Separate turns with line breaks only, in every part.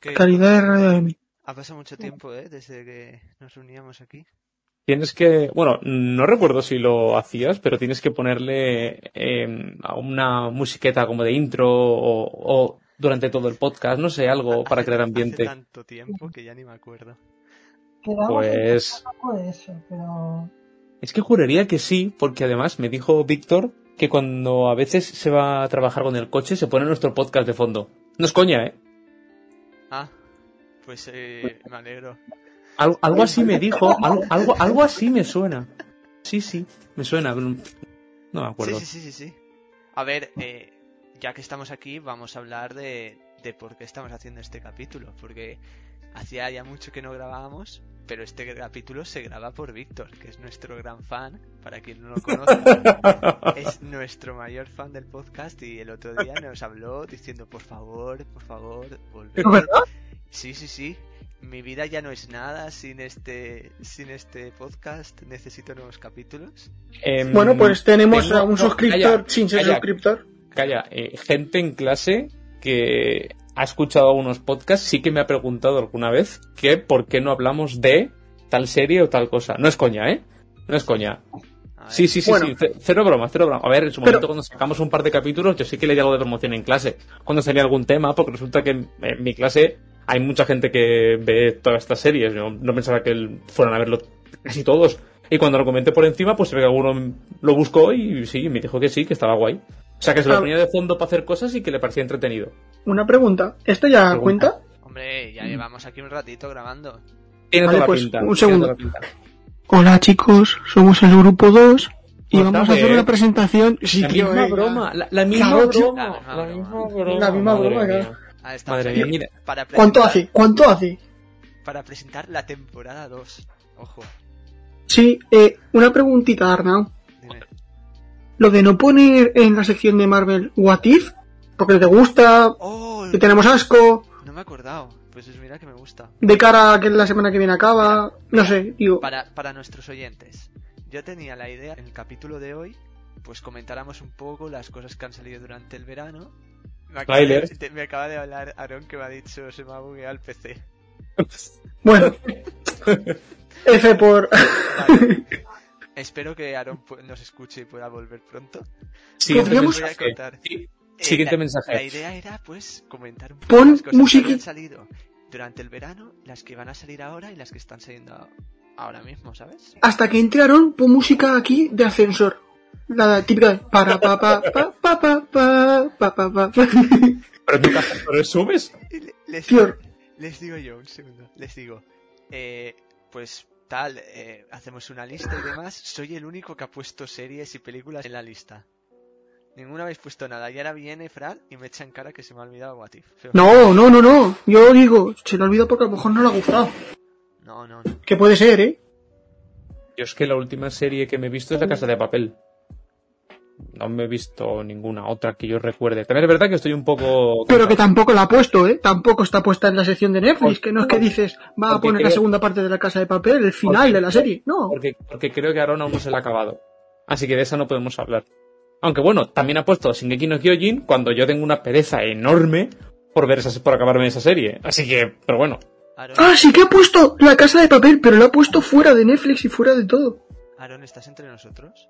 Que
Calidad de radio de mí.
ha pasado mucho tiempo, ¿eh? Desde que nos reuníamos aquí.
Tienes que, bueno, no recuerdo si lo hacías, pero tienes que ponerle eh, a una musiqueta como de intro o, o durante todo el podcast, no sé, algo para
Hace-
crear
Hace
ambiente.
tanto tiempo que ya ni me acuerdo.
Quedamos
Pues-
en un poco de eso, pero
Es que juraría que sí, porque además me dijo Víctor que cuando a veces se va a trabajar con el coche se pone nuestro podcast de fondo. No es coña, ¿eh?
Ah, pues eh, me alegro.
Al- algo así me dijo, al- algo, algo así me suena. Sí, sí, me suena. pero No me acuerdo.
Sí, sí, sí, sí, sí. A ver, eh, ya que estamos aquí, vamos a hablar de, de por qué estamos haciendo este capítulo. Porque hacía ya mucho que no grabábamos, pero este capítulo se graba por Víctor, que es nuestro gran fan. Para quien no lo conozca, es nuestro mayor fan del podcast. Y el otro día nos habló diciendo: Por favor, por favor, volved.
¿Es verdad?
Sí, sí, sí. Mi vida ya no es nada sin este, sin este podcast. Necesito nuevos capítulos.
Em,
Bueno, pues tenemos
tengo-
a un
no,
suscriptor
calla,
sin ser
calla.
suscriptor.
Calla, eh, gente en clase que ha escuchado algunos podcasts sí que me ha preguntado alguna vez que por qué no hablamos de tal serie o tal cosa. No es coña, ¿eh? No es coña.
A ver.
Sí, sí, sí,
Bueno.
sí. ce- Cero broma, cero broma. A ver, en su
Pero-
momento cuando sacamos un par de capítulos yo sí que le di algo de promoción en clase. Cuando salía algún tema, porque resulta que en en mi clase hay mucha gente que ve todas estas series. No, no pensaba que el- fueran a verlo casi todos. Y cuando lo comenté por encima, pues se ve que alguno lo buscó y sí, me dijo que sí, que estaba guay. O sea, que se lo
Ah.
ponía de fondo para hacer cosas y que le parecía entretenido.
Una pregunta. ¿Esto ya
Pregunta.
cuenta?
Hombre, ya llevamos aquí un ratito grabando.
Tiene
Vale,
toda la
pues,
pinta,
un
tiene
segundo.
toda la pinta.
Hola chicos, somos el grupo 2 y
Pues
vamos a
dale,
hacer
eh.
una presentación. Sí,
La
tío,
misma
eh, ya.
broma, la, la misma
Claro, tío.
broma, la misma broma.
La misma
madre
broma,
mía.
claro.
Ah, estamos
Madre
aquí
mía, mira.
Para presentar,
¿Cuánto hace? ¿Cuánto hace?
Para presentar la temporada 2. Ojo,
Sí, eh, una preguntita, Arnau.
dime.
Lo de no poner en la sección de Marvel What If, porque te gusta,
¡Oh!
que tenemos asco,
No me he acordado. Pues es mira que me gusta.
de cara a que la semana que viene acaba, no sé, digo,
Para, para nuestros oyentes. Yo tenía la idea en el capítulo de hoy, pues comentáramos un poco las cosas que han salido durante el verano. Me acaba, de,
Trailers.
te- me acaba de hablar Aaron que me ha dicho se me ha bugueado el PC.
bueno. F por...
Vale. Espero que Aaron pu- nos escuche y pueda volver pronto.
Siguiente
Confiamos-
Voy a
mensaje.
contar.
Sí,
Eh,
Siguiente
la-
mensaje.
La idea era, pues, comentar un poco
Pon
las cosas
musiqui-
que han salido durante el verano, las que van a salir ahora y las que están saliendo a- ahora mismo, ¿sabes?
Hasta que entraron por música aquí de ascensor. La típica de para pa pa pa pa pa pa pa pa pa pa.
Pero tú cajas, pero subes.
Y le- les,
Tío.
les digo yo, un segundo, les digo, eh, pues tal, eh, hacemos una lista y demás. Soy el único que ha puesto series y películas en la lista. Ninguno habéis puesto nada. Y ahora viene Fran y me echa en cara que se me ha olvidado What If. Pero-
No, no, no, no. Yo digo, se lo olvido porque a lo mejor no le ha gustado.
no, no, no.
Que puede ser, ¿eh?
Yo es que la última serie que me he visto es La Casa de Papel. No me he visto ninguna otra que yo recuerde. También es verdad que estoy un poco...
Pero que tampoco la ha puesto, ¿eh? Tampoco está puesta en la sección de Netflix. Que no es que dices, va a
Porque
poner la
eh,
creo-
segunda parte de la casa de papel, el final de la serie. No.
Porque, porque creo que Aaron aún no se la ha acabado. Así que de esa no podemos hablar. Aunque bueno, también ha puesto Shingeki no Kyojin cuando yo tengo una pereza enorme por ver esas, por acabarme esa serie. Así que, pero bueno.
Aaron,
Ah, sí que ha puesto la casa de papel, pero la ha puesto fuera de Netflix y fuera de todo.
Aaron, ¿estás entre nosotros?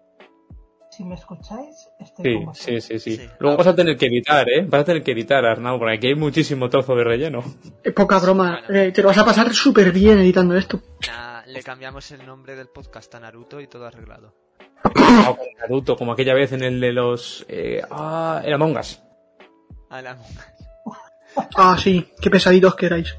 si me escucháis, estoy
Sí,
con vosotros.
sí, sí, sí.
Sí.
Luego vas a tener que editar, ¿eh? Vas a tener que editar, Arnau, porque aquí hay muchísimo trozo de relleno.
Eh, poca broma. eh, te lo vas a pasar súper bien editando esto.
Nah, le cambiamos el nombre del podcast a Naruto y todo arreglado.
O con Naruto, como aquella vez en el de los... Eh, ah, el Among Us.
A la-
Ah, sí. Qué pesaditos que erais.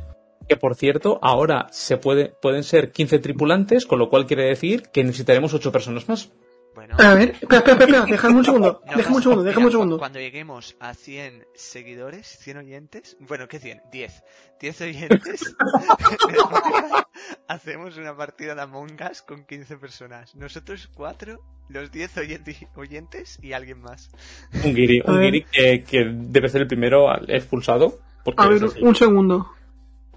Que por cierto, ahora se puede, pueden ser 15 tripulantes, con lo cual quiere decir que necesitaremos 8 personas más.
Bueno,
A ver, espera, espera, espera, espera, déjame un segundo,
no
Ah, déjame
pasa-
un segundo, déjame un
mira, cu-
segundo.
Cuando lleguemos a 100 seguidores, 100 oyentes, bueno, ¿qué 100? 10. 10 oyentes. hacemos una partida de Among Us con 15 personas. Nosotros cuatro, los 10 oyente- oyentes y alguien más.
Un guiri,
A
un
ver.
guiri que, que debe ser el primero al- expulsado. Porque
A
es
ver,
así.
un segundo.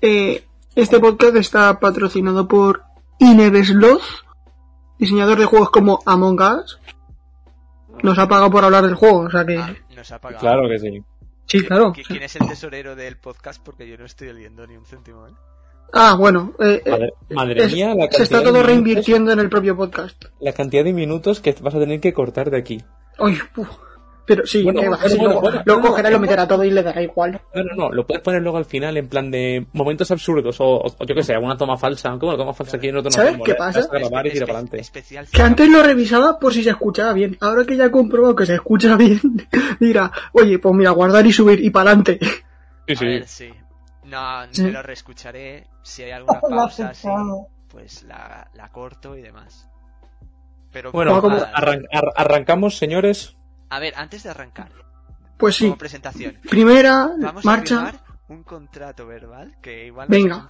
Eh, este podcast está patrocinado por Inebesloz, diseñador de juegos como Among Us. Nos ha pagado por hablar del juego, o sea que...
Ah, nos ha pagado.
Claro que sí.
Eh, Sí, claro.
¿Qui- ¿Quién es el tesorero del podcast? Porque yo no estoy oliendo ni un céntimo, ¿eh?
Ah, bueno. eh, eh,
Madre, madre
es-
mía, la
se
cantidad
está
de
todo
minutos-
reinvirtiendo en el propio podcast.
La cantidad de minutos que vas a tener que cortar de aquí.
Ay, uf. Pero sí,
Bueno,
¿qué va?
bueno,
Sí,
bueno,
luego-
bueno,
lo
bueno.
cogerá y lo meterá todo y le dará igual.
No, no, no, lo puedes poner luego al final en plan de momentos absurdos o, o yo qué sé, alguna toma falsa. Aunque bueno, toma falsa aquí en otro no
¿Sabes
mola,
qué
le das
pasa?
a grabar y tira
Espe-
para adelante.
Especial.
Que antes lo revisaba por si se escuchaba bien. Ahora que ya he comprobado que se escucha bien, dirá, oye, pues mira, guardar y subir y para adelante.
Sí,
A
sí.
ver, sí. No,
Sí.
me lo reescucharé. Si hay alguna
La
pausa, sí,
aceptado.
pues la, la corto y demás. Pero
Bueno,
Como- como-
nada,
arran- ar- arrancamos, señores.
a ver, antes de arrancar,
Pues sí,
como presentación,
primera
vamos a
marcha,
firmar un contrato verbal que igual
Venga.
no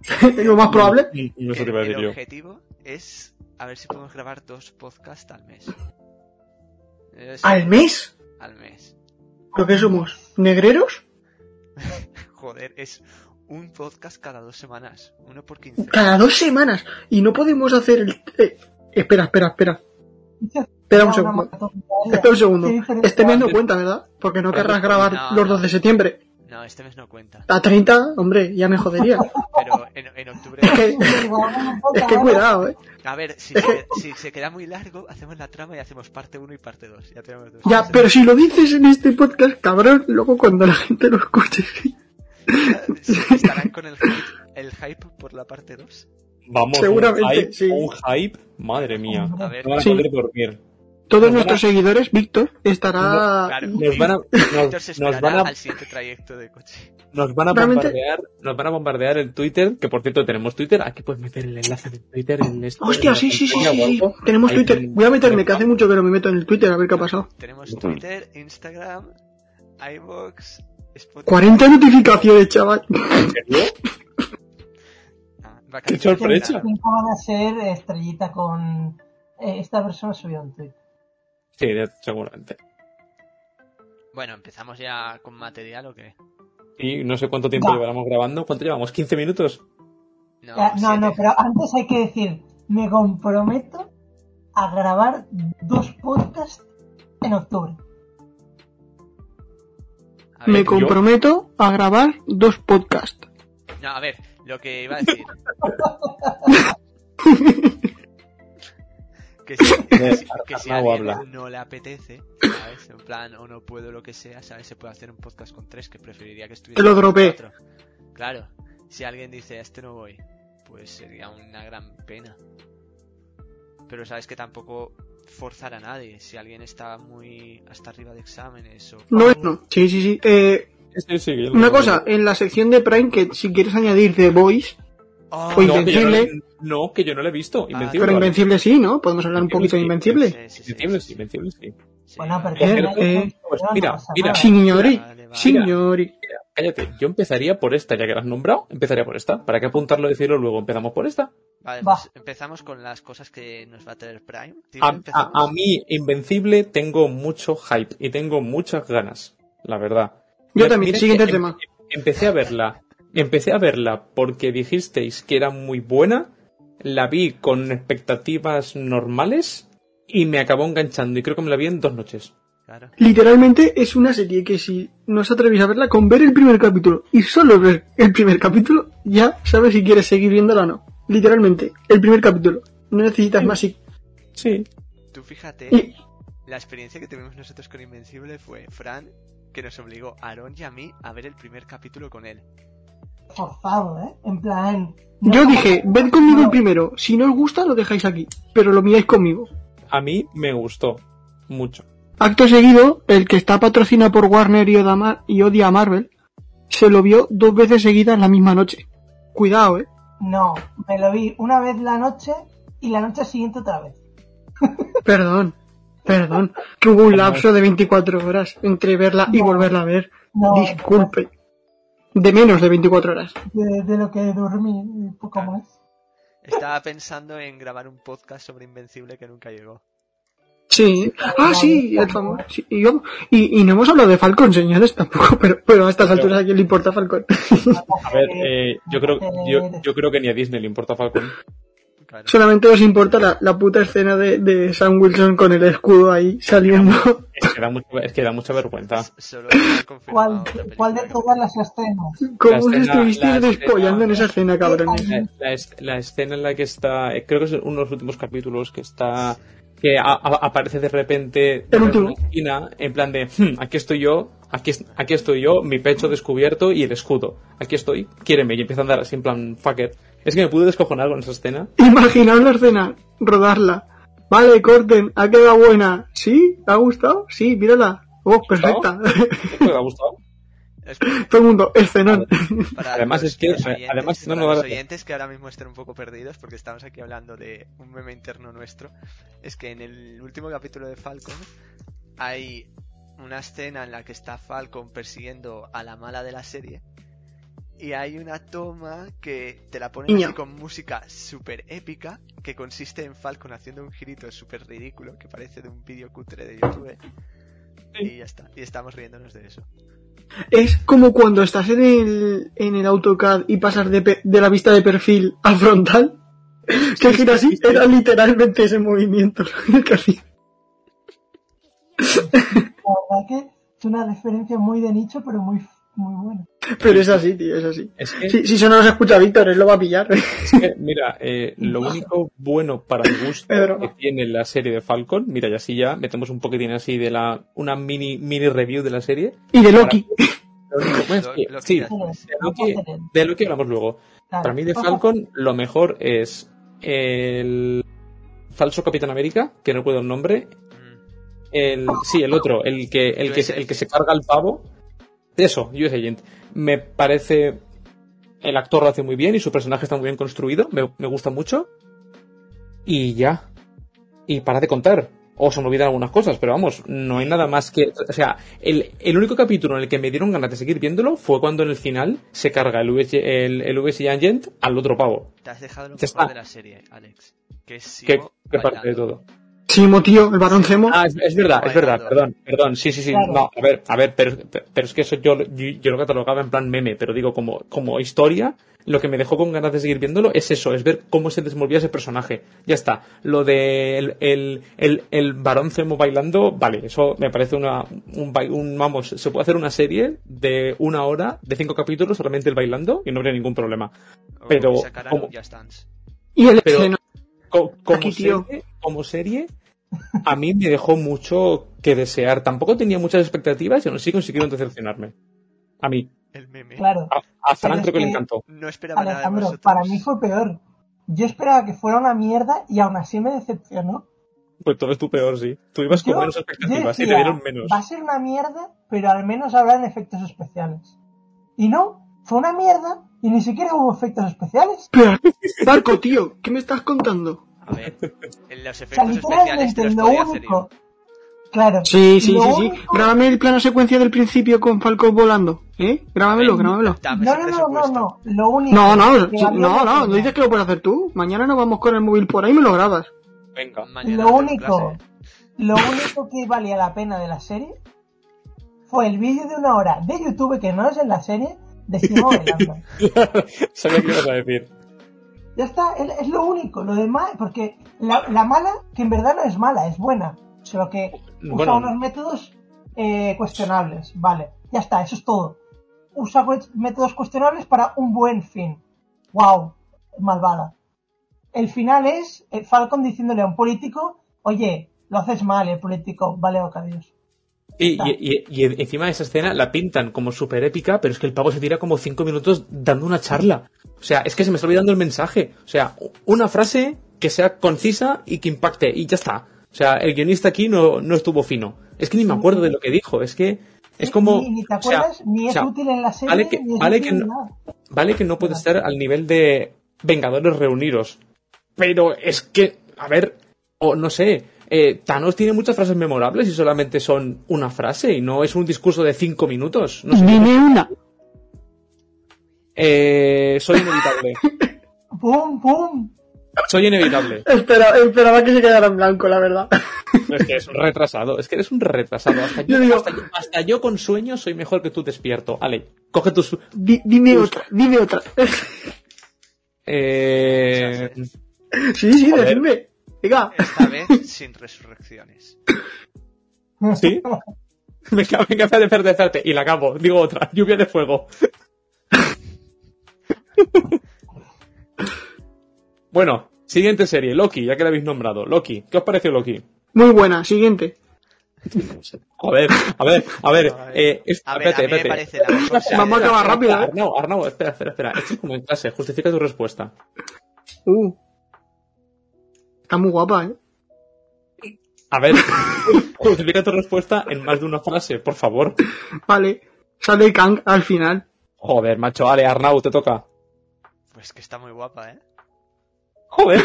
se cumple.
lo más probable.
Y- y
que
Eso te iba a decir
el
yo.
objetivo es a ver si podemos grabar dos podcasts al mes. Es-
¿Al mes?
al mes.
¿Lo que somos? ¿Negreros?
Joder, es un podcast cada dos semanas, uno por quince.
Cada dos semanas. Y no podemos hacer el... eh, espera, espera, espera.
Era
Espera un
una
segundo.
maratón diaria.
Espera un segundo. Este
Qué diferencia.
Estás teniendo cuenta, ¿verdad? Porque no querrás grabar
No,
los
no.
2 de septiembre.
No, este mes no cuenta,
A 30, hombre, ya me jodería.
pero en, en octubre...
Es que, es que cuidado, ¿eh? oh.
A ver, si se, si se queda muy largo, hacemos la trama y hacemos parte 1 y parte 2. Ya tenemos dos.
Ya, pero si lo dices en este podcast, cabrón, luego cuando la gente lo escuche.
¿Estarán con el hype, el hype por la parte 2?
Vamos,
Seguramente,
un hype,
sí.
un hype, madre mía.
A ver,
No van a
Sí.
poder dormir.
Todos
Nos
nuestros seguidores, Víctor, estará.
claro.
Nos van a, nos,
Víctor se
nos
esperará
van a,
al siguiente trayecto de coche.
nos van a
Realmente-
bombardear, nos van a bombardear el Twitter, que por cierto tenemos Twitter, aquí puedes meter el enlace de Twitter en este.
Hostia, sí, sí, sí, sí, sí.
guapo.
Tenemos
Ahí
Twitter.
tienen-
Voy a meterme, que hace
tienen-
mucho que no me meto en el Twitter, a ver qué ha pasado.
Tenemos
Ujú.
Twitter, Instagram, iVoox, Spotify.
40 notificaciones, chaval.
Ah, vacaciones.
Qué
Qué
sorpresa.
diferencia van a ser estrellita con eh, esta persona subió un tweet.
Sí, de- seguramente.
Bueno, empezamos ya con material o qué?
Y no sé cuánto tiempo
Ya.
llevamos grabando. ¿Cuánto llevamos? ¿15 minutos?
No,
Eh,
Ya, No,
siete.
no, pero antes hay que decir, me comprometo a grabar dos podcasts en octubre.
A ver,
Me
yo-
comprometo a grabar dos podcasts.
no, a ver, lo que iba a decir. que si, que si- que si a
Arnau
alguien
habla.
no le apetece, ¿sabes? En plan, o no puedo lo que sea, ¿sabes? Se puede hacer un podcast con tres que preferiría que estuviera.
Te lo
con
dropé.
cuatro. Claro, si alguien dice a este no voy, pues sería una gran pena. Pero sabes que tampoco forzar a nadie. Si alguien está muy hasta arriba de exámenes o.
No, no. Sí, sí, sí. Eh,
Sí, sí, yo lo
una
tengo.
cosa, en la sección de Prime, que si quieres añadir The Voice,
Oh,
Pues
No, que yo no le-
Invencible. Ah,
no, que yo no lo he visto. Invencible.
pero
vale.
Invencible sí, ¿no? Podemos hablar un poquito de Invencible.
sí, sí, sí,
Invencible, sí,
sí,
invencible, sí.
sí.
Bueno, pero
Eh,
no hay
eh,
gente,
pues
no
mira,
pasa
mira.
nada.
Signori.
Vale, vale.
Signori.
Cállate, yo empezaría por esta, ya que la has nombrado, empezaría por esta. ¿Para qué apuntarlo y decirlo luego? Empezamos por esta.
Vale,
Va.
pues empezamos con las cosas que nos va a traer Prime. Tío,
A,
empezamos.
a- a mí, Invencible, tengo mucho hype y tengo muchas ganas, la verdad.
Yo también,
Mira
siguiente
que em-
tema.
Empecé a verla. Empecé a verla porque dijisteis que era muy buena. La vi con expectativas normales y me acabó enganchando. Y creo que me la vi en dos noches.
Claro.
Literalmente es una serie que si no os atrevéis a verla, con ver el primer capítulo y solo ver el primer capítulo, ya sabes si quieres seguir viéndola o no. Literalmente, el primer capítulo. No necesitas más. si-
Sí.
Tú fíjate,
Y,
la experiencia que tuvimos nosotros con Invencible fue Fran, que nos obligó a Aaron y a mí a ver el primer capítulo con él.
forzado, ¿eh? En plan... no
yo
como-
dije, ved conmigo el
no,
primero. Si no os gusta, lo dejáis aquí. Pero lo miráis conmigo.
A mí me gustó mucho.
Acto seguido, el que está patrocinado por Warner y, oda Mar- y odia a Marvel, se lo vio dos veces seguidas la misma noche. Cuidado, eh.
No, me lo vi una vez la noche y la noche siguiente otra vez.
Perdón. Perdón. Que hubo un lapso de 24 horas entre verla y volverla a ver.
No,
Disculpe. De menos de 24 horas.
De, de lo que dormí, pues, poco más.
Estaba pensando en grabar un podcast sobre Invencible que nunca llegó.
Sí. Ah, sí, el famoso. sí, y, yo- y- y no hemos hablado de Falcon, señores, tampoco, pero, pero a estas alturas a quién le importa Falcon.
Eh,
eh,
A ver, eh, yo, creo, yo, yo creo que ni a Disney le importa Falcon.
claro.
Solamente os importa la, la puta escena de, de Sam Wilson con el escudo ahí saliendo.
Es que da, mucho- es que da mucha vergüenza.
Solo han confirmado
¿Cuál,
otra
cuál de
película.
todas las escenas?
¿Cómo os
escena- la
estuvisteis
escena-
despollando en esa escena, cabrones?
La, la es- la escena en la que está, eh, creo que es uno de los últimos capítulos que está, que a- a- aparece de repente
El último.
en una esquina, en plan de, "Hmm, aquí estoy yo, aquí, es- aquí estoy yo, mi pecho descubierto y el escudo, aquí estoy, quiéreme, y empiezan a dar así en plan, fuck it. Es que me pude descojonar con esa escena.
Imaginaos la escena, rodarla. Vale, corten, ha quedado buena. ¿Sí? ¿Te ha gustado? Sí, mírala. Oh, perfecta.
Esto me ha gustado.
Es-
Todo el mundo, escenón.
para
Además,
los-
es que-
los
a-
oyentes,
además, no,
para
no,
los
no.
oyentes que ahora mismo están un poco perdidos porque estamos aquí hablando de un meme interno nuestro, es que en el último capítulo de Falcon hay una escena en la que está Falcon persiguiendo a la mala de la serie y hay una toma que te la ponen
Niño.
así con música súper épica que consiste en Falcon haciendo un girito súper ridículo que parece de un vídeo cutre de YouTube y ya está, y estamos riéndonos de eso.
Es como cuando estás en el, en el AutoCAD y pasas de, pe- de la vista de perfil al frontal. Que gira así, era literalmente ese movimiento. que hacía.
La verdad que es una referencia muy de nicho, pero muy, muy buena.
Pero es así, tío, es así.
Es que,
Si, si eso no lo escucha Víctor, él lo va a pillar.
es que, mira, eh, lo único bueno para mi gusto
Es broma.
que tiene la serie de Falcon, mira, y así ya metemos un poquitín así de la, una mini, mini review de la serie.
Y de Loki.
Lo único bueno es
Lo-
que,
lo pues, eh, que
sí,
ya-
Vamos
de
a
lo que-
hacer el-
de lo que hablamos luego.
claro.
Para mí de
Ojo,
Falcon lo mejor es el falso Capitán América, que no recuerdo el nombre.
Mm.
El, sí, el otro, el que, el que, se- el que se carga el pavo. Eso, US Agent. Me parece... El actor lo hace muy bien y su personaje está muy bien construido. Me, me gusta mucho. Y ya. Y para de contar. O se me olvidan algunas cosas, pero vamos, no hay nada más que. O sea, el, el único capítulo en el que me dieron ganas de seguir viéndolo fue cuando en el final se carga el VS, el, el VS Agent al otro pavo.
Te has dejado lo
Ya
mejor
está.
de la serie, Alex. Que es
Que,
Simo
que parte de
bailando.
todo.
Simo, tío, el varón Zemo.
Ah, es, es verdad, es verdad,
Bailando.
perdón, perdón, sí, sí, sí,
Claro.
no, a ver, a ver, pero, pero es que eso yo, yo, yo lo catalogaba en plan meme, pero digo, como, como historia, lo que me dejó con ganas de seguir viéndolo es eso, es ver cómo se desenvolvía ese personaje. Ya está, lo de el, el, el, el varón Zemo bailando, vale, eso me parece una, un, bai- un, vamos, se puede hacer una serie de una hora, de cinco capítulos, solamente el bailando, y no habría ningún problema.
O
Pero,
sacarán
¿cómo?
un Just Dance.
y el
pero-
escenón.
Co- como,
Aquí, tío.
Serie, como serie, a mí me dejó mucho que desear. Tampoco tenía muchas expectativas y aún así consiguieron decepcionarme. A mí.
El meme.
Claro.
A, a Fran creo
Pero
que
es
le
que-
encantó.
No esperaba nada de
Alejandro,
vosotros.
para mí fue peor. Yo esperaba que fuera una mierda y aún así me decepcionó.
Pues todo es tu peor, sí. Tú ibas con
Yo-
menos
yo
expectativas y te
decía,
dieron menos.
Va a ser una mierda, pero al menos habrán efectos especiales. Y no, fue una mierda y ni siquiera hubo efectos especiales.
Pero, Marco, tío, ¿qué me estás contando?
A ver, en los
O sea,
efectos especiales te
literalmente
los
lo
podía hacer yo.
único. Claro.
Sí, sí,
lo
sí, sí.
único-
Grábame el plano secuencia del principio con Falco volando. ¿Eh? Grábamelo, grábamelo.
Dame
No,
ese
no, no, no,
presupuesto.
no. Lo único.
No, no,
que
sí,
había
no, no, no
material.
dices que lo puedes hacer tú. Mañana nos vamos con el móvil por ahí y me lo grabas.
Venga.
Mañana
Lo
tengo
único,
clase.
lo único que valía la pena de la serie fue el vídeo de una hora de YouTube que no es en la serie de Simón bailando.
Sabía que ibas a decir.
Ya está, es, es lo único, lo demás, porque la, la mala, que en verdad no es mala, es buena, solo que usa
Bueno.
unos métodos eh, cuestionables, vale, ya está, eso es todo. Usa cue- métodos cuestionables para un buen fin. Wow, malvada. El final es eh, Falcon diciéndole a un político, oye, lo haces mal, el político, vale, ok, adiós.
Y, y- y- y encima de esa escena la pintan como súper épica, pero es que el pavo se tira como cinco minutos dando una charla. O sea, es que se me está olvidando el mensaje. O sea, u- una frase que sea concisa y que impacte, y ya está. O sea, el guionista aquí no, no estuvo fino. Es que ni me acuerdo de lo que dijo, es que es como...
Ni, ni te
o sea,
acuerdas, ni es
o sea,
útil en la serie,
vale que-
ni es
vale
útil
que
en
no-
nada.
Vale que no puede estar al nivel de Vengadores reunidos. Pero es que, a ver, o no sé, eh, Thanos tiene muchas frases memorables y solamente son una frase y no es un discurso de cinco minutos. No sé.
Dime una.
Eh, soy inevitable.
¡Pum, pum!
Soy inevitable.
Espera, esperaba que se quedara en blanco, la verdad.
Es que es un retrasado. Es que eres un retrasado. Hasta yo,
Yo digo-
hasta yo- hasta yo con sueños soy mejor que tú despierto. Ale, coge tus...
Di- dime otra, dime otra.
Eh,
Sí, sí,
Joder.
decidme. Venga.
Esta vez sin resurrecciones.
¿Sí? Venga, venga, espérate, espérate, espérate. Y la acabo. Digo otra. Lluvia de fuego. bueno, siguiente serie. Loki, ya que la habéis nombrado. Loki, ¿qué os pareció Loki?
Muy buena, siguiente.
A ver, a ver, a ver.
A ver,
eh, es-
a ver,
espérate,
a mí me
espérate.
parece la mejor serie.
Vamos a acabar rápido, ¿eh?
Arnau, Arnau, espera, espera, espera. Esto es como en clase. Justifica tu respuesta.
Uh. Está muy guapa, ¿eh?
A ver, justifica tu respuesta en más de una frase, por favor.
Vale. Sale Kang al final.
Joder, macho, vale, Arnau, te toca.
Pues que está muy guapa, ¿eh?
Joder.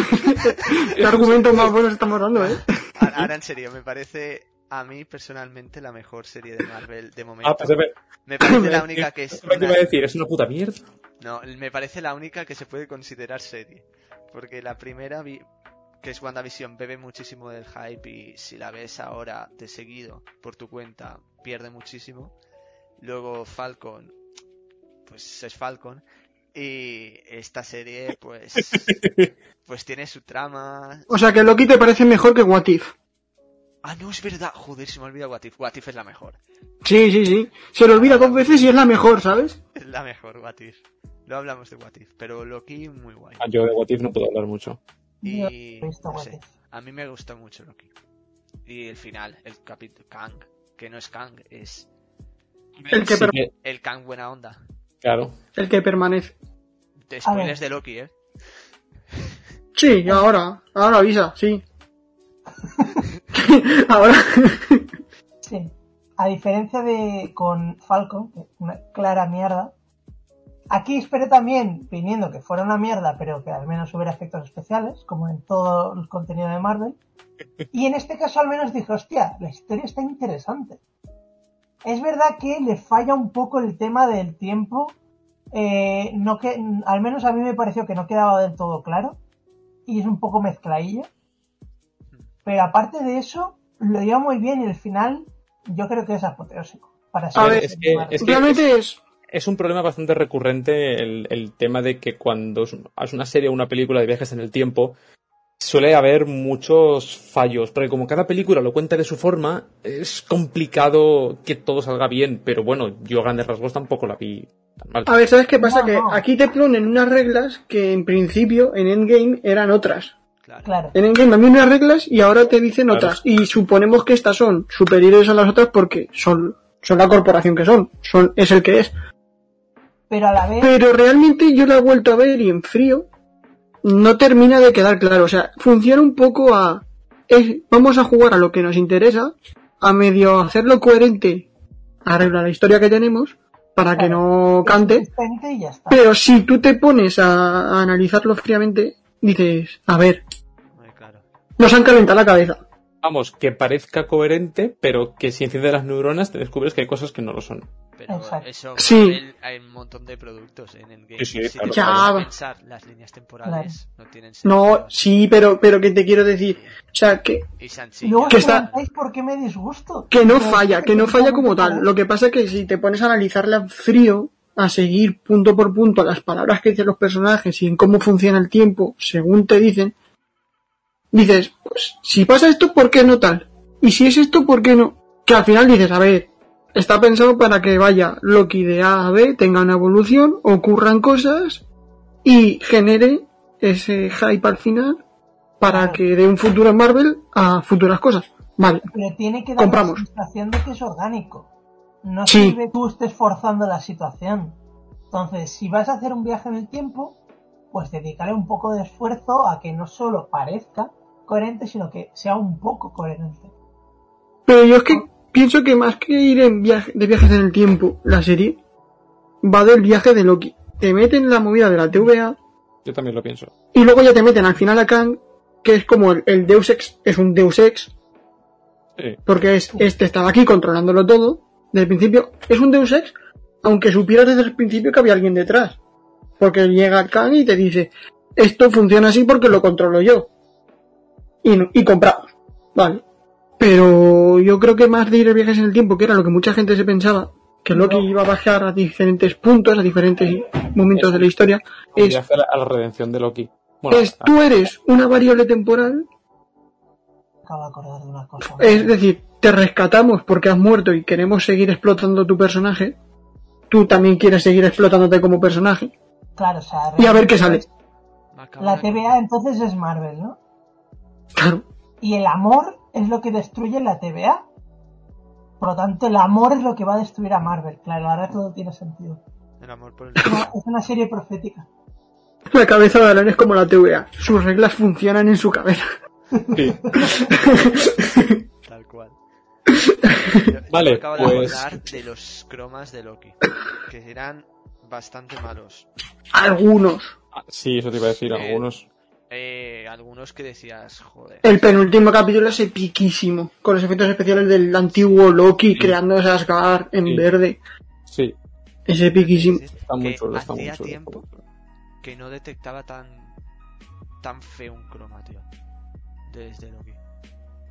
¿Qué argumentos Este más buenos estamos dando, eh?
Ahora, ahora, en serio, me parece a mí personalmente la mejor serie de Marvel de momento.
Ah, pues a ver.
Me parece la única que es.
¿Qué
una-
iba a decir? Es una puta mierda.
No, me parece la única que se puede considerar serie. Porque la primera, vi- que es WandaVision, bebe muchísimo del hype y si la ves ahora de seguido por tu cuenta, pierde muchísimo. Luego Falcon, pues es Falcon. Y esta serie, pues, pues tiene su trama.
O sea que Loki te parece mejor que What If.
Ah, no, es verdad. Joder, se me olvida What If. What If es la mejor.
Sí, sí, sí. Se lo olvida dos veces y es la mejor, ¿sabes?
Es la mejor, What If. No hablamos de What If, pero Loki, muy guay.
Ah, Yo de What If no puedo hablar mucho.
Yo
Y
he visto
no
What
sé,
If.
a mí me gustó mucho Loki. Y el final, el capítulo Kang, que no es Kang, es
El que,
Sí
per-
que-
el Kang buena onda.
claro.
el que permanece.
De spoilers de Loki, ¿eh?
Sí, ahora. Ahora avisa, sí. ahora.
Sí. A diferencia de con Falcon, que es una clara mierda, aquí esperé también, viniendo que fuera una mierda, pero que al menos hubiera efectos especiales, como en todo el contenido de Marvel. Y en este caso al menos dije, hostia, la historia está interesante. Es verdad que le falla un poco el tema del tiempo. eh, no que, al menos a mí me pareció que no quedaba del todo claro. Y es un poco mezclailla. Pero aparte de eso, lo lleva muy bien y el final yo creo que es apoteósico. Para ser
ver,
es que- es que-
Realmente es.
Es un problema bastante recurrente el, el tema de que cuando es- es una serie o una película de viajes en el tiempo, suele haber muchos fallos, porque como cada película lo cuenta de su forma, es complicado que todo salga bien, pero bueno, yo a grandes rasgos tampoco la vi tan mal.
A ver, ¿sabes qué pasa?
No,
que
no.
aquí te ponen unas reglas que en principio en Endgame eran otras.
Claro.
Claro.
En Endgame también unas reglas y ahora te dicen
Claro.
otras. Y suponemos que estas son superiores a las otras porque son, son la corporación que son. son. Es el que es.
Pero a la vez...
Pero realmente yo la he vuelto a ver y en frío no termina de quedar claro. O sea, funciona un poco a... es- vamos a jugar a lo que nos interesa, a medio hacerlo coherente, arregla la historia que tenemos para que no cante.
Consistente y ya está.
Pero si tú te pones a, a analizarlo fríamente, dices, a ver,
Muy claro.
nos han calentado la cabeza.
Vamos, que parezca coherente, pero que si enciendes las neuronas te descubres que hay cosas que no lo son.
Pero
Exacto.
eso,
Sí.
Marvel, hay un montón de productos en el game.
Sí, sí,
si
claro,
te
claro.
pones a
Ya, va.
pensar, las líneas temporales no tienen sentido.
No, sí, pero, pero que te quiero decir, o sea, que,
Y Shang-Chi
Y luego
ya
Que
os
no
está-
preguntáis por qué me disgusto.
que no
Pero
falla,
es
que no falla como
totalmente
tal. Lo que pasa es que si te pones a analizarla en frío, a seguir punto por punto las palabras que dicen los personajes y en cómo funciona el tiempo, según te dicen, dices, pues si pasa esto, ¿por qué no tal? Y si es esto, ¿por qué no? Que al final dices, a ver, está pensado para que vaya Loki de A a B, tenga una evolución, ocurran cosas y genere ese hype al final para
Claro.
que dé un futuro en Marvel a futuras cosas. Vale,
Pero tiene que dar
Compramos.
la sensación de que es orgánico. No
Sí.
sirve que tú estés forzando la situación. Entonces, si vas a hacer un viaje en el tiempo, pues dedícale un poco de esfuerzo a que no solo parezca coherente, sino que sea un poco coherente.
Pero yo es que pienso que más que ir en viaje, de viajes en el tiempo, la serie va del viaje de Loki. Te meten la movida de la TVA
Yo también lo pienso.
y luego ya te meten al final a Kang, que es como el, el Deus Ex, es un Deus Ex,
Sí.
porque es este estaba aquí controlándolo todo, desde el principio, es un Deus Ex, aunque supieras desde el principio que había alguien detrás. Porque llega Kang y te dice, esto funciona así porque lo controlo yo. Y, no- y compramos. Vale. Pero yo creo que más de ir a viajes en el tiempo, que era lo que mucha gente se pensaba, que Loki iba a bajar a diferentes puntos, a diferentes momentos de la historia,
Un
es
viaje a la, a la redención de Loki. Bueno,
es tú eres una variable temporal,
Acabo de acordar de una cosa.
es decir, te rescatamos porque has muerto y queremos seguir explotando tu personaje. Tú también quieres seguir explotándote como personaje.
Claro, o sea,
Y a ver qué sale.
Me acabo
La
de-
TVA entonces es Marvel, ¿no?
Claro.
Y el amor es lo que destruye la TVA. Por lo tanto, el amor es lo que va a destruir a Marvel. Claro, ahora todo tiene sentido.
El amor por el
Es una- es una serie profética.
La cabeza de Alan es como la TVA. Sus reglas funcionan en su cabeza.
sí.
tal cual. Yo- yo
Vale,
acabo de
pues-
acordar de los cromas de Loki, que eran bastante malos.
Algunos.
Ah, sí, eso te iba a decir,
Sí.
algunos.
Eh, algunos que decías, joder.
El penúltimo capítulo es epiquísimo. Con los efectos especiales del antiguo Loki creando esas Asgard en
Sí.
verde.
Sí,
Es epiquísimo.
está muy
que
chulo, está muy
hacía
chulo.
tiempo que no detectaba tan tan feo un croma, tío. Desde Loki.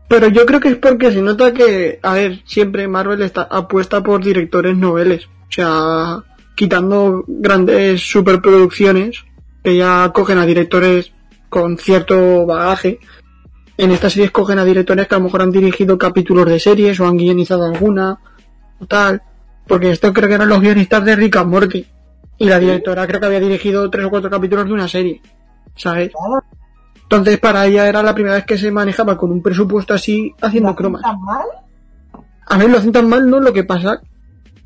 Pero yo creo que es porque se nota que, a ver, siempre Marvel está apuesta por directores noveles. O sea, quitando grandes superproducciones que ya cogen a directores con cierto bagaje. En estas series cogen a directores que a lo mejor han dirigido capítulos de series o han guionizado alguna o tal. Porque esto creo que eran los guionistas de Rick and Morty. Y la directora creo que había dirigido tres o cuatro capítulos de una serie. ¿Sabes?
Claro,
Entonces para ella era la primera vez que se manejaba con un presupuesto así haciendo
¿la
cromas.
pintan mal?
A ver, lo hacen tan mal, ¿no? Lo que pasa...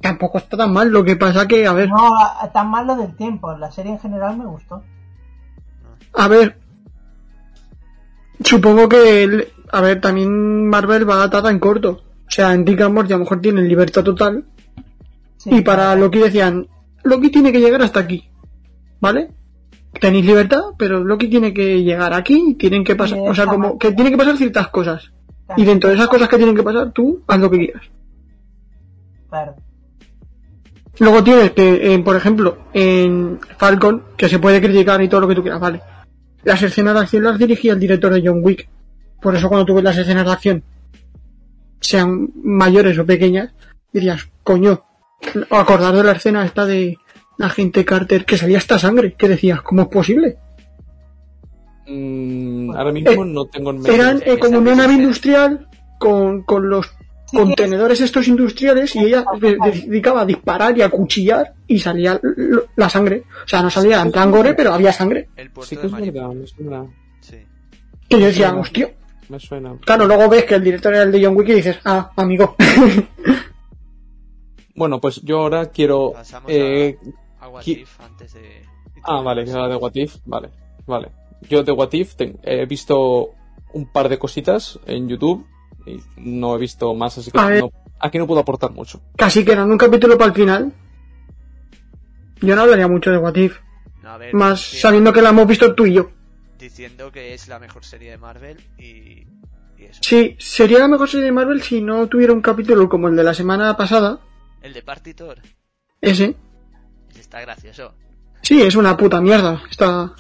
Tampoco está tan mal, lo que pasa que, a ver,
No, a- tan mal lo del tiempo. La serie en general me gustó.
a ver... Supongo que, el- a ver, también Marvel va atada en corto. O sea, en Rick and Morty a lo mejor tienen libertad total.
Sí,
Y para Loki decían, Loki tiene que llegar hasta aquí. ¿Vale? Tenéis libertad, pero Loki tiene que llegar aquí y tienen que pasar... O sea, como que tienen que pasar ciertas cosas.
claro,
Y dentro de esas cosas que tienen que pasar, tú haz lo que quieras.
claro.
Luego tienes que, eh, por ejemplo, en Falcon, que se puede criticar y todo lo que tú quieras, vale. Las escenas de acción las dirigía el director de John Wick. Por eso cuando tú ves las escenas de acción, sean mayores o pequeñas, dirías, coño, o acordar de la escena esta de agente Carter, que salía esta sangre, que decías, ¿cómo es posible?
Mm, ahora mismo
Eh,
no tengo en mente.
Eran eh, como una nave industrial con, con los
Sí,
contenedores estos industriales y ella de- dedicaba a disparar y a cuchillar y salía l- la sangre. O sea, no salía en plan gore, pero había sangre.
El puerto
Sí que
de
es
Mariposa.
verdad, me suena.
Sí.
Que yo decía, hostia.
Me suena.
Claro, luego ves que el director era el de John Wick y dices, ah, amigo.
Bueno, pues yo ahora quiero.
Pasamos
Eh,
a What
qui-
If antes de.
Ah, vale, que era de What If. Vale, vale. Yo de What If te- he visto un par de cositas en YouTube y no he visto más, así que
A ver.
no- aquí no puedo aportar mucho.
Casi que eran un capítulo para el final. Yo no hablaría mucho de What If,
No, a ver,
más
diciendo-
sabiendo que la hemos visto tú y yo.
diciendo que es la mejor serie de Marvel y, y eso.
Sí, sería la mejor serie de Marvel si no tuviera un capítulo como el de la semana pasada,
El de Partitor
ese.
está gracioso.
Sí, es una puta mierda. Está...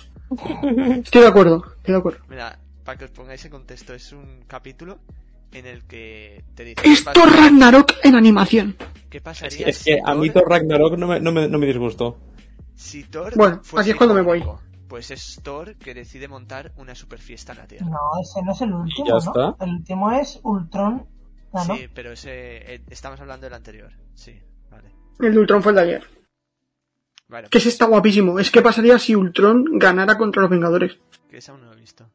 Estoy de acuerdo, estoy de acuerdo.
Mira, para que os pongáis en contexto, es un capítulo en el que te dice qué
Esto
pas-
es Ragnarok en animación.
qué
Es que,
pasaría
es que
si
a mí
Thor-
Thor Ragnarok no me, no me- no me disgustó.
si Thor
Bueno,
fuese
aquí es cuando me voy.
icónico? Pues es Thor que decide montar una super fiesta en la Tierra.
No, ese no es el último,
ya
¿no?
está.
El último es Ultron. Ah, ¿no?
Sí, pero ese eh, estamos hablando del anterior. Sí, vale.
El de Ultron fue el de ayer.
Vale,
Que ese está guapísimo. Es que pasaría si Ultron ganara contra los Vengadores.
que esa aún no lo he visto.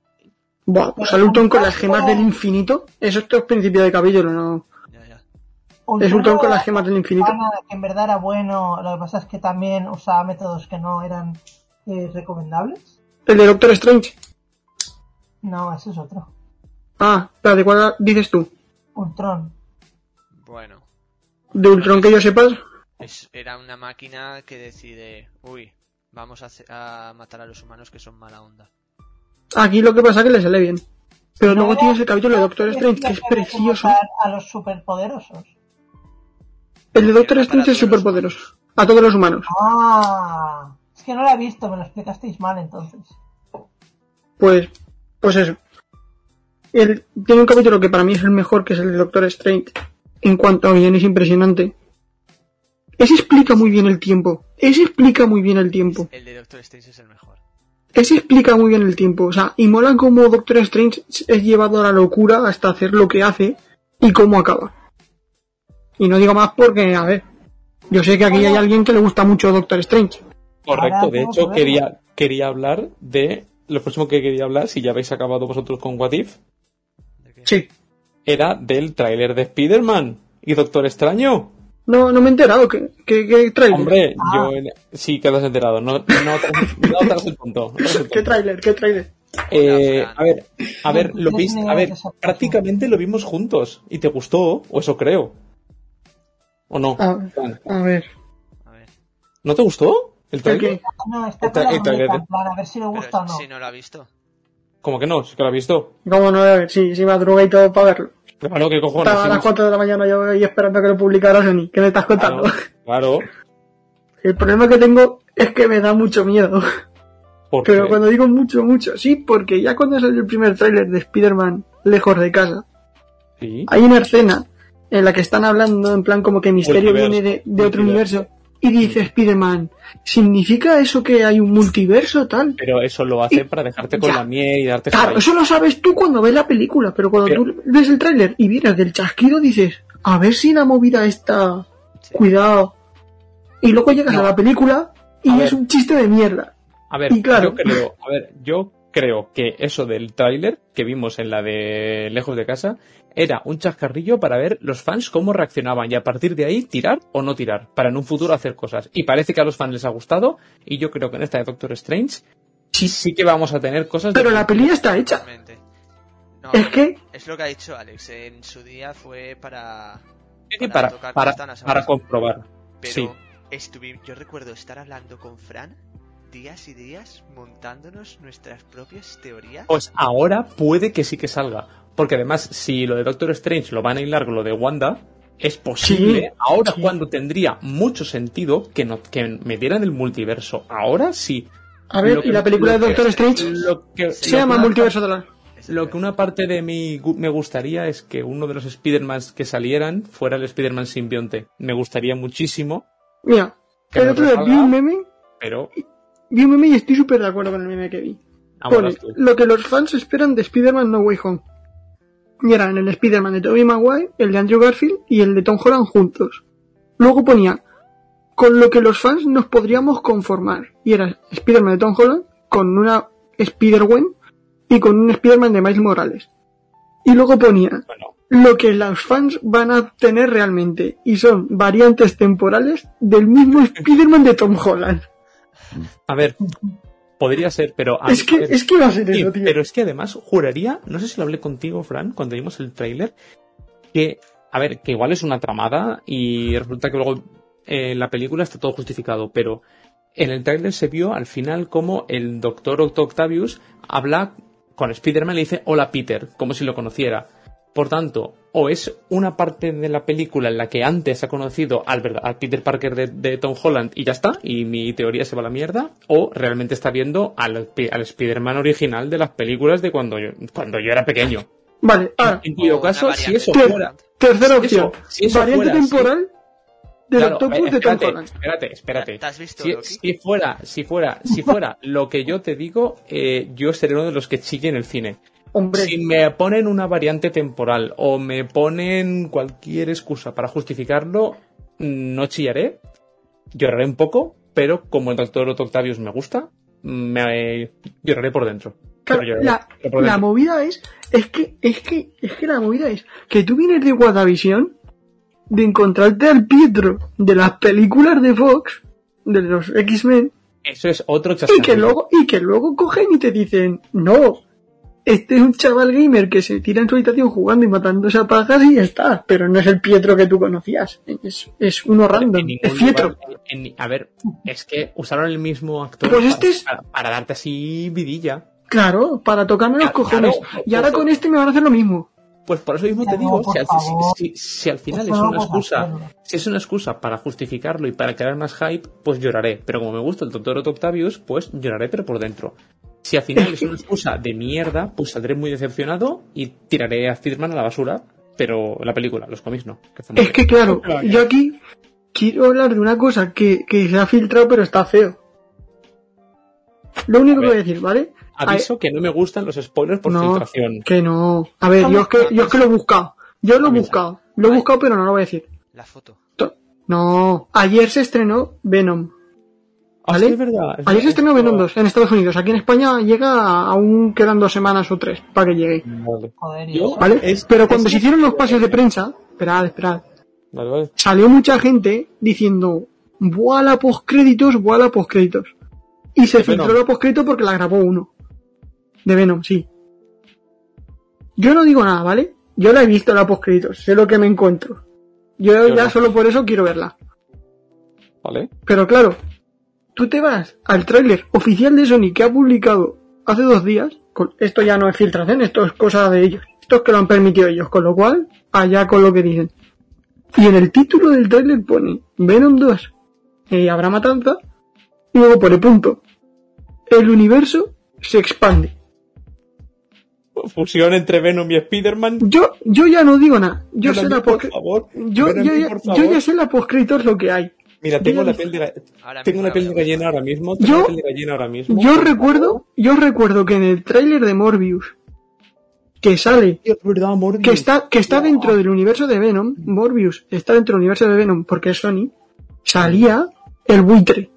Buah, pues al Ultron con las gemas del infinito. Eso esto es principio de capítulo, no.
Ya, ya.
Es Ultron con
era
las gemas del infinito.
pana, que en verdad era bueno. Lo que pasa es que también usaba métodos que no eran eh, recomendables.
El de Doctor Strange.
No, ese es otro.
Ah, la de cuál dices tú.
Ultron.
Bueno,
De Ultron que yo sepas.
es, era una máquina que decide, uy, vamos a, hace- a matar a los humanos que son mala onda.
Aquí lo que pasa es que le sale bien. Pero
No
luego
era-
tienes el capítulo de Doctor
no
Strange que
tenía
es
que
precioso.
matar A los superpoderosos.
El de Doctor
Para
Strange es
todos los
superpoderoso. A todos los humanos.
Ah, es que no la he visto, me lo explicasteis mal entonces.
Pues, pues eso. Él tiene un capítulo que para mí es el mejor, que es el de Doctor Strange. En cuanto a guion es impresionante. Ese explica muy bien el tiempo. Ese explica muy bien el tiempo.
El de Doctor Strange es el mejor.
que se explica muy bien el tiempo. O sea, y mola como Doctor Strange es llevado a la locura hasta hacer lo que hace y cómo acaba. Y no digo más porque, a ver, yo sé que aquí hay alguien que le gusta mucho Doctor Strange.
Correcto,
Ahora
de
tengo
hecho
que
quería, quería hablar de lo próximo que quería hablar, si ya habéis acabado vosotros con What If,
¿De qué?
Sí.
era del tráiler de Spider-Man y Doctor Extraño.
No, no me he enterado. ¿Qué, qué, qué trailer?
Hombre,
Ah.
yo en- sí que lo has enterado, no, no, te- no te has el punto. no te has el
¿Qué
punto.
trailer? ¿Qué trailer?
Eh,
Hola, Fran.
a ver, a ver, lo
Yo
viste,
tenía
a ver,
esa cosa.
prácticamente lo vimos juntos y te gustó, o eso creo. ¿O no?
Ah.
Fran,
A ver.
A ver.
¿No te gustó el
¿Qué,
trailer?
qué?
No, está
Otra-
con la
otra
muñeca,
vez.
en plan, a ver si le gusta o
Pero
no.
si no lo ha visto.
Como que no, sí que lo has visto.
¿Cómo no? A ver, sí, sí, madrugué y todo para verlo.
Claro, que cojones.
Estaba a
sí,
las
no-
4 de la mañana yo ahí esperando que lo publicara Sony. ¿Qué me estás contando?
Claro, claro,
El problema que tengo es que me da mucho miedo.
porque
Pero cuando digo mucho, mucho, sí, porque ya cuando salió el primer tráiler de Spider-Man lejos de casa,
sí.
hay una escena en la que están hablando en plan como que Misterio
Multiverso.
viene de, de otro
Multiverso.
universo y dice Spider-Man, ¿significa eso que hay un multiverso tal?
Pero eso lo hace para dejarte con
Ya.
la miel y darte
Claro,
hype.
eso lo sabes tú cuando ves la película, pero cuando
Pero-
tú ves el tráiler y vienes del chasquido dices, a ver si la movida está...
Sí.
cuidado. Y luego llegas a la película y
A
es
ver.
un chiste de mierda.
A ver,
Y claro.
yo creo, a ver, yo creo que eso del tráiler que vimos en la de Lejos de casa era un chascarrillo para ver los fans cómo reaccionaban y a partir de ahí tirar o no tirar, para en un futuro hacer cosas. Y parece que a los fans les ha gustado y yo creo que en esta de Doctor Strange sí, sí que vamos a tener cosas de-
Pero la peli ya está hecha.
Totalmente. No,
Es que,
es lo que ha dicho Alex. En su día fue para.
Sí, para,
tocar
para-
castanas,
para
¿sabes?
comprobar.
Pero
Sí.
estuvi- yo recuerdo estar hablando con Fran días y días montándonos nuestras propias teorías.
Pues ahora puede que sí que salga. Porque además, si lo de Doctor Strange lo van a hilar con lo de Wanda, es posible.
Sí,
ahora
sí.
cuando tendría mucho sentido que, no, que metieran el multiverso. Ahora sí.
a ver,
Lo que-
y la película de
lo que-
Doctor Strange
Lo que,
Sí.
se llama
lo que una-
Multiverso de la...
Es
Lo que una parte de mí gu- me gustaría es que uno de los Spider-Man que salieran fuera el Spider-Man simbionte. Me gustaría muchísimo,
Mira,
Que
el
nos
otro día vi
resalga.
un meme,
pero
vi un meme y estoy súper de acuerdo con el meme que vi.
vámonos
Pone,
tú.
lo que los fans esperan de Spider-Man No Way Home. Y eran el Spider-Man de Tobey Maguire, el de Andrew Garfield y el de Tom Holland juntos. Luego ponía, con lo que los fans nos podríamos conformar. Y era Spider-Man de Tom Holland con una Spider-Gwen y con un Spider-Man de Miles Morales. Y luego ponía,
Bueno,
lo que los fans van a tener realmente. Y son variantes temporales del mismo Spider-Man de Tom Holland.
a ver, podría ser, pero... a
Es
mí-
que,
a ver,
es que va a ser
Sí,
eso, tío.
pero es que además juraría, no sé si lo hablé contigo, Fran, cuando vimos el tráiler, que, a ver, que igual es una tramada y resulta que luego eh, en la película está todo justificado, pero en el tráiler se vio al final como el doctor Otto Octavius habla con Spider-Man y le dice hola Peter, como si lo conociera. Por tanto, o es una parte de la película en la que antes ha conocido al, verdad- al Peter Parker de, de Tom Holland y ya está, y mi teoría se va a la mierda, o realmente está viendo al, pi- al Spider-Man original de las películas de cuando yo, cuando yo era pequeño.
Vale, ahora,
En
O
cuyo
una
caso, si
variante.
eso
Claro.
fuera...
Tercera
Si eso-
opción.
si eso
variante
fuera así-
temporal del
Claro, eh,
octopus de Tom
espérate,
Holland.
espérate, espérate.
¿Te has visto
Si,
Loki?
si fuera, si fuera, si fuera lo que yo te digo, eh, yo seré uno de los que chille en el cine.
Hombre,
Si me ponen una variante temporal o me ponen cualquier excusa para justificarlo, no chillaré, lloraré un poco, pero como el doctor Otto Octavius me gusta, me lloraré por dentro.
claro,
Pero lloraré,
la,
pero por
la
dentro.
movida es, es que, es que, es que la movida es que tú vienes de WandaVision de encontrarte al Pietro de las películas de Fox, de los X-Men,
Eso es otro
y
chascarrillo.
que luego, y que luego cogen y te dicen, no, este es un chaval gamer que se tira en su habitación jugando y matándose a pajas y ya está, pero no es el Pietro que tú conocías, es, es uno
en
random,
ningún
es Pietro.
lugar, en- en- a ver, es que usaron el mismo actor
Pues
para-
este es-
para, para darte así vidilla.
Claro, para tocarme los
Claro,
cojones.
claro.
y ahora con este me van a hacer lo mismo.
Pues por eso mismo
Ya
te
no,
digo,
por
si, al-
favor.
si- si- si al final
Eso
es
no
una
vamos a
excusa,
hacerlo.
si es una excusa para justificarlo y para crear más hype, pues lloraré. Pero como me gusta el Doctor Otto Octavius, pues lloraré pero por dentro. Si al final es una excusa de mierda, pues saldré muy decepcionado y tiraré a Spiderman a la basura. Pero la película, los cómics no. que está muy
Es que
bien.
claro,
Claro.
yo aquí quiero hablar de una cosa que, que se ha filtrado pero está feo. Lo único
A
que
ver.
voy a decir, ¿vale? A-
Aviso que no me gustan los spoilers por
no,
filtración.
que no. A ver, yo es que, yo es que lo he buscado. Yo lo he buscado. Lo he buscado, pero no lo voy a decir.
La foto.
To- No. Ayer se estrenó Venom.
Ah,
¿Vale?
sí, es verdad. es
Ayer se
verdad.
estrenó Venom 2 en Estados Unidos. Aquí en España llega aún quedan dos semanas o tres para que llegue.
Vale.
Joder, y
Yo-
eso.
¿Vale?
Es-
Pero cuando
es-
se hicieron los pases de prensa, esperad, esperad,
Vale, vale.
salió mucha gente diciendo, buah la postcréditos, buah la postcréditos. Y se
De
filtró
Venom.
la postcrédito porque la grabó uno. De Venom, sí. Yo no digo nada, ¿vale? Yo la he visto la postcréditos, sé lo que me encuentro. Yo,
Yo
ya
no.
solo por eso quiero verla.
Vale.
Pero claro, tú te vas al tráiler oficial de Sony que ha publicado hace dos días. con- Esto ya no es filtración, esto es cosa de ellos. Esto es que lo han permitido ellos, con lo cual, allá con lo que dicen. Y en el título del tráiler pone Venom 2, eh, habrá matanza, y luego pone punto. El universo se expande.
Fusión entre Venom y Spider-Man.
Yo, yo ya no digo nada. Yo, sé
Venom,
la
por
post
favor.
yo,
Venom,
yo ya-
por
yo
favor.
ya sé la postcritos lo que hay.
Mira, tengo
yo ya-
la piel de ga-
Ahora
tengo
mismo
una
la
piel
voy
de
a
gallina ahora mismo. Tengo
Yo-
una piel de gallina ahora mismo.
Yo recuerdo, yo recuerdo que en el tráiler de Morbius, que sale,
Es verdad, Morbius.
que está, que está dentro del universo de Venom, Morbius está dentro del universo de Venom porque es Sony, salía el buitre.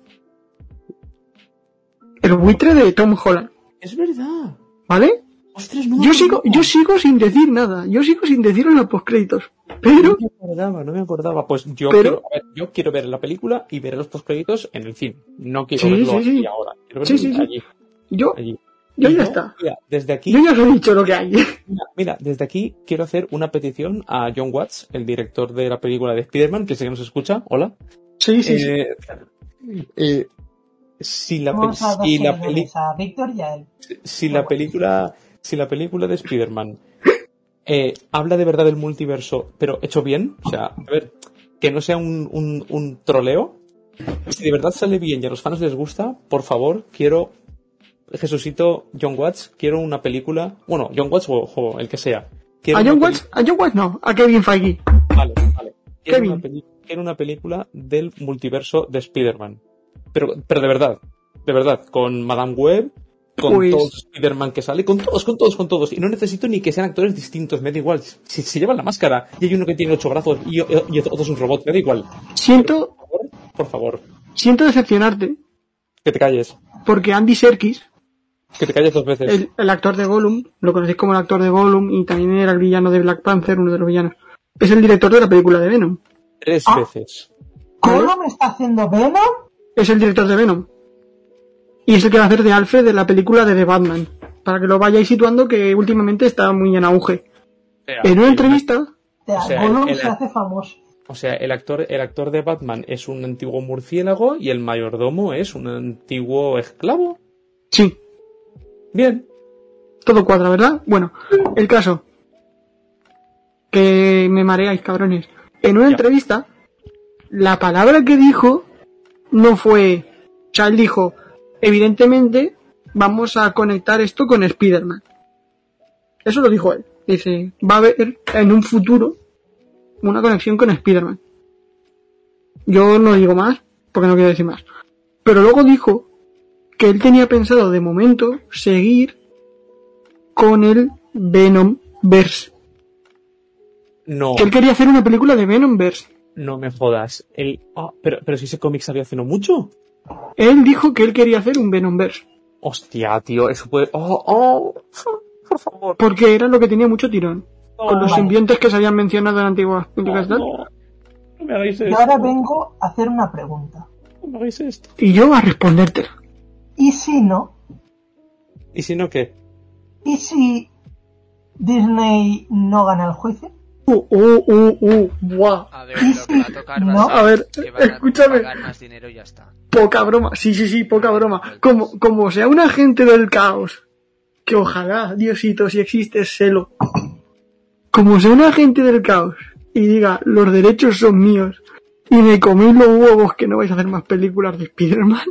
El buitre de Tom Holland,
Es verdad.
¿vale?
Ostras, no me
Yo sigo,
acordaba.
yo sigo sin decir nada, yo sigo sin decir en los postcréditos, pero
No me acordaba, no me acordaba. Pues yo,
Pero-
quiero, a ver, yo quiero ver la película y ver los postcréditos en el cine. No quiero
Sí,
verlo
sí, sí.
aquí ahora. Quiero verlo
Sí, sí, sí.
allí.
yo,
allí.
yo
Y
ya está.
Mira, desde aquí,
Yo ya os he dicho lo que hay.
mira, mira, desde aquí quiero hacer una petición a John Watts, el director de la película de Spider-Man, que sé que nos escucha. Hola.
Sí, sí, sí.
Eh, eh, si la, pel-
Tenemos a dos
si la peli-
seguidores, a Víctor y a él.
si la película si la película de Spider-Man eh, habla de verdad del multiverso, pero hecho bien, o sea, a ver, que no sea un, un, un troleo, si de verdad sale bien y a los fans les gusta, por favor, quiero Jesucito John Watts, quiero una película, bueno, John Watts o, o el que sea. Quiero
Eh, A
una
John
peli-
Watts, a John Watts no, a Kevin Feige.
Vale, vale. Quiero
Kevin.
una, peli- quiero una película del multiverso de Spider-Man. Pero, pero de verdad, de verdad, con Madame Web, con
Pues-
todos los Spider-Man que sale, con todos, con todos, con todos. Y no necesito ni que sean actores distintos, me da igual. Si, si llevan la máscara y hay uno que tiene ocho brazos y, y otro es un robot, me da igual.
Siento,
Por favor, por favor,
siento decepcionarte
que te calles.
porque Andy Serkis
Que te calles dos veces.
el, el actor de Gollum, lo conocéis como el actor de Gollum y también era el villano de Black Panther, uno de los villanos. Es el director de la película de Venom.
Tres
Ah.
veces.
¿Cómo me está haciendo Venom?
Es el director de Venom. Y es el que va a hacer de Alfred de la película de The Batman. Para que lo vayáis situando, que últimamente está muy en auge. En una entrevista,
O sea,
O sea,
Gollum
el-
se hace famoso.
O sea, el actor, el actor de Batman es un antiguo murciélago y el mayordomo es un antiguo esclavo.
sí,
Bien.
todo cuadra, ¿verdad? Bueno, el caso. Que me mareáis, cabrones. En una
Ya.
entrevista, la palabra que dijo no fue. O sea, él dijo, evidentemente, vamos a conectar esto con Spider-Man. Eso lo dijo él. Dice, va a haber en un futuro una conexión con Spider-Man. Yo no digo más, porque no quiero decir más. Pero luego dijo que él tenía pensado de momento seguir con el Venom Verse.
No,
Que él quería hacer una película de Venom Verse.
no me jodas. El, ah, pero, pero si ese cómic salió hace no mucho.
Él dijo que él quería hacer un Venom Verse.
Hostia, tío, eso puede. Oh, oh, por favor.
Porque era lo que tenía mucho tirón.
No,
con los
no,
simbiontes que se habían mencionado en antiguas películas.
no,
tal.
no, no me hagáis
Y
esto.
ahora vengo a hacer una pregunta.
No me hagáis esto.
Y yo a responderte.
¿Y si no?
¿Y si no qué?
¿Y si Disney no gana el juicio?
Uh, uh, uh, uh, buah.
A ver, lo que va a tocar va
No,
ser
a ver,
que van a
escúchame.
pagar más dinero y ya está.
Poca broma. Sí, sí, sí, poca broma. Como, como sea un agente del caos. Que ojalá, Diosito, si existe, sélo. Como sea un agente del caos. Y diga, los derechos son míos. Y me coméis los huevos que no vais a hacer más películas de Spider-Man.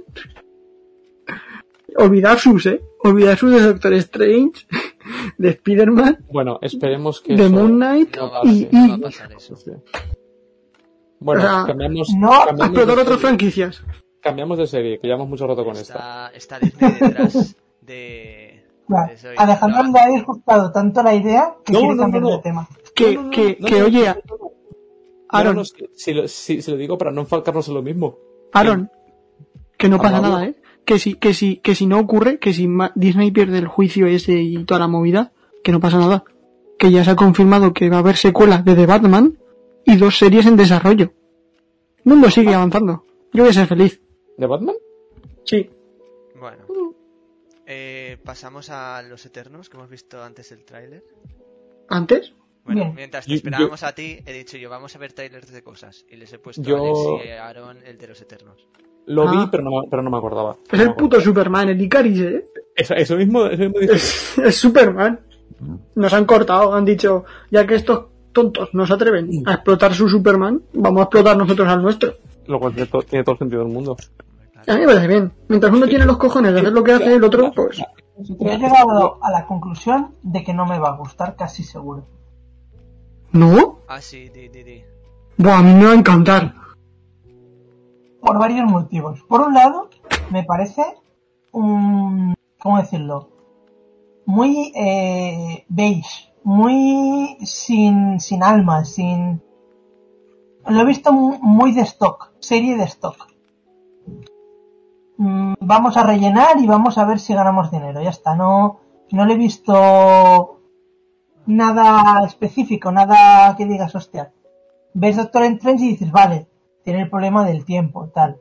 Olvidad sus, eh. Olvidad sus de Doctor Strange. De Spider-Man.
Bueno, esperemos que.
de
eso-
Moon Knight
No va, a-
y,
no va a
y-
pasar eso.
Bueno,
O sea,
cambiamos.
no,
Ah,
cambiamos de
explotar otras
historia.
franquicias.
Cambiamos de serie, que llevamos mucho rato con esta.
está, está Disney detrás de...
Vale.
de Soy-
Alejandro
no,
le ha disgustado tanto la idea que
No,
quiere
no,
cambiar
no, no.
de tema.
Que,
No, no, no,
que,
no,
que,
no,
oye,
no, no, no.
Aaron,
No, no, si, si lo, si- si lo digo para no enfocarnos en lo mismo.
Aaron, que no pasa
Habla,
nada,
habla.
¿eh? Que si, que si, que si no ocurre, que si Ma- Disney pierde el juicio ese y toda la movida, que no pasa nada. Que ya se ha confirmado que va a haber secuelas de The Batman y dos series en desarrollo. El mundo sigue avanzando. Yo voy a ser feliz.
¿De Batman?
Sí.
Bueno.
Uh.
Eh, pasamos a Los Eternos, que hemos visto antes el tráiler.
¿Antes?
Bueno,
Bien.
mientras
Yo-
te esperábamos a ti, he dicho yo, vamos a ver trailers de cosas. Y les he puesto
Yo-
a Alex y a Aaron el de Los Eternos.
Lo
Ah.
vi, pero no, pero no me acordaba.
Es
No me
el puto Superman, el Icaris, ¿eh?
Eso, eso mismo, eso mismo dije.
Es, es Superman. Nos han cortado, han dicho, ya que estos tontos no se atreven a explotar su Superman, vamos a explotar nosotros al nuestro.
Lo cual tiene, to- tiene todo el sentido del mundo.
Hombre, claro.
Ah.
A mí me parece bien. Mientras uno tiene los cojones de hacer lo que hace el otro, pues...
Yo he llegado a la conclusión de que no me va a gustar, casi seguro.
¿No?
Ah, sí, di, di, di.
Buah, a mí me va a encantar.
Por varios motivos. Por un lado, me parece un. ¿Cómo decirlo? Muy eh, beige, muy sin, sin alma, sin. Lo he visto mu- muy de stock, serie de stock. Mm, Vamos a rellenar y vamos a ver si ganamos dinero. Ya está, no, no le he visto nada específico, nada que digas, hostia. Ves Doctor Strange y dices, vale, tiene el problema del tiempo, tal.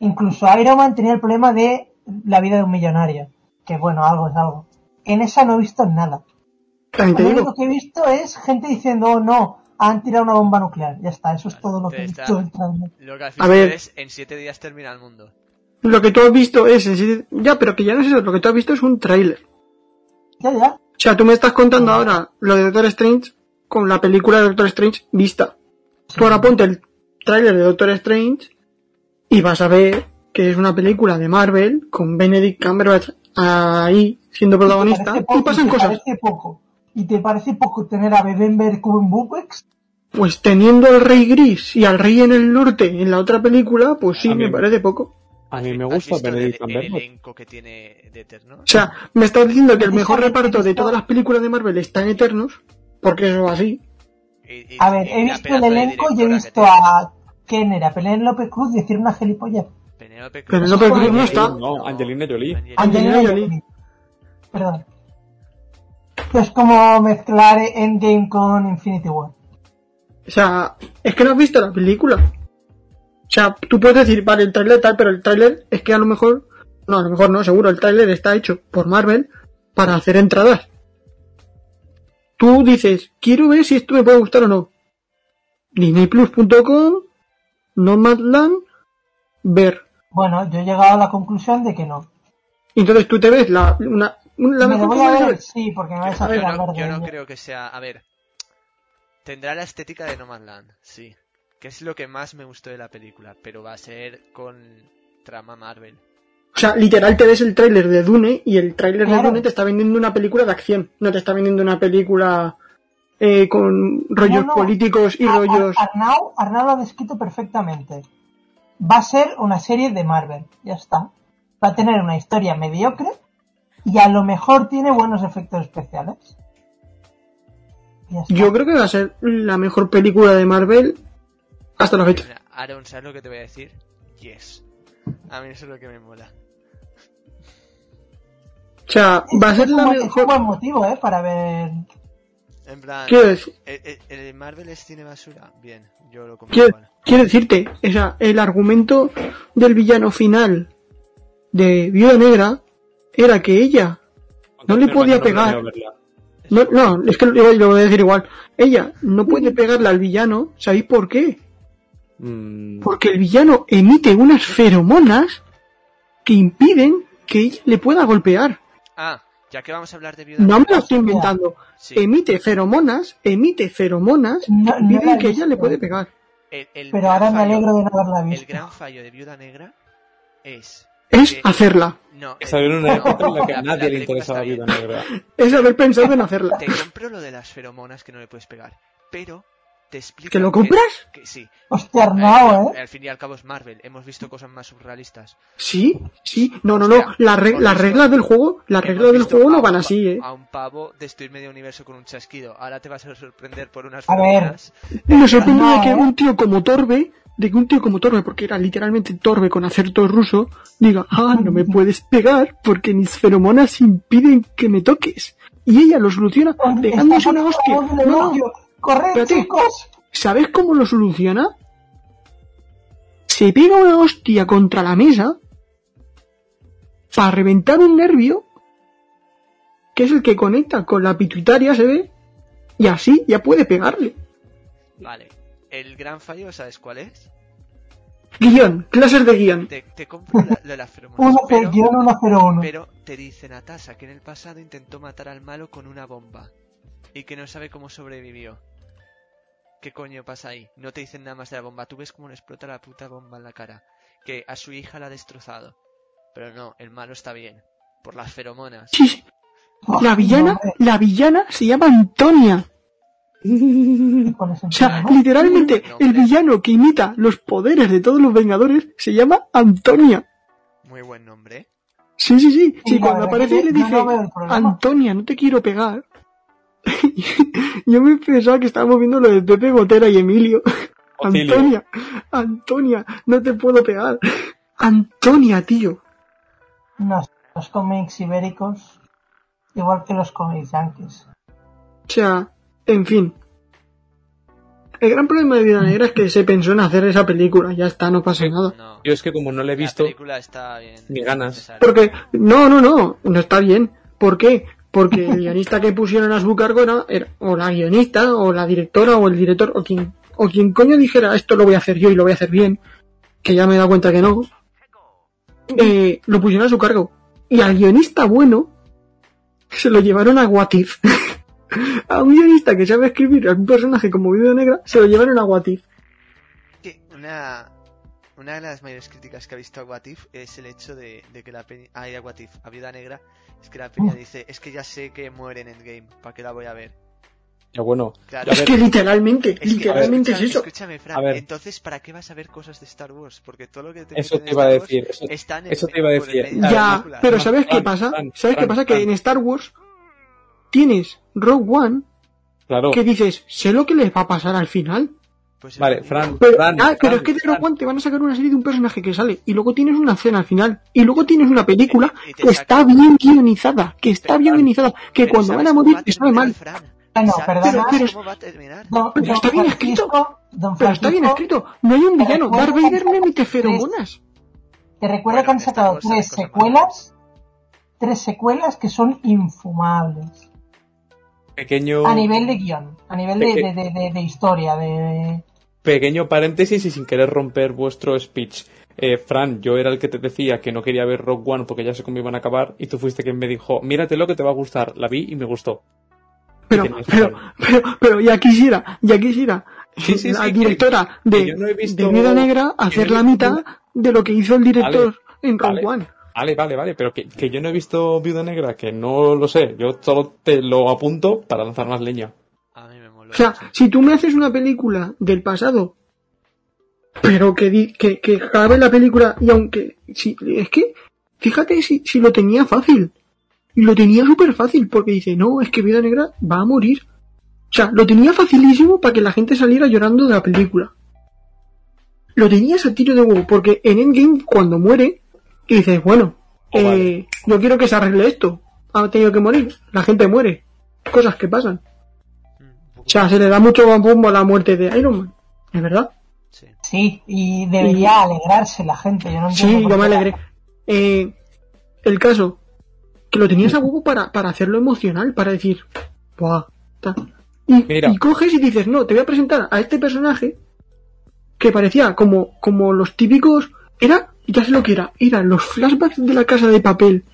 Incluso Iron Man tenía el problema de la vida de un millonario, que bueno, algo es algo. En esa no he visto nada.
También te
Lo único
digo,
que he visto es gente diciendo, oh no, han tirado una bomba nuclear. Ya está, eso es todo lo que he
Está-
visto del tráiler.
Lo que al
A
final
ver.
es, en siete días termina el mundo.
lo que tú has visto es... en sí- Ya, pero que ya no es eso, lo que tú has visto es un tráiler.
Ya, ya.
O sea, tú me estás contando ahora lo de Doctor Strange con la película de Doctor Strange vista. Tú ahora ponte el tráiler de Doctor Strange y vas a ver que es una película de Marvel con Benedict Cumberbatch ahí siendo protagonista
Te parece
y
poco,
pasan
te
cosas.
parece poco. ¿Y te parece poco tener a Bebenberg como en Bupex?
Pues teniendo al rey gris y al rey en el norte en la otra película, pues sí,
A mí
me
me-
parece poco.
A mí me
¿Has
gusta
visto el-
Benedict
el,
Cumberbatch.
elenco que tiene de Eternos?
O sea, me estás diciendo que el mejor reparto de todas las películas de Marvel está en Eternos, porque eso es así.
Y- y-
A ver,
y
he
la
visto el
pedazo de
elenco y
directora
he
que
visto
tiene.
a... ¿Quién era? Penélope Cruz decir una gilipollas.
Penélope Cruz.
Penélope
Cruz no Ah,
está.
No, Angelina Jolie.
Angelina-
Angelina
Angelina
Jolie.
Jolie. Perdón. Esto es como mezclar Endgame con Infinity War.
O sea, es que no has visto la película. O sea, tú puedes decir, vale, el tráiler tal, pero el tráiler es que a lo mejor, no, a lo mejor no, seguro, el tráiler está hecho por Marvel para hacer entradas. Tú dices, quiero ver si esto me puede gustar o no. DisneyPlus.com, Nomadland, ver.
Bueno, yo he llegado a la conclusión de que no.
Y Entonces tú te ves la, una, una- la
¿Me lo
mejor
voy a
forma de
ver?
ver.
Sí, porque me
Yo-
vais a hacer
yo,
hablar
no,
de
yo no
ello.
creo que sea. A ver, tendrá la estética de No Man's Land, sí. Que es lo que más me gustó de la película, pero va a ser con trama Marvel.
O sea, literal te ves el tráiler de Dune y el tráiler de
Claro.
Dune te está vendiendo una película de acción, no te está vendiendo una película eh, con rollos
No, Ah, no.
políticos y
Ar- Ar-
rollos...
Arnau, Arnau lo ha descrito perfectamente. Va a ser una serie de Marvel, ya está. Va a tener una historia mediocre y a lo mejor tiene buenos efectos especiales. Ya está.
Yo creo que va a ser la mejor película de Marvel hasta la fecha.
Mira, Aaron, ¿sabes lo que te voy a decir? Yes. A mí eso es lo que me mola.
O sea, va a
Es
ser
un
la
buen- es un buen
mejor...
motivo, ¿eh? Para ver
En plan,
Quiero, dec-
¿el, el- el Marvel es cine basura? Bien, yo lo compro.
quiero, quiero decirte, o sea, el argumento del villano final de Viuda Negra era que ella No le podía pegar. No, no, es que lo, lo voy a decir igual. Ella no puede pegarle al villano, ¿sabéis por qué?
Mm,
Porque el villano emite unas feromonas que impiden que ella le pueda golpear.
Ah, ya que vamos a hablar de Viuda
No me
Negra,
lo estoy inventando.
sí.
Emite feromonas, emite feromonas
No,
que
no la
impiden
he
que ella le
visto.
puede pegar.
El- el
Pero
gran
ahora me
fallo-
alegro de no haberla
El
visto.
gran fallo de Viuda Negra es.
Es
que-
hacerla.
No,
que salió en una
no,
época en la que a
la-
nadie le
película
interesaba
está bien.
Viuda Negra.
Es haber pensado en hacerla.
Te compro lo de las feromonas que no le puedes pegar. Pero te explica.
¿Que lo Pues compras?
que sí.
Hostia, Arnau,
Eh,
¿eh?
Al fin y al cabo es Marvel. Hemos visto cosas más surrealistas.
Sí, sí. No, no, no.
Hostia,
La reg-
hemos
Las
visto-
reglas del juego, las
Hemos
reglas del
visto
juego
a
no
un
van
pa-
así, eh.
A un pavo destruir medio universo con un chasquido. Ahora te vas a sorprender por unas
A ver.
monedas.
Me sorprende
No,
de que
¿eh?
un tío como Torbe, de que un tío como Torbe, porque era literalmente Torbe con acerto ruso, diga, ah, no me puedes pegar porque mis feromonas impiden que me toques. Y ella lo soluciona
Oh,
pegándose eh, una
Estamos
hostia.
en el
No, no.
hoyo. ¡Corred,
Espérate.
chicos!
¿Sabes cómo lo soluciona? Se pega una hostia contra la mesa para reventar un nervio, que es el que conecta con la pituitaria, se ve, y así ya puede pegarle.
Vale. El gran fallo, ¿sabes cuál es?
Guión, clases de guión.
Te, te compro la- lo de las feromonas.
1
pero-
guión 101.
Pero te dice Natasha que en el pasado intentó matar al malo con una bomba y que no sabe cómo sobrevivió. ¿Qué coño pasa ahí? No te dicen nada más de la bomba. Tú ves cómo le explota la puta bomba en la cara. Que a su hija la ha destrozado. Pero no, el malo está bien. Por las feromonas.
Sí, sí. La
Ah,
villana,
eh.
la villana se llama Antonia.
¿Cuál es el
O sea,
problema?
literalmente, el villano que imita los poderes de todos los Vengadores se llama Antonia.
Muy buen nombre, ¿eh?
Sí, sí, sí.
Sí,
Sí,
la
cuando
verdad
aparece
que
y le
yo
dice,
no veo el problema.
Antonia, no te quiero pegar. Yo me pensaba que estábamos viendo lo de Pepe Gotera y Emilio.
Otilio.
Antonia, Antonia, no te puedo pegar. Antonia, tío.
Los, los cómics ibéricos, igual que los cómics yankees.
O sea, en fin. El gran problema de Vida Negra es que se pensó en hacer esa película, ya está, no pasa nada.
No.
Yo es que como no le he visto,
La película está bien.
ni ganas.
necesaria.
Porque, no, no, no, no está bien. ¿Por qué? Porque el guionista que pusieron a su cargo era, era o la guionista, o la directora, o el director, o quien, o quien coño dijera esto lo voy a hacer yo y lo voy a hacer bien, que ya me he dado cuenta que no, eh, lo pusieron a su cargo. Y al guionista bueno se lo llevaron a Watif. a un guionista que sabe escribir a un personaje como Vida Negra se lo llevaron a Watif.
Que una, una de las mayores críticas que ha visto a Guatif es el hecho de, de que la peña. Ah, y a What If, a Viuda Negra. Es que la peña dice: Es que ya sé que muere en Endgame, ¿para qué la voy a ver?
Ya bueno.
Claro.
Ya
Es que literalmente,
Es que-
literalmente
escúchame,
es eso.
Escúchame,
A
Fran.
ver.
Entonces, ¿para qué vas a ver cosas de Star Wars? Porque todo lo que te
Eso
meten
te
en
iba a
Star Wars
decir. Eso,
Está en el-
eso te iba
por
a
el
decir.
medio de la
Ya,
película.
pero
Fran,
¿sabes qué
Fran,
pasa?
Fran,
¿Sabes qué
Fran,
pasa? Que
Fran.
en Star Wars tienes Rogue One
Claro.
que dices, sé lo que les va a pasar al final.
Pues es
Vale,
lo
Fran.
mismo.
Pero,
Fran,
ah, pero
Fran,
es que de
Fran.
Rogue One te van a sacar una serie de un personaje que sale y luego tienes una escena al final y luego tienes una película
Y te
que está
sacan-
bien guionizada, que está
Pero,
bien
Fran,
guionizada, que
Pero
cuando
¿sabes
van a
cómo
morir
va
te sabe
terminar,
mal.
Fran?
Bueno,
¿Sabes
perdona.
pero-
¿Cómo va a terminar?
Don,
Pero
don
está bien
Francisco- don
Pero está bien
Francisco,
escrito, no hay un villano,
Recuerda
Darth Vader no emite
que-
feromonas.
Te recuerdo
Bueno,
que han
en
sacado
Star Wars
tres
hay cosas malas.
secuelas. Tres secuelas que son infumables.
Pequeño,
A nivel de guión, a nivel de,
Eh,
de,
eh.
de- de- de historia, de- de,
pequeño paréntesis y sin querer romper vuestro speech. Eh, Fran, yo era el que te decía que no quería ver Rock One porque ya sé cómo iban a acabar y tú fuiste quien me dijo, míratelo que te va a gustar. La vi y me gustó.
Pero,
Y tenías
pero,
razón.
pero, pero ya quisiera, ya quisiera
Sí, sí,
la
sí, que-
directora
que
de,
yo no he visto-
de Viuda Negra hacer
que no he
la
visto-
mitad de lo que hizo el director en Rogue
vale.
One.
Vale, vale, vale, pero que, que yo no he visto Viuda Negra, que no lo sé. Yo solo te lo apunto para lanzar más leña.
A mí me moló.
O sea, si tú me haces una película del pasado, pero que, di- que, que acabe la película, y aunque, si, es que, fíjate si, si lo tenía fácil, y lo tenía súper fácil, porque dice, no, es que Vida Negra va a morir. O sea, lo tenía facilísimo para que la gente saliera llorando de la película. Lo tenías a tiro de huevo, porque en Endgame, cuando muere, dices, bueno,
Oh,
eh,
vale.
yo quiero que se arregle esto. Ha tenido que morir, la gente muere. Cosas que pasan.
Mm,
O sea, se le da mucho bombo a la muerte de Iron Man. Es verdad.
sí.
Sí, y debería alegrarse la gente. Yo no entiendo por
Sí, yo
qué
me
la-
alegré. Eh, el caso, que lo tenías a huevo para, para hacerlo emocional, para decir, ¡buah! ta". Y,
Mira.
y coges y dices, no, te voy a presentar a este personaje que parecía como, como los típicos. Era, ya sé lo que era, eran los flashbacks de la casa de papel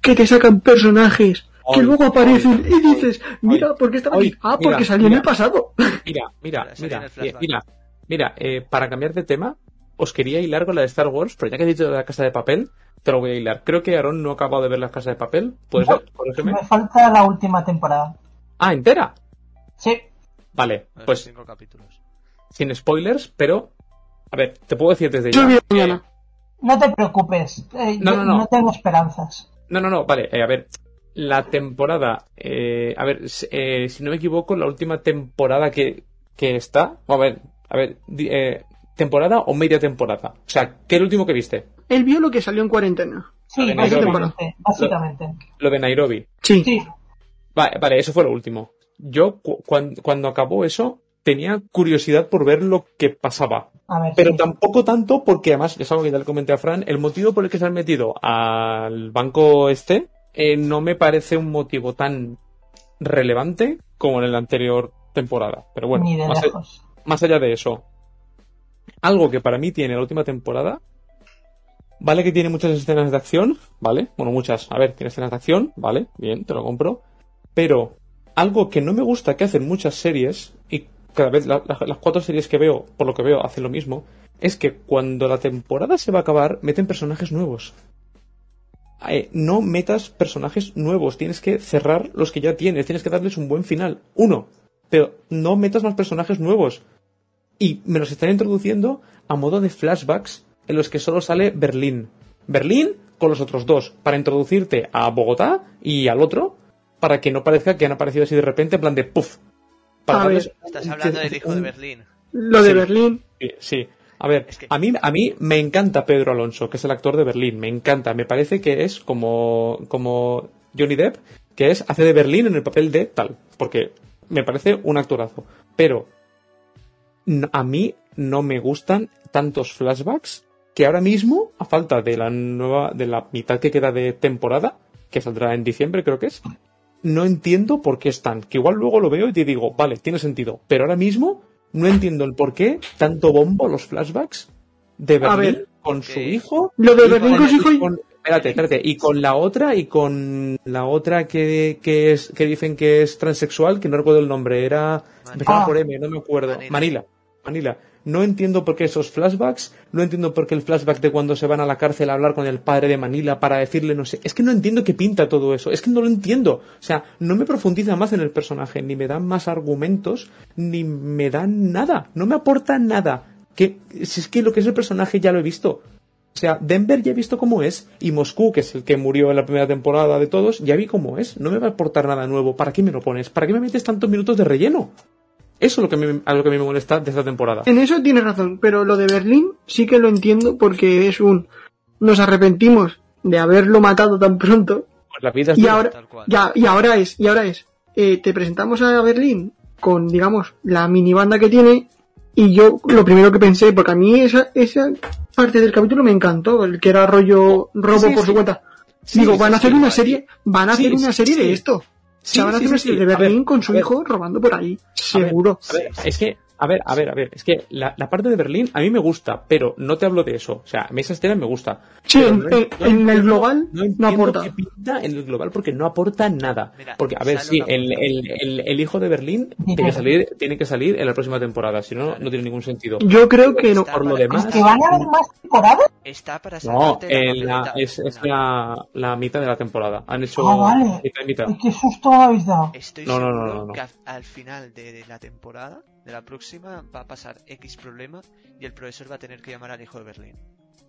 que te sacan personajes que
Ay,
luego aparecen
ay,
y dices,
ay,
mira,
ay,
¿por qué estaba
ay,
aquí? Ah,
mira,
porque salió en
mira.
el pasado.
Mira, mira,
Para salir en
mira,
el
mira,
flashback.
mira, mira, eh, para cambiar de tema, os quería hilar con la de Star Wars, pero ya que he dicho de la casa de papel, te lo voy a hilar. Creo que Aaron no ha acabado de ver la casa de papel. ¿Puedes
No.
corrígeme?
Me falta la última temporada.
Ah, entera.
Sí,
Vale,
Los
pues
cinco capítulos.
sin spoilers, pero. A ver, te puedo decir desde
Yo
ya.
vi mañana.
No te preocupes, eh,
No,
yo
no, no.
tengo esperanzas.
No, no, no, vale, eh, a ver. La temporada. eh, a ver, s- eh, si no me equivoco, la última temporada que, que está. A ver, a ver. di- eh, ¿Temporada o media temporada? O sea, ¿qué es el último que viste?
Él vio lo que salió en cuarentena.
Lo
Sí,
de Nairobi.
básicamente. básicamente.
Lo de Nairobi.
Sí.
Sí,
Vale, vale, eso fue lo último. Yo, cu- cuan- cuando acabó eso, tenía curiosidad por ver lo que pasaba.
a ver.
Pero
sí.
tampoco tanto porque además, es algo que ya le comenté a Fran, el motivo por el que se han metido al banco este eh, no me parece un motivo tan relevante como en la anterior temporada. Pero bueno,
Ni de
más, a-
lejos.
más allá de eso, algo que para mí tiene la última temporada, vale que tiene muchas escenas de acción, ¿vale? Bueno, muchas, a ver, tiene escenas de acción, ¿vale? Bien, te lo compro. Pero algo que no me gusta que hacen muchas series, y cada vez la- la- las cuatro series que veo, por lo que veo, hacen lo mismo, es que cuando la temporada se va a acabar, meten personajes nuevos. Eh, no metas personajes nuevos, tienes que cerrar los que ya tienes, tienes que darles un buen final. Uno, pero no metas más personajes nuevos. Y me los están introduciendo a modo de flashbacks en los que solo sale Berlín. Berlín con los otros dos, para introducirte a Bogotá y al otro, para que no parezca que han aparecido así de repente, en plan de puff.
A
darles
ver.
Estás hablando del hijo de
un-
Berlín.
Lo de
Sí.
Berlín.
Sí, sí. A ver,
Es que-
a, mí, a mí me encanta Pedro Alonso, que es el actor de Berlín. Me encanta. Me parece que es como, como Johnny Depp, que es hace de Berlín en el papel de tal. Porque me parece un actorazo. Pero n- a mí no me gustan tantos flashbacks que ahora mismo, a falta de la nueva, de la mitad que queda de temporada, que saldrá en diciembre, creo que es, no entiendo por qué están. Que igual luego lo veo y te digo, vale, tiene sentido. Pero ahora mismo no entiendo el por qué tanto bombo los flashbacks de
A
Berlín
ver,
con su
porque-
hijo.
Lo de
y
Berlín
con-
con su hijo
y
y-
con- Espérate, espérate. Y con la otra, y con la otra que, que es, que dicen que es transexual, que no recuerdo el nombre, era.
Manila.
Empezaba
Ah.
por M, no me acuerdo.
Manila.
Manila. Manila. No entiendo por qué esos flashbacks, no entiendo por qué el flashback de cuando se van a la cárcel a hablar con el padre de Manila para decirle no sé. Es que no entiendo qué pinta todo eso, es que no lo entiendo. O sea, no me profundiza más en el personaje, ni me dan más argumentos, ni me dan nada, no me aporta nada. Que, si es que lo que es el personaje ya lo he visto. O sea, Denver ya he visto cómo es, y Moscú, que es el que murió en la primera temporada de todos, ya vi cómo es. No me va a aportar nada nuevo. ¿Para qué me lo pones? ¿Para qué me metes tantos minutos de relleno? Eso es lo que me- a lo que a mí me molesta de esta temporada.
En eso tienes razón, pero lo de Berlín sí que lo entiendo porque es un... Nos arrepentimos de haberlo matado tan pronto
Pues la vida es
y
dura.
ahora,
tal cual.
ya, y ahora es, y ahora es, eh, te presentamos a Berlín con, digamos, la minibanda que tiene y yo lo primero que pensé, porque a mí esa, esa parte del capítulo me encantó, el que era rollo robo
Sí,
por
sí.
su cuenta.
Sí,
Digo,
sí,
van a
sí,
hacer
sí,
una
vale.
serie, van a
Sí,
hacer
sí,
una serie
sí.
de esto.
Sí,
o sea, van a
sí,
hacer una
sí,
serie
sí.
de
A ver,
Berlín con su
a ver,
hijo robando por ahí, seguro.
A ver,
Sí, sí.
es que, a ver, a ver, a ver, es que la, la parte de Berlín a mí me gusta, pero no te hablo de eso. O sea, a mí esa escena me gusta.
Sí,
Pero
en,
no
en-
entiendo-
en el global
no
no,
entiendo
aporta.
qué pinta en el global porque no aporta nada.
Mira,
porque, a ver,
sale
sí,
una
el,
puta.
el- el- el hijo de Berlín tiene que
Dinero.
salir, tiene que salir en la próxima temporada, si no, no tiene ningún sentido.
Yo creo que no.
Está
eh, Por lo
para-
demás-
¿Que van a haber más temporadas?
Está para
No,
sacarte la
en la-
papeleta.
es, es
No,
la, la mitad de la temporada. Han hecho
Ah, vale.
mitad y mitad.
Ay, qué susto me habéis
Eh,
dado.
Estoy
No, no, no,
seguro
no, no.
que a- al final de, de la temporada, de la próxima, va a pasar X problema y el profesor va a tener que llamar al hijo de Berlín.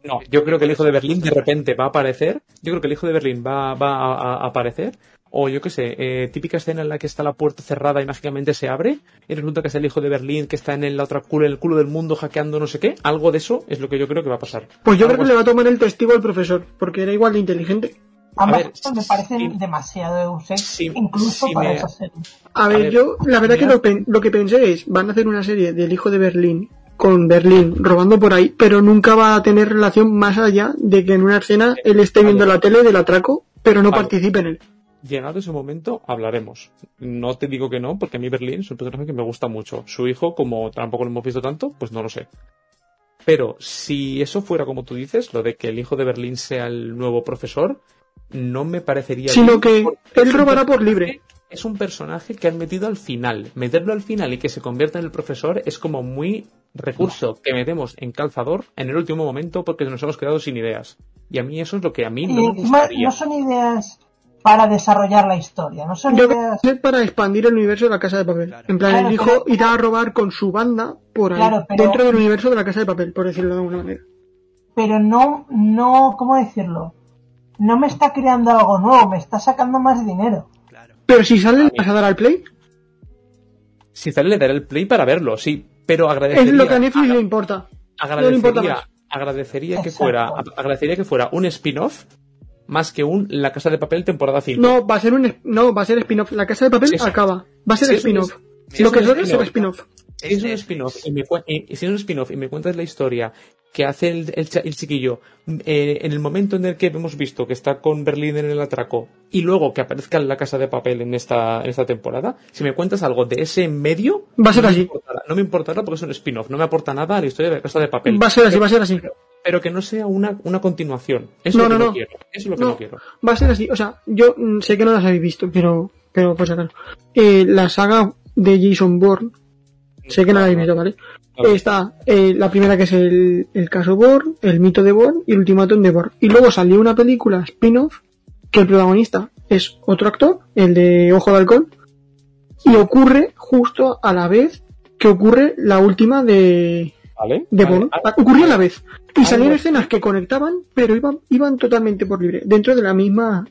No, yo creo que el hijo de Berlín de repente va a aparecer. Yo creo que el hijo de Berlín va, va a, a- a aparecer. O yo qué sé, eh, típica escena en la que está la puerta cerrada y mágicamente se abre. Y resulta que es el hijo de Berlín que está en el, la otra culo, en el culo del mundo hackeando no sé qué. Algo de eso es lo que yo creo que va a pasar.
Pues yo creo
Algo
que le va a tomar el testigo al profesor, porque era igual de inteligente.
Ambas
ver,
cosas me parecen
sí.
demasiado Deus Ex,
Sí,
incluso
sí
para
me-
esa serie.
A ver,
ver,
yo la verdad que
mira.
lo, pen- lo que pensé es, van a hacer una serie del hijo de Berlín con Berlín robando por ahí, pero nunca va a tener relación más allá de que en una escena él esté viendo
Vale.
la tele del atraco, pero no
Vale.
participe en él.
Llegado ese momento, hablaremos. No te digo que no, porque a mí Berlín es un personaje que me gusta mucho. Su hijo, como tampoco lo hemos visto tanto, pues no lo sé. Pero si eso fuera como tú dices, lo de que el hijo de Berlín sea el nuevo profesor, no me parecería.
Sino
bien,
que
porque
él
es un
robará por
personaje-
libre.
Es un personaje que han metido al final. Meterlo al final y que se convierta en el profesor es como muy recurso que metemos en calzador en el último momento porque nos hemos quedado sin ideas. Y a mí eso es lo que a mí
Y
no me
encima
gustaría.
no son ideas para desarrollar la historia. No son
Yo creo
ideas.
que es para expandir el universo de la Casa de Papel.
Claro.
En plan,
Claro,
el hijo
pero-
irá a robar con su banda por ahí,
Claro, pero-
dentro del universo de la Casa de Papel, por decirlo de alguna manera.
pero no, no, ¿cómo decirlo? No me está creando algo nuevo, me está sacando más dinero.
Claro.
Pero si sale, ¿le vas a dar al play?
Si sale, le daré el play para verlo, sí. Pero agradecería.
Es lo que a Netflix le importa. no le importa
agradecería,
más.
agradecería que
Exacto.
fuera agradecería que fuera un spin-off más que un La Casa de Papel temporada 5.
No, va a ser un es- no, va a ser spin-off. La Casa de Papel
Sí, sí.
acaba. Va a ser
Sí, es un
spin-off.
es-
Lo
es
que
un
salga será
spin-off.
spin-off.
si es un
Netflix.
spin-off y me cue- y- y si es un spin-off y me cuentas la historia que hace el, el cha- el chiquillo mm, eh, en el momento en el que hemos visto que está con Berlín en el atraco y luego que aparezca en la casa de papel en esta, en esta temporada, si me cuentas algo de ese en medio,
Va a ser
no me
así.
importará- no me importará porque es un spin-off, no me aporta nada a la historia de la casa de papel.
Va a ser así, va a ser así.
Pero que no sea una, una continuación. Eso es lo
No,
que
no,
no,
no.
quiero. Eso es lo que
No,
no quiero.
va a ser así. O sea, yo mm, sé que no las habéis visto, pero, pero por si acaso. Eh, la saga de Jason Bourne, sé que no la habéis visto, ¿vale?
Claro.
Está eh, la primera que es el, el caso Bourne, el mito de Bourne y el ultimátum de Bourne. Y luego salió una película spin-off que el protagonista es otro actor, el de Ojo de Halcón, y ocurre justo a la vez que ocurre la última de,
¿Vale?
de
Vale.
Bourne.
Ah,
Ocurrió a la vez. Y
algo
salían
así.
escenas que conectaban, pero iban, iban totalmente por libre, dentro de la misma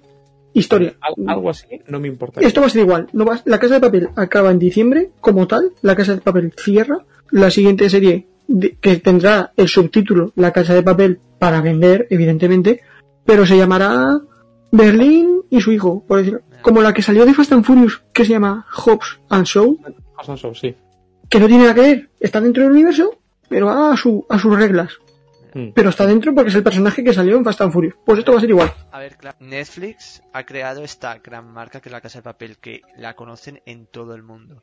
historia.
al- Algo así no me importa.
Esto va a ser igual. No va- la Casa de Papel acaba en diciembre, como tal. La Casa de Papel cierra. La siguiente serie, de- que tendrá el subtítulo La Casa de Papel para vender, evidentemente, pero se llamará Berlín y su hijo, por decirlo. Como la que salió de Fast and Furious, que se llama Hobbs and Show,
Hobbs and Shaw, sí.
que no tiene nada que ver. Está dentro del universo, pero va a, su, a sus reglas.
Mm.
Pero está dentro porque es el personaje que salió en Fast and Furious. Pues esto va a ser igual.
A ver, cla- Netflix ha creado esta gran marca que es la Casa de Papel, que la conocen en todo el mundo.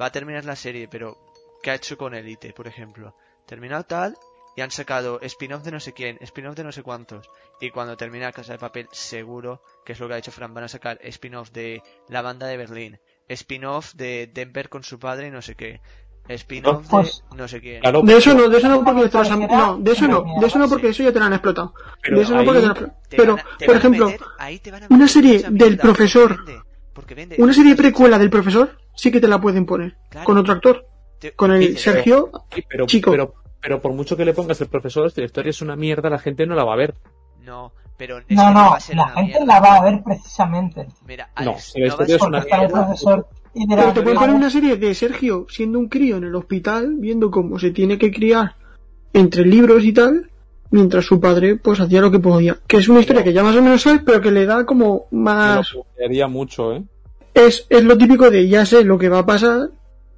Va a terminar la serie, pero ¿qué ha hecho con Elite, por ejemplo? Terminado tal y han sacado spin-off de no sé quién, spin-off de no sé cuántos. Y cuando termina Casa de Papel, seguro que es lo que ha hecho Fran, van a sacar spin-off de la banda de Berlín, spin-off de Denver con su padre y no sé qué, spin-off
Pues-
de no sé quién.
Claro,
De eso no, de eso no porque te las han- no, de eso no,
Mierda,
de eso no porque eso ya te lo han explotado.
Pero
de eso no
ahí
porque te lo han explotado.
Te
Pero,
van a- te
por
van a
ejemplo,
meter- ahí te van a
una
meter
serie
mucha
del
mierda, porque
profesor.
vende, porque vende.
una serie precuela del profesor sí que te la pueden poner
Claro.
con otro actor,
Te-
con el
Sí, pero-
Sergio.
Sí, pero,
Chico.
pero, pero por mucho que le pongas el profesor, si la historia es una mierda, la gente no la va a ver.
No, pero es
No,
que
no,
va a ser
la
una
gente
mierda.
la va a ver precisamente.
Mira,
No,
Alex,
la historia
vas
es
a
Porque
una
ver-
está el
mierda.
profesor y de
Pero
la-
te pueden poner una serie de Sergio siendo un crío en el hospital, viendo cómo se tiene que criar entre libros y tal, mientras su padre pues hacía lo que podía. Que es una historia que ya más o menos sabes, pero que le da como
Me lo
más...
plantearía mucho, ¿eh?
es, es lo típico de ya sé lo que va a pasar,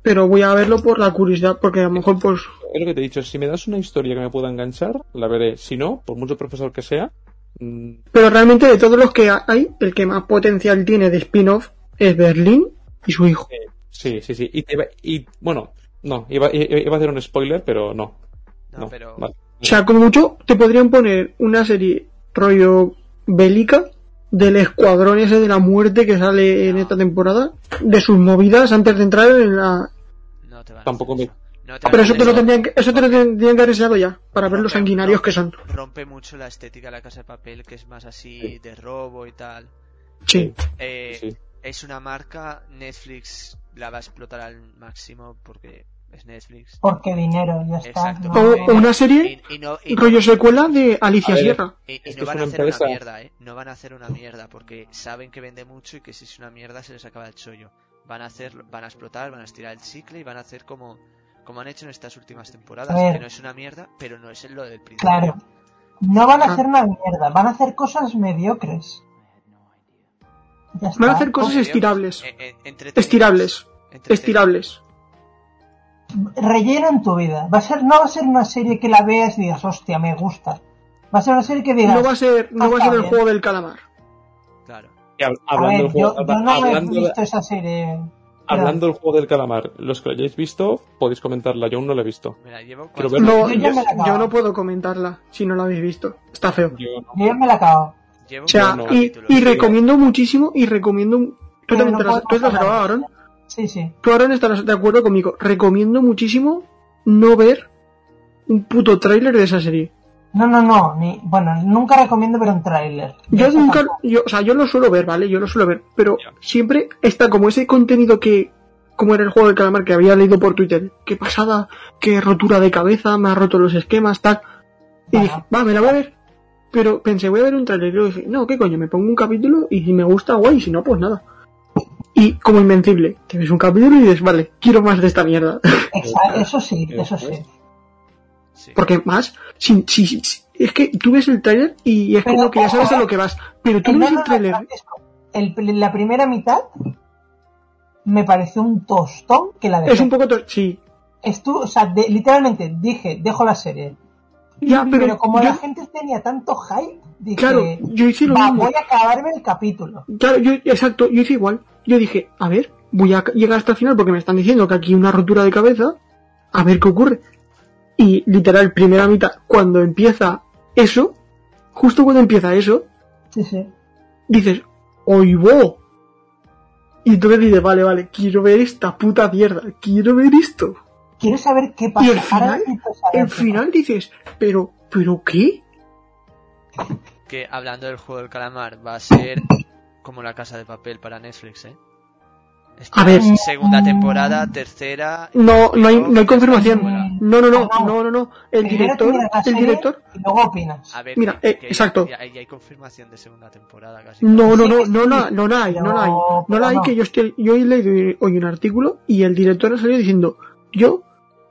pero voy a verlo por la curiosidad, porque a lo mejor pues
Es lo que te he dicho, si me das una historia que me pueda enganchar, la veré. Si no, por mucho profesor que sea, mm,
Pero realmente de todos los que hay, el que más potencial tiene de spin-off es Berlín y su hijo.
sí, sí, sí. Y, te va- y bueno, no, iba, i- iba a hacer un spoiler, pero no.
No,
no,
pero
vale.
O sea, como mucho te podrían poner una serie rollo bélica del escuadrón ese de la muerte que sale en esta temporada, de sus movidas antes de entrar en la...
no te van a
Tampoco
hacer
me-
No te van
Pero
a
eso te
hacer
lo tendrían que, eso te lo tendrían que haber enseñado ya, para ver los sanguinarios que son.
Rompe mucho la estética de la casa de papel, que es más así
Sí.
de robo y tal.
Sí.
Eh,
Sí.
Es una marca, Netflix la va a explotar al máximo porque es Netflix.
Porque dinero, ya está.
Exacto.
O, o una serie
Y, y no, y no-
rollo secuela de Alicia
A ver.
Sierra.
Eh, y- y
Es
no
que es
van a
una
hacer
empresa.
una mierda, ¿eh? No van a hacer una mierda porque saben que vende mucho y que si es una mierda se les acaba el chollo. Van a hacer, van a explotar, van a estirar el chicle y van a hacer como, como han hecho en estas últimas temporadas,
A ver.
que no es una mierda, pero no es lo del principio.
Claro. No van
Ah.
a hacer una mierda, van a hacer cosas mediocres. Ya
Van a
está.
hacer cosas
Mediocres,
estirables.
eh, eh, entretenidas,
Estirables.
entretenidas.
Estirables.
Relleno en tu vida. Va a ser, no va a ser una serie que la veas y digas, hostia, me gusta. Va a ser una serie que digas,
No va a ser, no va a ser el
Ajá.
juego del calamar.
Claro.
Y hab-
a
hablando
ver,
del juego,
yo, yo no he
hablando,
visto esa serie.
hablando del juego del calamar, los que lo hayáis visto, podéis comentarla, yo aún no lo he visto.
Mira, llevo
Quiero
cuatro-
verlo.
No,
Yo ya me
yo,
la acabo.
yo no puedo comentarla si no la habéis visto. Está feo.
Yo no-
Yo ya me la acabo.
llevo
O sea,
cuatro
no.
y,
capítulos.
y recomiendo muchísimo y recomiendo... un- Tú
Pero
también
no
te las,
puedo
tú te las has
hablar.
acabado, Aaron.
Sí, sí.
Tú, Aaron, estarás de acuerdo conmigo. Recomiendo muchísimo no ver un puto tráiler de esa serie.
No, no, no. Ni, bueno, nunca recomiendo ver un tráiler.
Yo
Eso
nunca,
tampoco.
yo, o sea, yo lo suelo ver, ¿vale? Yo lo suelo ver, pero
Ya.
siempre está como ese contenido que, como era el juego del calamar que había leído por Twitter, qué pasada, qué rotura de cabeza, me ha roto los esquemas, tal. Y
Ajá.
dije, va, me la voy a ver. Pero pensé, voy a ver un trailer. Y luego dije, no, qué coño, me pongo un capítulo y si me gusta, guay, y si no, pues nada. Y como invencible, te ves un capítulo y dices, vale, quiero más de esta mierda.
Exa- Eso sí,
Eh,
eso sí.
Sí.
Porque más, si, si, si- es que tú ves el trailer y es
Pero,
como que ya sabes a lo que vas. Pero tú no
No,
ves
no,
el
no,
trailer.
Francisco. El- la primera mitad me pareció un tostón que la dejé.
Es un poco... tor- Sí,
Estu- o sea, de- literalmente dije, dejo la serie.
Ya, pero,
Pero, como
yo-
la gente tenía tanto hype, dije,
claro, yo hice lo
"Va,
mismo.
voy a acabarme el capítulo.
Claro, yo, exacto, yo hice igual. Yo dije, a ver, voy a llegar hasta el final porque me están diciendo que aquí hay una rotura de cabeza, a ver qué ocurre. Y literal, primera mitad, cuando empieza eso, justo cuando empieza eso,
Sí, sí.
dices, ¡oibo! Y entonces dices, vale, vale, quiero ver esta puta mierda, quiero ver esto.
Quiero saber qué pasa.
Y el
Ahora
final,
necesito saber
Al
qué
final dices, pero, pero qué?
Que hablando del juego del calamar, va a ser como la casa de papel para Netflix, ¿eh? Está
A ver.
Segunda temporada, tercera.
No, no hay, no hay
Bueno.
confirmación. No, no, no,
Ah, no.
no, no, no.
pasa.
El
Primero
director,
tú miras la ¿eh?
el
serie
director
Y luego opinas.
A ver,
Mira,
que-
eh,
que
exacto.
Ya, ya hay confirmación de segunda temporada casi.
No,
Sí,
no, no,
sí,
no,
sí.
la, no la hay, no la hay.
No,
No la hay
Ah, no.
que yo estoy, yo he leído hoy un artículo y el director ha salido diciendo, yo,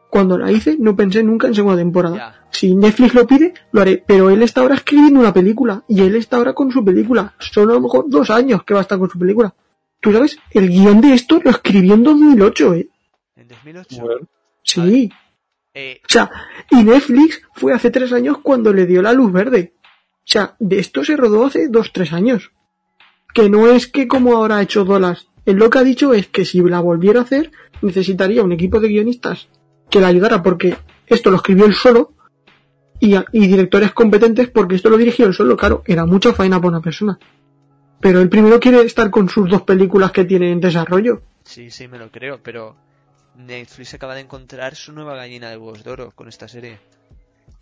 cuando la hice, no pensé nunca en segunda temporada.
Ya.
Si Netflix lo pide, lo haré, pero él está ahora escribiendo una película y él está ahora con su película. Son a lo mejor dos años que va a estar con su película. Tú sabes, el guión de esto lo escribió en 2008, ¿eh?
En 2008.
Bueno,
Sí.
Eh,
O sea, y Netflix fue hace tres años cuando le dio la luz verde. O sea, de esto se rodó hace dos, tres años. Que no es que como ahora ha hecho Dolas. Él lo que ha dicho es que si la volviera a hacer, necesitaría un equipo de guionistas que la ayudara porque esto lo escribió él solo y, a- y directores competentes porque esto lo dirigió él solo. Claro, era mucha faena para una persona. Pero él primero quiere estar con sus dos películas que tiene en desarrollo.
sí, sí, me lo creo, pero Netflix acaba de encontrar su nueva gallina de huevos de oro con esta serie.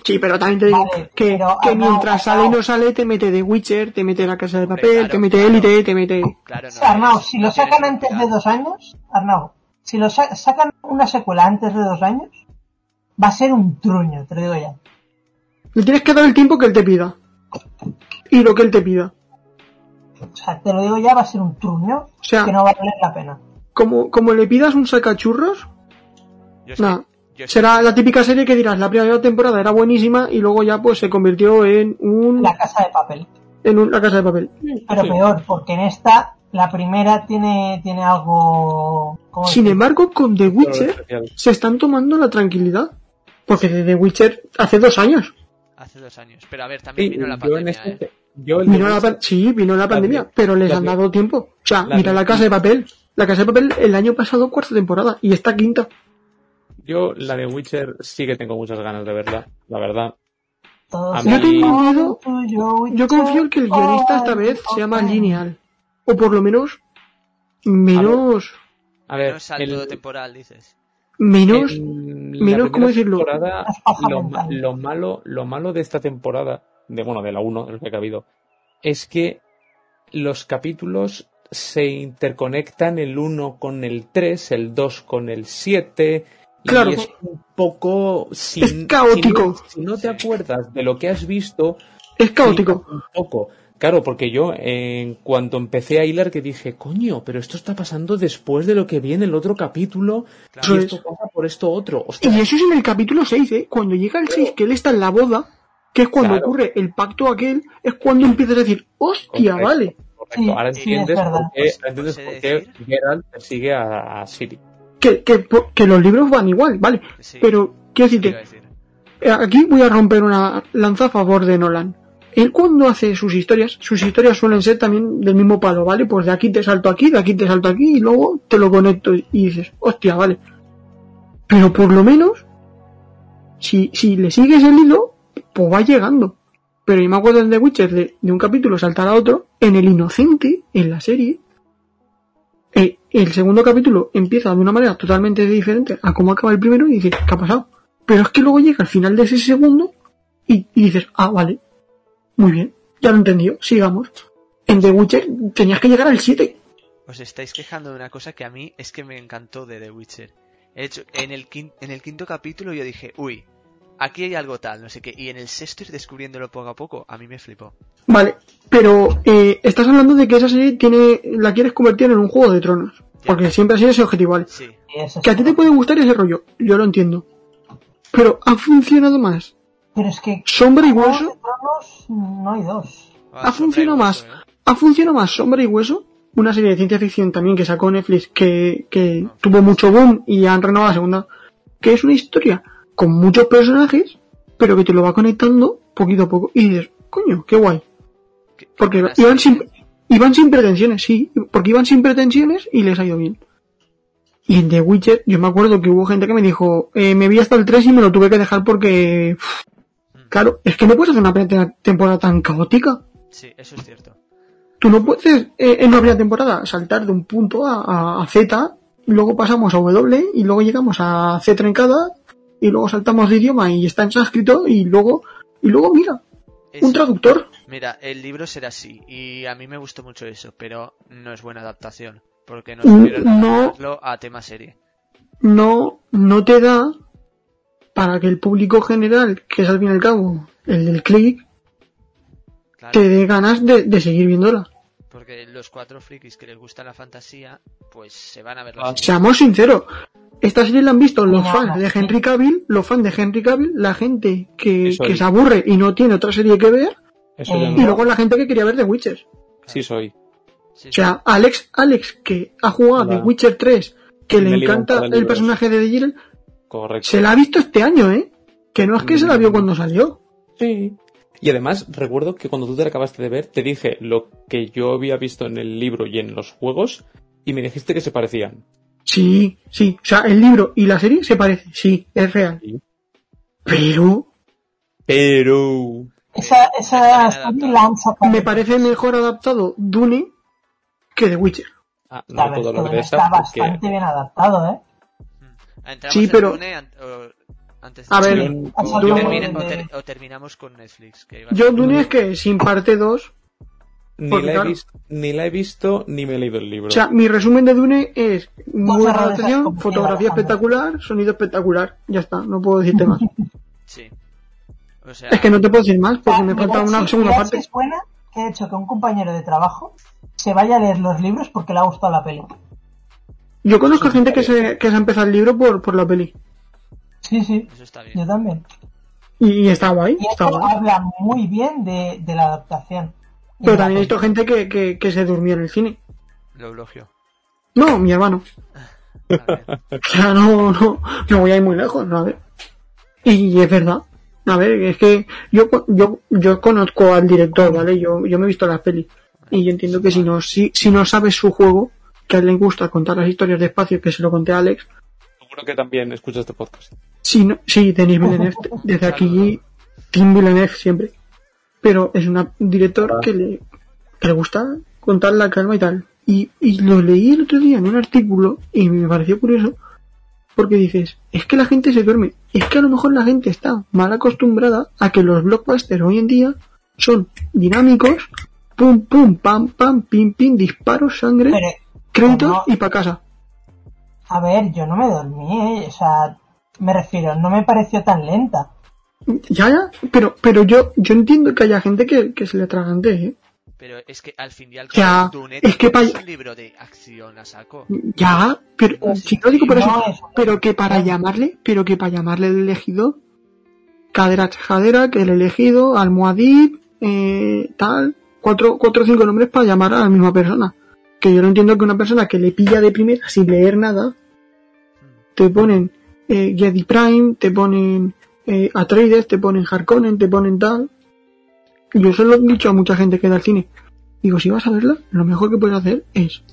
Sí, pero también te digo
Vale,
que,
pero
que
ha dado-
mientras
ha
sale y
dado.
no sale, te mete The Witcher, te mete La Casa de
Hombre,
Papel,
claro,
te mete
claro.
Elite, te mete...
Claro, no.
Arnau,
es-
si
no
lo
tiene
sacan antes de
seguridad.
dos años, Arnau, si lo sa- sacan una secuela antes de dos años, va a ser un truño, te lo digo ya.
Le tienes que dar el tiempo que él te pida. Y lo que él te pida.
O sea, te lo digo ya, va a ser un truño
O sea,
que no va a valer la pena.
como, como le pidas un sacachurros,
Yo es
nada.
que- yo es
Será la típica serie que dirás, la primera temporada era buenísima y luego ya pues se convirtió en un...
La casa de papel.
En un, la Casa de Papel.
Pero
Sí.
peor, porque en esta, la primera tiene, tiene algo. ¿cómo
Sin
decir?
embargo, con The
pero es
Witcher
especial.
se están tomando la tranquilidad. Porque de The Witcher hace dos años.
Hace dos años. Pero a ver,
Sí,
también vino la
yo en
pandemia,
este-
¿eh?
yo el de
Vino la
Witcher-
pan- sí, vino la pandemia,
de-
pero les
la
han
de-
dado tiempo. O sea,
la
mira
de-
la casa de papel. La casa de papel el año pasado cuarta temporada y esta quinta.
Yo la de Witcher sí que tengo muchas ganas de verla, la verdad.
Todos
a mí-
son
Yo tengo
todo
miedo-
tuyo, Oh,
Yo confío en que el guionista esta vez sea más lineal. O por lo menos menos
A ver,
Menos salto
Eh, el-
temporal, dices.
menos
Eh, en la
menos,
primera
¿cómo decirlo?
temporada,
Las pajas
lo, ma-
mentales.
lo malo, lo malo de esta temporada, de bueno, de la 1, de lo que ha habido, es que los capítulos se interconectan el 1 con el 3, el 2 con el 7. Y
Claro.
es un poco. Si,
Es caótico.
Si no, si no te
Sí.
acuerdas de lo que has visto,
es caótico.
flipas Un poco. Claro, porque yo eh, en cuanto empecé a hilar que dije, coño, pero esto está pasando después de lo que viene el otro capítulo
Claro.
y
Eso
esto pasa por esto otro. Hostia,
Y eso es en el capítulo 6, ¿eh? Cuando llega el 6 que él está en la boda, que es cuando
Claro.
ocurre el pacto aquel, es cuando empiezas a decir, hostia,
Correcto.
vale.
correcto,
Sí,
ahora
sí, es
entiendes
verdad.
por qué,
Pues,
ahora entiendes
pues,
por
he
qué
de decir-
Geralt persigue a, a Siri.
Que, que, que los libros van igual, vale.
Sí,
Pero, quiero
te
decirte,
iba a decir.
Eh, Aquí voy a romper una lanza a favor de Nolan. Él cuando hace sus historias, sus historias suelen ser también del mismo palo, ¿vale? Pues de aquí te salto aquí, de aquí te salto aquí y luego te lo conecto y dices, hostia, vale. Pero por lo menos, si, si le sigues el hilo, pues va llegando. Pero yo me acuerdo en The Witcher de, de un capítulo saltar a otro, en El Inocente, en la serie, eh, el segundo capítulo empieza de una manera totalmente diferente a cómo acaba el primero y dices, ¿qué ha pasado? Pero es que luego llega al final de ese segundo y, y dices, ah, vale, muy bien, ya lo he entendido, sigamos. En The Witcher tenías que llegar al 7.
Os estáis quejando de una cosa que a mí es que me encantó de The Witcher. De hecho, en el, quinto, en el quinto capítulo yo dije, uy, aquí hay algo tal, no sé qué. Y en el sexto ir descubriéndolo poco a poco, a mí me flipó.
Vale, pero eh, estás hablando de que esa serie tiene, la quieres convertir en un juego de tronos. Porque siempre ha sido ese objetivo, ¿vale?
Sí.
Y eso
Que a
es-
ti te puede gustar ese rollo, yo lo entiendo. Pero ha funcionado más.
Pero es que
Sombra y
Juegos de
hueso
Tronos no hay dos.
ha funcionado más.
¿eh?
Ha funcionado más Sombra y Hueso, una serie de ciencia ficción también que sacó Netflix, que, que tuvo mucho boom y han renovado la segunda, que es una historia con muchos personajes, pero que te lo va conectando poquito a poco. Y dices, coño, qué guay. Porque iban sin, iban sin pretensiones, sí, porque iban sin pretensiones y les ha ido bien. Y en The Witcher, yo me acuerdo que hubo gente que me dijo, eh, me vi hasta el 3 y me lo tuve que dejar porque, uf,
Mm.
claro, es que no puedes hacer una primera temporada tan caótica.
Sí, eso es cierto.
Tú no puedes eh, en una primera temporada saltar de un punto a, a- a Z, luego pasamos a W y luego llegamos a C trencada y luego saltamos de idioma y está en sánscrito y luego, y luego mira,
Es-
un traductor.
Mira, el libro será así, y a mí me gustó mucho eso, pero no es buena adaptación, porque no
Mm,
supieron
no.
adaptarlo a tema serie.
no, no te da para que el público general, que es al fin y al cabo el del click,
Claro,
te dé ganas de, de seguir viéndola.
porque los cuatro frikis que les gusta la fantasía, pues se van a ver
Ah,
la serie.
Seamos sinceros, esta serie la han visto los
Ya,
fans de
sí.
Henry Cavill, los fans de Henry Cavill, la gente que,
Eso
que
es.
se aburre y no tiene otra serie que ver,
Eso ya
Eh,
y
no.
luego la gente que quería ver The Witcher.
Sí soy.
Sí,
O sea, Alex, Alex que ha jugado a The
Hola.
Witcher 3, que
Me
le
he liado un
encanta
par de
el
libros.
personaje de The Jill,
Correcto.
se la ha visto este año, ¿eh? Que no es que se la vio
Mm.
cuando salió.
Sí. Y además, recuerdo que cuando tú te la acabaste de ver, te dije lo que yo había visto en el libro y en los juegos, y me dijiste que se parecían.
Sí, sí. O sea, el libro y la serie se parecen. Sí, es real.
Sí.
Pero
Pero.
Esa, esa
Están
serie
adaptadas.
la han sacado.
me parece mejor adaptado Dune que The Witcher.
Ah, no
La verdad
puedo
es que
hablar de
está
esa porque.
bastante bien adaptado, ¿eh?
Entramos
sí,
en
pero-
Dune an- o- antes de
A ver,
Termina-
Yo-
Han
Dune-
o,
sacado
termina- o
de-
ter- o terminamos con Netflix. Que iba a-
Yo Dune es que sin parte 2.
Ni
porque
la, he
claro.
vis- ni la he visto ni me he leído el libro.
O sea, mi resumen de Dune es muy
Dos
buena
errores,
adaptación,
como
fotografía
tiene Alejandro.
espectacular, sonido espectacular. Ya está, no puedo decirte más.
Sí. O sea,
Es que no te puedo decir más porque Pues me
Mirad
falta una
si-
segunda
mirad si
parte.
es buena que ha hecho que un compañero de trabajo se vaya a leer los libros porque le ha gustado la peli.
Yo conozco gente que se, que se ha empezado el libro por, por la peli.
Sí, sí,
eso está bien.
yo también.
Y, y está guay,
Y
está
esto
guay.
habla muy bien de, de la adaptación. Y
Pero
de la
también he visto
peli.
gente que, que, que se durmió en el cine.
Lo elogio.
No, mi hermano.
Vale.
O sea, no, no, no voy a ir muy lejos, ¿no? A ver. Y es verdad. A ver, es que yo, yo, yo conozco al director, ¿vale? Yo, yo me he visto las pelis. Y yo entiendo que si no, si, si no sabes su juego, que a él le gusta contar las historias de espacio, que se lo conté a Alex,
Seguro que también escuchas este podcast.
si, no, si Denis Villeneuve, desde aquí, Tim Villeneuve siempre. Pero es un director que le, que le gusta contar la calma y tal. Y, y lo leí el otro día en un artículo y me pareció curioso porque dices, es que la gente se duerme. Es que a lo mejor la gente está mal acostumbrada a que los blockbusters hoy en día son dinámicos, pum, pum, pam, pam, pim, pim, disparos, sangre,
Pero,
créditos
no.
y pa' casa.
a ver, yo no me dormí, ¿eh? o sea, me refiero, no me pareció tan lenta.
Ya, ya, pero, pero yo, yo entiendo que haya gente que, que se le atragante, ¿eh?
Pero es que al fin y al
Ya,
cabo, Dune
es que pa- Mm.
es un libro de acción a saco.
Ya, pero
No,
si no digo por
no,
eso,
eso no.
pero que para llamarle, pero que para llamarle el elegido, cadera chajadera, que el elegido, almohadid, eh, tal, cuatro, cuatro o cinco nombres para llamar a la misma persona. Que yo no entiendo que una persona que le pilla de primera sin leer nada, te ponen eh, Jedi Prime, te ponen eh, Atreides, te ponen Harkonnen, te ponen tal. Yo se lo he dicho a mucha gente que da al cine. Digo, si vas a verla, lo mejor que puedes hacer es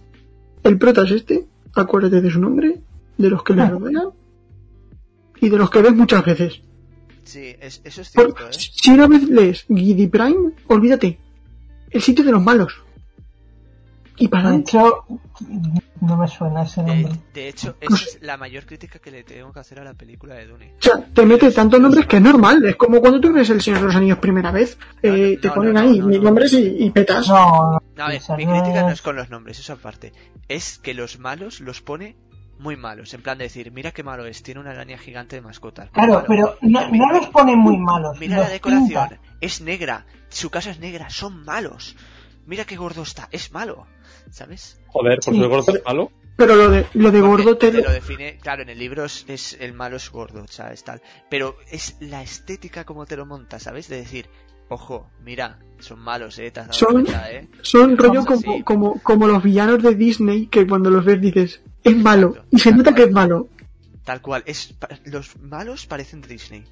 el prota es este, acuérdate de su nombre, de los que le rodean y de los que ves muchas veces.
Sí, es- eso es
Por-
cierto, ¿eh?
si una vez lees Jedi Prime, olvídate. El sitio de los malos. Y para
De
adelante.
hecho, No me suena
Eh,
ese
De,
nombre.
Eh, de hecho, esa es la mayor crítica que le tengo que hacer a la película de Dune.
O sea, te metes tantos nombres que es normal. Es como cuando tú ves El Señor de los Anillos primera vez. eh,
No,
te
no,
ponen
no,
ahí
no,
mil
no.
nombres y, y petas.
No, no,
No, a ver,
esa
mi
no
crítica no
es-
es con los nombres, eso aparte. Es que los malos los pone muy malos. En plan de decir, mira qué malo es, tiene una araña gigante de mascota.
Claro,
Malo.
pero no, no los ponen muy malos.
Mira
los
la decoración,
pintan.
es negra, su casa es negra, son malos. Mira qué gordo está, es malo, ¿sabes?
Joder, porque
Sí.
el gordo es malo.
Pero lo de, lo de gordo
Porque
te
te lo
lo...
define, claro, en el libro es, es el malo es gordo, ¿sabes? Tal. Pero es la estética como te lo monta, ¿sabes? De decir, ojo, mira, son malos, ¿eh? Te has dado
Son-
cuenta, ¿eh?
Son rollo
Vamos así.
como, como, como los villanos de Disney que cuando los ves dices, es malo.
Exacto,
Y se
tal
nota que
cual.
es malo.
Tal cual, es pa- los malos parecen de Disney.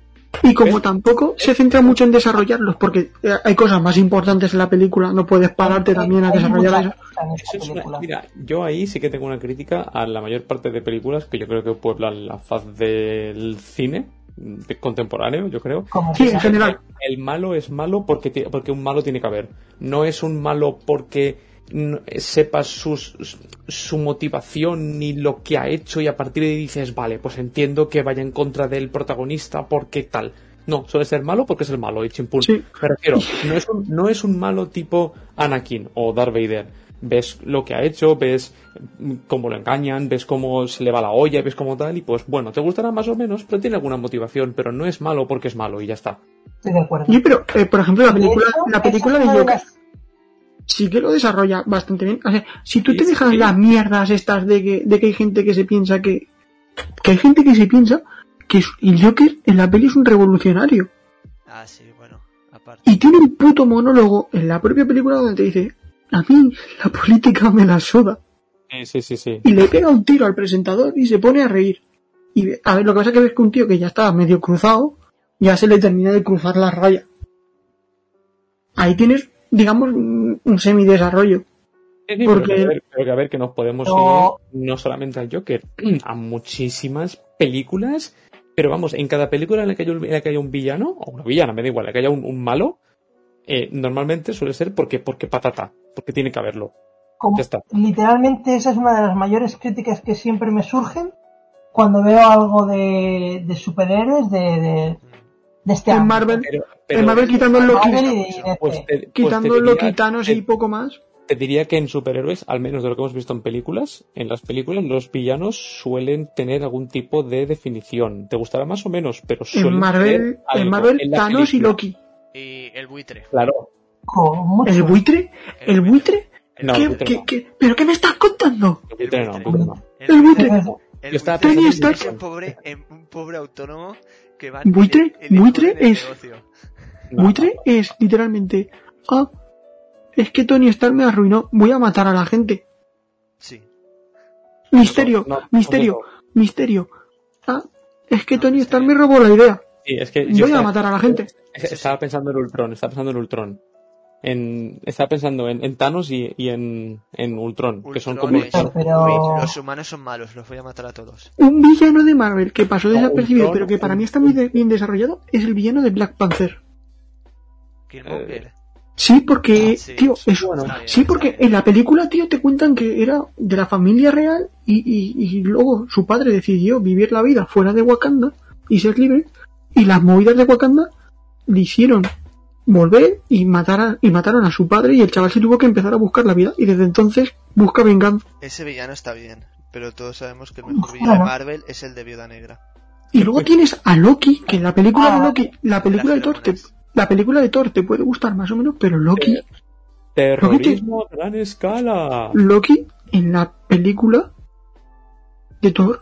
Y como tampoco se centra mucho en desarrollarlos, porque eh, hay cosas más importantes en la película, no puedes pararte también a
Hay
desarrollar
mucha cosa en
Eso
esta
es una-
película.
mira, yo ahí sí que tengo una crítica a la mayor parte de películas que yo creo que pueblan la faz del cine de- contemporáneo, yo creo.
Como
Sí, en
sea.
general.
El malo es malo porque, ti- porque un malo tiene que haber. No es un malo porque n- sepas sus, su motivación ni lo que ha hecho y a partir de ahí dices, vale, pues entiendo que vaya en contra del protagonista porque tal. No, suele ser malo porque es el malo y chimpún.
Sí.
Me refiero, no es, un, no es un malo tipo Anakin o Darth Vader. Ves lo que ha hecho, ves mm, cómo lo engañan, ves cómo se le va la olla, ves cómo tal, y pues bueno, te gustará más o menos, pero tiene alguna motivación, pero no es malo porque es malo y ya está.
Estoy de acuerdo.
Y pero, eh, por ejemplo, la película,
Eso-
la
eso
película
es
de
una
Joker
las-
sí que lo desarrolla bastante bien. O sea, si tú
Sí,
te dejas
sí.
las mierdas estas de que, de que hay gente que se piensa que. que hay gente que se piensa que es- el Joker en la peli es un revolucionario.
Ah, sí, bueno, aparte.
Y tiene un puto monólogo en la propia película donde te dice: A mí la política me la suda.
Sí, sí, sí, sí.
Y le pega un tiro al presentador y se pone a reír. Y ve- a ver, lo que pasa es que ves que un tío que ya estaba medio cruzado, ya se le termina de cruzar la raya. Ahí tienes, digamos, un un semidesarrollo.
Sí, pero
Porque-
que a ver- pero que a ver que nos podemos
No.
ir no solamente al Joker, a muchísimas películas, pero vamos, en cada película en la que haya un, en la que haya un villano, o una villana, me da igual, en la que haya un, un malo, eh, normalmente suele ser porque, porque patata, porque tiene que haberlo.
como-
Ya está.
Literalmente esa es una de las mayores críticas que siempre me surgen cuando veo algo de, de superhéroes de, de, de este
En
ámbito.
Marvel,
Pero, pero-
en Marvel quitando lo que
Marvel y de este,
pues
DC.
te- pues
quitando
te
los
diría-
quitanos y
te-
poco más.
te diría que en superhéroes, al menos de lo que hemos visto en películas, en las películas los villanos suelen tener algún tipo de definición. Te gustará más o menos, pero suelen
En Marvel,
tener algo
en Marvel
la
Thanos y
película.
Loki.
Y el buitre.
Claro.
Con mucho.
¿El buitre? ¿El buitre?
No,
¿Qué-
el buitre
qué-
no.
qué- ¿Pero qué me estás contando?
El buitre no, el buitre no.
¿El buitre?
Pero-
El
Yo estaba
buitre
pensando
es
en
ese
Buitre.
pobre, em- un pobre autónomo que va
¿Buitre?
y le- y le
¿Buitre
pone en el
es-
negocio.
No,
Buitre es literalmente, ah, es que Tony Stark me arruinó, voy a matar a la gente.
Sí.
Misterio,
no, no,
misterio,
no.
misterio. Ah, es que
No,
Tony Stark
Misterio.
me robó la idea,
Sí, es que yo
voy a
estaba-
matar a la gente.
Estaba pensando en Ultron, estaba pensando en Ultron. En, estaba pensando en, en Thanos y, y en, en Ultron, que son como...
Ultron es-
Pero-
uy, los humanos son malos, los voy a matar a todos.
Un villano de Marvel que pasó
No,
desapercibido,
un
pero que
trono,
para
un-
mí está muy de- bien desarrollado, es el villano de Black Panther.
Killmonger.
Sí, porque,
Ah, sí,
tío,
sí,
es
bueno,
sí,
está bien, está
porque
bien.
en la película, tío, te cuentan que era de la familia real y, y- y luego su padre decidió vivir la vida fuera de Wakanda y ser libre y las movidas de Wakanda le hicieron volver y matar a- y mataron a su padre y el chaval se tuvo que empezar a buscar la vida y desde entonces busca venganza
Ese villano está bien, pero todos sabemos que el mejor
Ojalá.
villano de Marvel es el de Viuda Negra.
y luego tienes a Loki que en la película de
Ah,
Loki la película de Thor te,
feromonas.
la película de Thor te puede gustar más o menos pero Loki
Eh,
Terrorismo a gran escala.
Loki en la película de Thor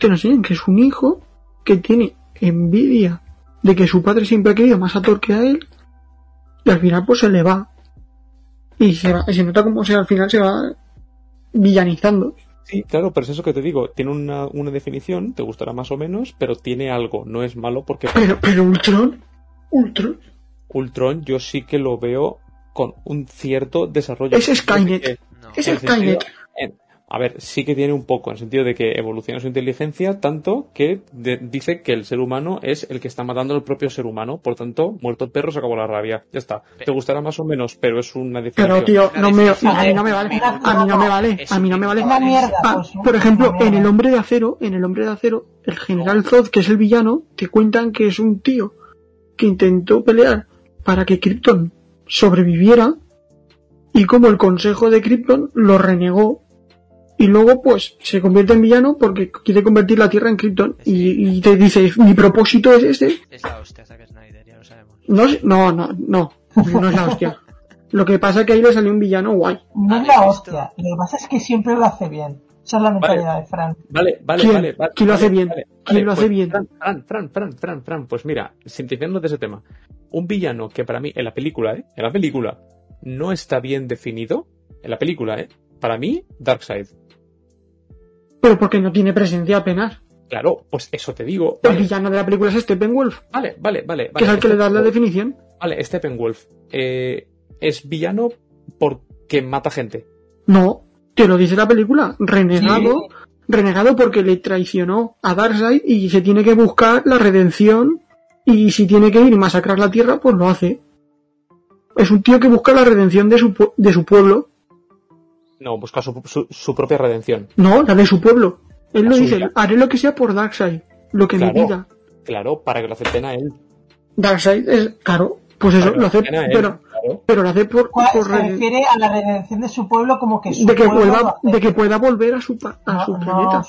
te lo enseñan que es un hijo que tiene envidia de que su padre siempre ha querido más a Thor que a él y al final pues se le va y se, va, y se nota como se, al final se va villanizando
Sí, claro, pero es eso que te digo. Tiene una, una definición, te gustará más o menos, pero tiene algo. No es malo porque
pero pero Ultron Ultron
Ultron yo sí que lo veo con un cierto desarrollo.
Es Skynet.
Porque
No.
Es
en
Skynet.
sentido- en- A ver, sí que tiene un poco, en el sentido de que evoluciona su inteligencia tanto que de- dice que el ser humano es el que está matando al propio ser humano. Por tanto, muerto el perro, se acabó la rabia. Ya está. Te gustará más o menos, pero es una
Pero
definición.
tío, no me, a mí no me vale, a mí no me vale,
Es
a mí no me vale.
una mierda.
Ah,
pues, ¿no?
por ejemplo,
Una
en
mierda.
El Hombre de Acero, en El Hombre de Acero, el general Zod, que es el villano, te cuentan que es un tío que intentó pelear para que Krypton sobreviviera y como el consejo de Krypton lo renegó y luego pues se convierte en villano porque quiere convertir la Tierra en Krypton y, y te dice, mi propósito es este
Es la hostia, Zack Snyder, ya lo sabemos.
no, es- no, no, no, no es la hostia. Lo que pasa es que ahí le salió un villano guay.
No es
¿Habéis
la
visto?
hostia. Lo que pasa es que siempre lo hace bien. Esa es la mentalidad de Fran.
Vale, vale,
¿Quién?
vale, vale.
¿Quién lo hace
vale,
bien?
vale,
¿Quién
vale,
lo hace
pues,
bien?
Fran, Fran, Fran, Fran, Fran, Fran, pues mira, sintetizándote ese tema. Un villano que para mí, en la película, ¿eh? En la película, no está bien definido. En la película, ¿eh? Para mí, Darkseid.
Pero porque no tiene presencia apenas.
Claro, pues eso te digo.
El
Vale,
villano de la película es Steppenwolf,
vale, vale. vale,
que es
vale,
al que le das la definición.
Vale, Steppenwolf. eh, es villano porque mata gente.
No, te lo dice la película. Renegado, renegado porque le traicionó a Darkseid y se tiene que buscar la redención. Y si tiene que ir y masacrar la tierra, pues lo hace. Es un tío que busca la redención de su, pue- de su pueblo.
No, busca su, su- su propia redención.
No, la de su pueblo. Él
La
lo
suya.
dice, haré lo que sea por Darkseid, lo que me
Claro.
pida.
Claro, para que lo acepten a él.
Darkseid es caro, pues eso,
Para que
lo hace,
acepten a él,
pero,
claro.
pero lo hace por,
Cuál-
por
se
re-
refiere a la redención de su pueblo como que Pues, su
de que
pueblo lo
vuelva,
hace.
de que pueda volver a su pa- a
No,
su
no,
planeta,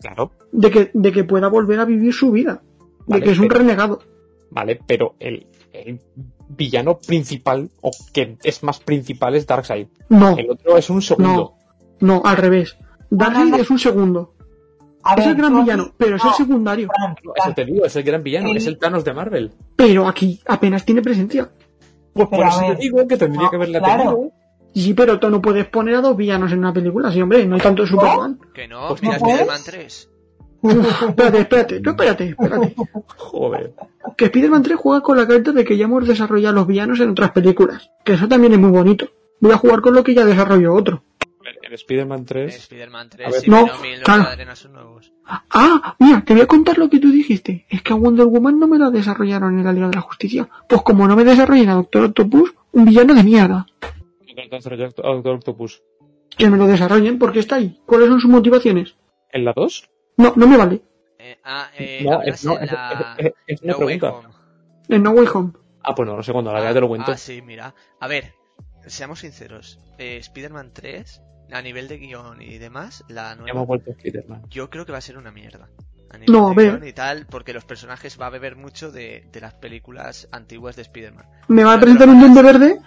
Claro,
de que, de que pueda volver a vivir su vida,
Vale,
de que es un
pero-
renegado.
vale, pero el, el villano principal, o que es más principal, es Darkseid.
No,
El otro es un segundo.
no, no, al revés. Darkseid
no, no.
es un segundo,
A
es
ver,
el gran
tú aquí-
villano, pero es el
no,
secundario.
Fran,
No,
Fran,
Eso te digo, es el gran villano,
Sí.
es el Thanos de Marvel.
Pero aquí apenas tiene presencia.
Pues por
Pero a
eso te
ver,
digo que tendría
no,
que haberla
claro.
tenido.
Sí, pero tú no puedes poner a dos villanos en una película, sí, hombre, no hay tanto en Superman.
Que no,
Pues
mira
no puedes.
Spider-Man 3.
Espérate, espérate, no, espérate, espérate.
Joder.
que Spider-Man 3 juega con la carta de que ya hemos desarrollado los villanos en otras películas. Que eso también es muy bonito. Voy a jugar con lo que ya desarrolló otro.
En Spider-Man 3.
Spider-Man
A
3
ver.
y
No,
Venom y los
claro.
Padrenas son nuevos.
Ah, mira, te voy a contar lo que tú dijiste. Es que a Wonder Woman no me la desarrollaron en la Liga de la Justicia. Pues como no me desarrollan a Doctor Octopus, un villano de mierda.
Doctor Octopus.
Que me lo desarrollen porque está ahí. ¿Cuáles son sus motivaciones?
¿En la 2?
No, no me vale.
Eh, ah, eh,
No,
hablas
es, no,
en
es-
la...
es- es- es una
No Way
pregunta.
Home.
En No Way Home.
Ah, pues no, no sé cuándo, la
Ah,
verdad te lo cuento.
Ah, sí, mira. A ver, seamos sinceros. Eh, Spider-Man 3, a nivel de guión y demás, la
Ya Hemos
nueva,
vuelto a Spider-Man.
yo creo que va a ser una mierda. A nivel
No,
de
a ver.
guión y tal, porque los personajes va a beber mucho de, de las películas antiguas de Spider-Man.
¿Me va a presentar un duende verde?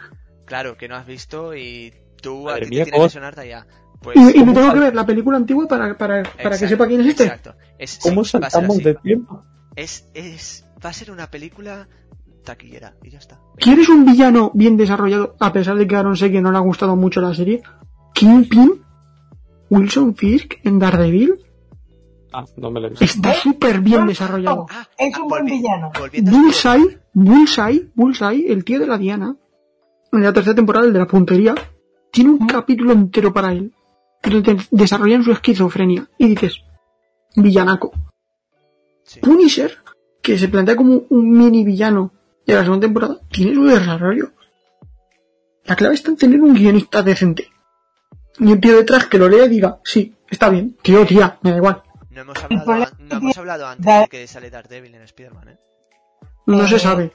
Claro, que no has visto y tú a
Madre
ti
mía,
te tiene
¿cómo?
que sonar de allá. Pues,
Y, y me tengo que ver la película antigua para, para, para que
exacto,
sepa quién es este.
Exacto. Es,
¿Cómo
sí, va a ser
saltamos
así.
de tiempo?
Es, es, va a ser una película taquillera y ya está.
¿Quieres un villano bien desarrollado? A pesar de que a Aaron Seguin no le ha gustado mucho la serie. Kingpin, Wilson Fisk en Daredevil.
Ah, no me lo he visto.
Está súper bien desarrollado.
¿Eh? Ah,
Es
ah,
un buen
volvi-
villano.
Volviendo a Spider-Man.
Bullseye, Bullseye, Bullseye, el tío de la Diana. En la tercera temporada, el de la puntería. Tiene un capítulo entero para él. Donde desarrollan su esquizofrenia. Y dices, villanaco.
Sí.
Punisher, que se plantea como un mini villano de la segunda temporada, tiene su desarrollo. La clave está en tener un guionista decente. Y un tío detrás que lo lea y diga, sí, está bien, tío, tía, me da igual.
No hemos hablado,
problema
an-
que
no hemos
tiene-
hablado antes
Da-
de que sale Daredevil en Spider-Man, ¿eh?
No
Eh,
se sabe.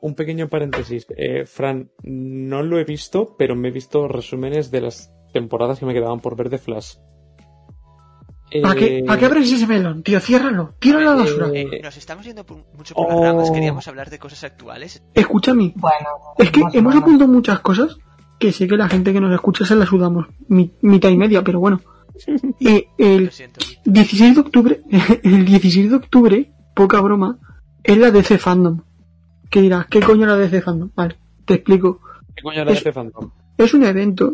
Un pequeño paréntesis. Eh, Fran, no lo he visto, pero me he visto resúmenes de las temporadas que me quedaban por ver de Flash.
¿Para qué,
Eh,
¿Para qué abres ese melón, tío? Ciérralo, tíralo a la basura.
Eh,
Nos estamos yendo por- mucho por
Oh.
las ramas, queríamos hablar de cosas actuales.
Escúchame,
Bueno,
es que
más o
hemos
menos.
apuntado muchas cosas que sé que la gente que nos escucha se la sudamos mi- mitad y media, pero bueno. Eh, el
Lo siento.
16 de octubre, el 16 de octubre, poca broma, es la DC Fandom. Que dirás, ¿qué coño es la DC Fandom? Vale, te explico.
¿Qué coño era
es-
este fandom?
Es un evento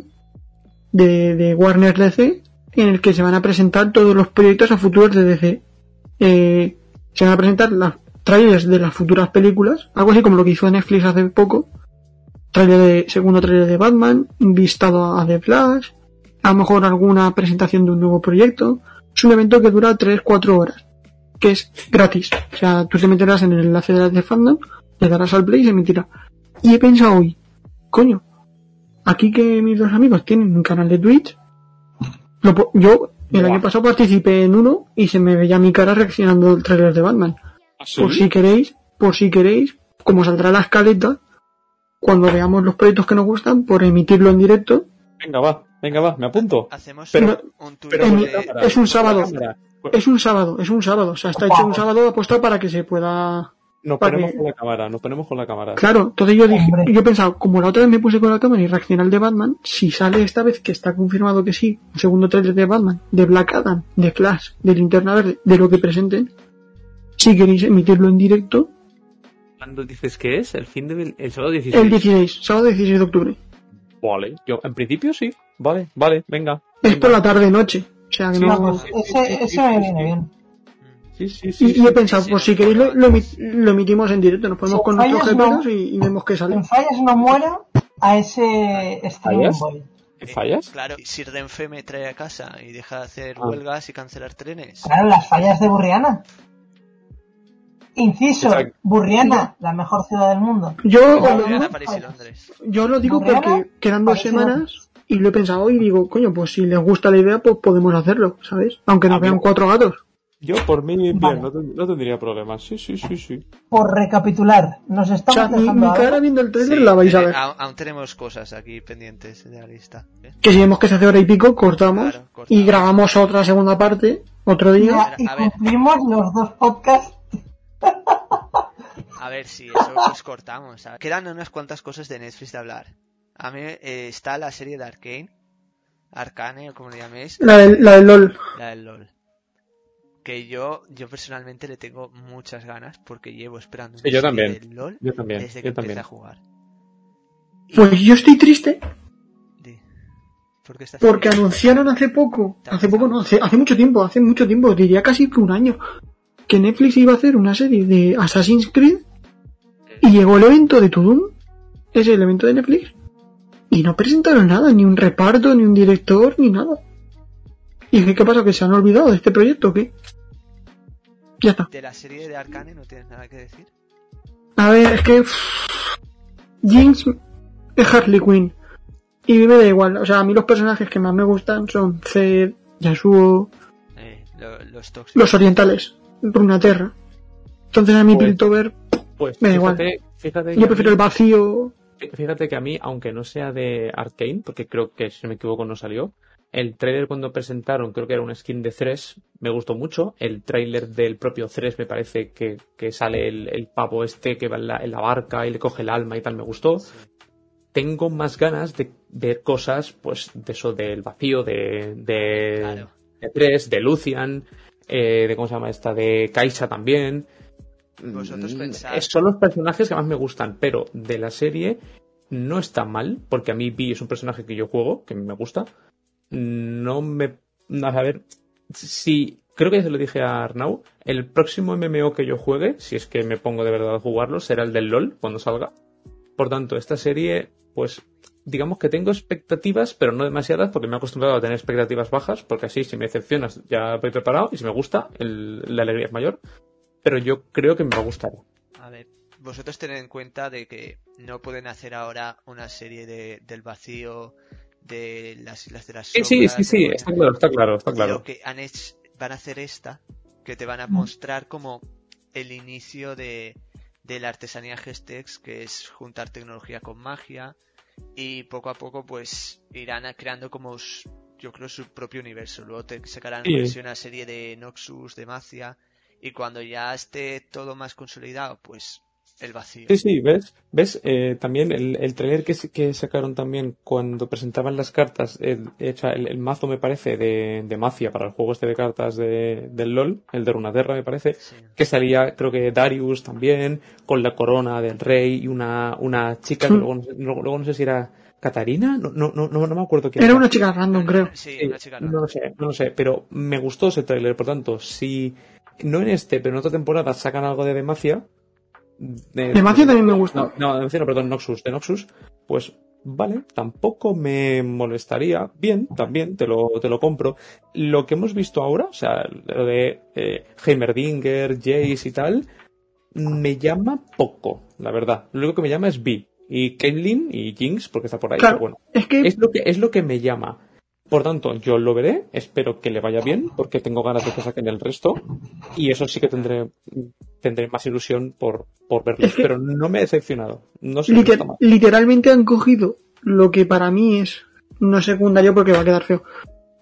de, de Warner DC en el que se van a presentar todos los proyectos a futuros de DC. Eh, se van a presentar las trailers de las futuras películas, algo así como lo que hizo Netflix hace poco. Trailer de, segundo trailer de Batman, un vistado a The Flash, a lo mejor alguna presentación de un nuevo proyecto. Es un evento que dura 3-4 horas, que es gratis. O sea, tú te meterás en el enlace de, la de fandom, le darás al play y se emitirá. Y he pensado hoy, coño, aquí que mis dos amigos tienen un canal de Twitch, lo po- yo el
Buah.
año pasado participé en uno y se me veía mi cara reaccionando al trailer de Batman. Por si queréis, por si queréis, como saldrá la escaleta, cuando veamos los proyectos que nos gustan, por emitirlo en directo,
Venga, va, venga, va, me apunto.
Hacemos
Pero-
un, un tour
pero
en-
con
de-
cámara,
es un
con
sábado.
cámara.
Es un sábado, es un sábado. O sea, está hecho un sábado apuesta para que se pueda.
Nos
Para
ponemos
que-
con la cámara, nos ponemos con la cámara.
Claro, entonces yo dije,
Hombre.
yo he pensado, como la otra vez me puse con la cámara y reaccioné al de Batman, si sale esta vez que está confirmado que sí, un segundo trailer de Batman, de Black Adam, de Flash, de Linterna Verde, de lo que presenten, si queréis emitirlo en directo,
¿Cuándo dices que es? El fin del el sábado 16.
el 16, sábado 16 de octubre.
Vale, yo en principio sí. Vale, vale, venga.
Es por la tarde-noche. O sea, que
Sí,
No,
no.
pues ese, ese me viene bien.
Mm.
Sí, sí, sí.
Y, y he pensado,
sí,
pues
sí,
si queréis lo,
sí.
lo emi- lo emitimos en directo, nos ponemos
Sí,
con nuestros
fallas, no.
gemelos y, y vemos qué sale.
En fallas no muera a ese stream
¿Fallas?
boy.
¿Te
Eh,
fallas?
Claro, y si Renfe me trae a casa y deja de hacer
Ah.
huelgas y cancelar trenes.
Claro, las fallas de Burriana. Inciso,
Exacto.
Burriana, la mejor ciudad del mundo.
Yo,
Como
os lo
llegan
digo,
a París y Londres.
Yo lo digo
¿Burriana?
porque quedan dos
Parece
semanas y lo he pensado y digo, coño, pues si les gusta la idea, pues podemos hacerlo, ¿sabes? Aunque
Ah,
nos
Amigo.
vean cuatro gatos.
Yo por mí bien,
Vale.
no, ten- no tendría problemas. Sí, sí, sí, sí.
Por recapitular, nos
O sea,
estamos
mi,
dejando
mi
algo.
cara viendo el trailer
Sí,
la vais a
eh,
ver.
Aún, aún tenemos cosas aquí pendientes de la lista. ¿eh?
Que si vemos que se hace hora y pico, cortamos
Claro, cortamos.
y grabamos otra segunda parte, otro día.
Mira,
A
y
ver.
cumplimos los dos podcasts.
A ver si eso pues cortamos. ¿sabes? Quedan unas cuantas cosas de Netflix de hablar. A mí eh, está la serie de Arcane, Arcane o como le llaméis,
La del, la del LOL.
la del LOL. Que yo, yo personalmente le tengo muchas ganas porque llevo esperando
Sí, yo
una serie
también.
del LOL
Yo también,
desde que
yo
empecé
también.
a jugar.
Pues yo estoy triste
Di, ¿por qué estás
porque
triste?
anunciaron hace poco, hace poco no, hace, hace mucho tiempo, hace mucho tiempo, diría casi que un año, que Netflix iba a hacer una serie de Assassin's Creed y llegó el evento de Tudum, ese el evento de Netflix, y no presentaron nada, ni un reparto, ni un director, ni nada. Y dije, ¿qué pasa? ¿Que se han olvidado de este proyecto o qué? Ya está.
de la serie de Arcane no tienes nada que decir.
A ver, es que. uff, Jinx es Harley Quinn. Y me da igual. O sea, a mí los personajes que más me gustan son Zed, Yasuo,
Eh, lo- los tóxicos.
los orientales, Runaterra. Entonces a mí
Pues-
Piltover,
Pues
Me da
fíjate, fíjate que
yo
a
prefiero el
mí-
vacío.
Fíjate que a mí, aunque no sea de Arkane, porque creo que si no me equivoco no salió, el tráiler cuando presentaron, creo que era un skin de Thresh, me gustó mucho. El tráiler del propio Thresh me parece que, que sale el, el pavo este que va en la, en la barca y le coge el alma y tal, me gustó. Tengo más ganas de ver cosas, pues, de eso, del vacío, de, de,
Claro.
de Thresh, E de Lucian, eh, de cómo se llama esta, de Kaisa también.
Vosotros
Mm,
pensad.
eh, Son los personajes que más me gustan, pero de la serie no está mal, porque a mí Vi es un personaje que yo juego, que me gusta. No me. no, a ver, si. Creo que ya se lo dije a Arnau. El próximo MMO que yo juegue, si es que me pongo de verdad a jugarlo, será el del LOL cuando salga. Por tanto, esta serie, pues digamos que tengo expectativas, pero no demasiadas, porque me he acostumbrado a tener expectativas bajas, porque así si me decepcionas ya voy preparado y si me gusta, el- la alegría es mayor. Pero yo creo que me va a gustar.
A ver, vosotros tened en cuenta de que no pueden hacer ahora una serie de, del vacío, de las Islas de las
Sí, sí,
Sombras,
sí, sí,
de-
está claro, está claro, está
Lo
Ah, claro.
que han hecho, van a hacer esta, que te van a
Mm.
mostrar como el inicio de, de la artesanía Gestex, que es juntar tecnología con magia, y poco a poco pues irán a- creando como s- yo creo su propio universo. Luego te sacarán
Sí.
pues, una serie de Noxus, de Macia, y cuando ya esté todo más consolidado, pues el vacío.
Sí, sí, ¿ves? ¿Ves? Eh, también el, el trailer que, se- que sacaron también cuando presentaban las cartas, eh, eh, o sea, el, el mazo me parece de, de Macia para el juego este de cartas de, del LOL, el de Runaterra me parece,
Sí.
que salía creo que Darius también, con la corona del rey y una, una chica que
Hmm.
luego, no sé- luego- luego no sé si era Catarina, no, no, no, no, no me acuerdo quién
Era una chica random, creo.
Sí,
Sí,
una chica
no
rara.
lo sé, no lo sé, pero me gustó ese tráiler, por tanto, si no en este, pero en otra temporada sacan algo de Demacia, de,
Demacia también me gusta.
no, no, Demacia no, perdón, Noxus, de Noxus, pues Vale, tampoco me molestaría. Bien, también te lo, te lo compro. Lo que hemos visto ahora, o sea, lo de eh, Heimerdinger, Jace y tal, me llama poco, la verdad. Lo único que me llama es B. Y Caitlyn y Jinx, porque está por ahí.
Claro,
pero bueno,
es que
es lo, que, es lo que me llama. Por tanto, yo lo veré, espero que le vaya bien, porque tengo ganas de que saquen el resto. Y eso sí que tendré, tendré más ilusión por, por verlo.
Es que-
Pero no me he decepcionado. No sé
liter-
está mal.
literalmente han cogido lo que para mí es no secundario porque va a quedar feo,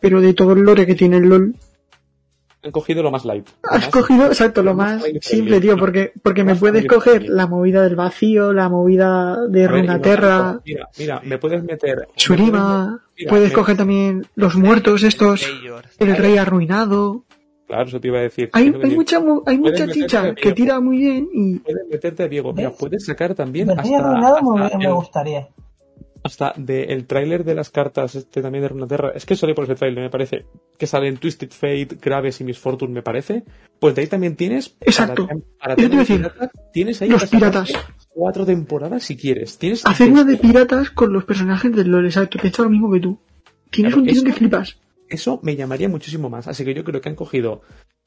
pero de todo el lore que tiene el LOL,
Han cogido lo más light.
has
Además,
cogido exacto lo
lo más
más
friendly,
simple, tío, porque, porque me
más
puedes
friendly.
coger la movida del vacío, la movida de
a ver,
Runaterra,
Mira, mira, me puedes meter.
Surima,
Mira,
puedes
me-
coger también los muertos estos,
Taylor.
el rey arruinado,
Claro, eso te iba a decir.
hay,
Es lo que
hay
digo.
mucha, mu- hay mucha
meterte
chicha
de
que
viejo.
tira muy bien y
Puedes meterte a Diego. Mira,
¿Ves? Pues
puedes sacar también
Me
hasta,
tenía arruinado me,
hasta
me
el-
gustaría.
hasta de el tráiler de las cartas este también de Runaterra, es que sale por ese tráiler me parece, que salen Twisted Fate, Graves y Misfortune me parece, pues de ahí también tienes para-
Exacto.
para,
Yo te iba a
tener
decir,
piratas, tienes ahí
los
para sacarte
piratas.
cuatro temporadas si quieres, tienes
hacer una de piratas con los personajes del LOL, exacto, te he hecho lo mismo que tú. Tienes
Claro,
un tío
eso-
que flipas.
eso me llamaría muchísimo más, así que yo creo que han cogido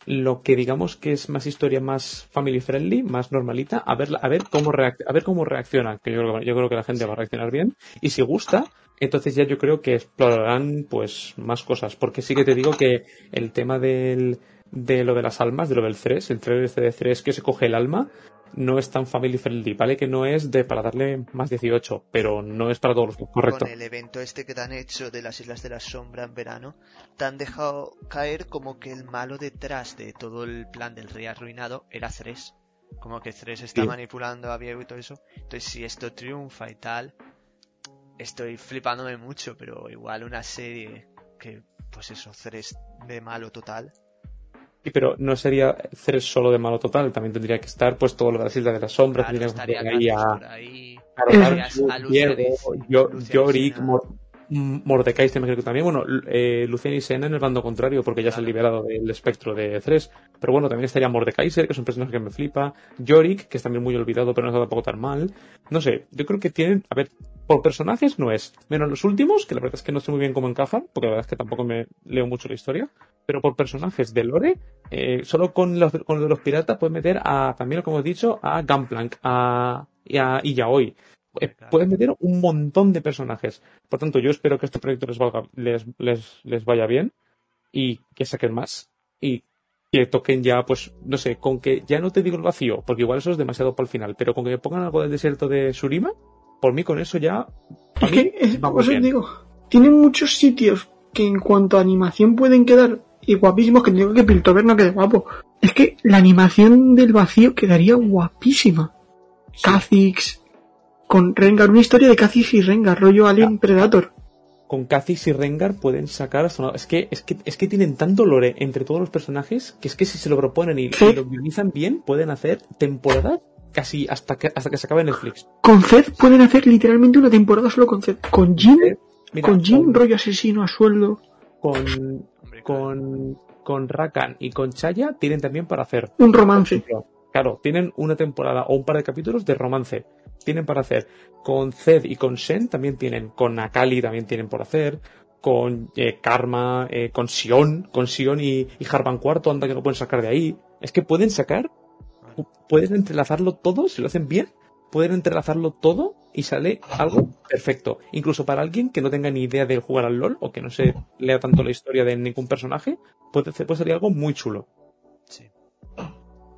lo que digamos que es más historia más family friendly, más normalita, a ver a ver cómo reac- a ver cómo reacciona, que yo creo, yo creo que la gente va a reaccionar bien y si gusta, entonces ya yo creo que explorarán pues más cosas, porque sí que te digo que el tema del de lo de las almas, de lo del Thresh, el trailer este de Thresh que se coge el alma, no es tan family friendly, vale que no es de para darle más 18, pero no es para todos los correcto.
Con el evento este que te han hecho de las Islas de la Sombra en verano, te han dejado caer como que el malo detrás de todo el plan del rey arruinado era Thresh. Como que Thresh está
Sí.
manipulando a Diego y todo eso. Entonces, si esto triunfa y tal, estoy flipándome mucho, pero igual una serie que, pues eso, Thresh de malo total.
Sí, pero no sería Ceres solo de malo total, también tendría que estar pues todo lo de las Islas de las Sombras,
Claro,
tendría que
estaría
estar ahí a,
Carlos por ahí.
claro,
Eh.
claro,
Gracias a Lucia
Diego,
Diz,
Yo-
Lucia
Yorick,
Lucena.
Mor- M- Mordecai, me creo que también, bueno, L- eh, Lucian y Sena en el bando contrario, porque ya se han
Claro.
liberado del espectro de Ceres, pero bueno, también estaría Mordekaiser, que es un personaje que me flipa, Yorick, que es también muy olvidado, pero no está tampoco tan mal, no sé, yo creo que tienen, a ver, por personajes no es, menos los últimos, que la verdad es que no sé muy bien cómo encajan, porque la verdad es que tampoco me leo mucho la historia, pero por personajes de Lore, eh, solo con los, con lo de los piratas puedes meter a, también como he dicho, a Gunplank, a, y a y Yaoi. Eh,
Claro.
Puedes meter un montón de personajes. Por tanto, yo espero que este proyecto les, valga, les, les, les vaya bien y que saquen más y que toquen ya, pues, no sé, con que ya no te digo el vacío, porque igual eso es demasiado para el final, pero con que me pongan algo del desierto de Surima, por mí con eso ya... para
Es que,
mí,
es,
va muy
por eso
bien.
digo, tienen muchos sitios que en cuanto a animación pueden quedar y guapísimos, que digo que Piltover no quede guapo. Es que la animación del vacío quedaría guapísima.
Sí.
Kha'Zix, con Rengar, una historia de Kha'Zix y Rengar, rollo Alien Predator.
con Kha'Zix y Rengar pueden sacar hasta una- Es que, es que es que tienen tanto lore entre todos los personajes que es que si se lo proponen y, y
Sí.
lo guionizan bien, pueden hacer temporadas casi hasta que hasta que se acabe Netflix.
Con Zed pueden hacer literalmente una temporada solo con Zed. Con Jim,
Eh, Mira,
con Jim,
con,
rollo asesino a sueldo.
con,
Hombre, claro.
con, con Rakan y con Chaya tienen también para hacer.
Un romance.
Por ejemplo, Claro, tienen una temporada o un par de capítulos de romance. Tienen para hacer. Con Zed y con Shen también tienen. Con Akali también tienen por hacer. Con eh, Karma, eh, con Sion, con Sion y, y Harvan Cuarto, anda que lo pueden sacar de ahí. Es que pueden sacar, pu- pueden entrelazarlo todo, si lo hacen bien, pueden entrelazarlo todo y sale algo perfecto. Incluso para alguien que no tenga ni idea de jugar al LOL o que no se lea tanto la historia de ningún personaje, puede, hacer- puede salir algo muy chulo.
Sí.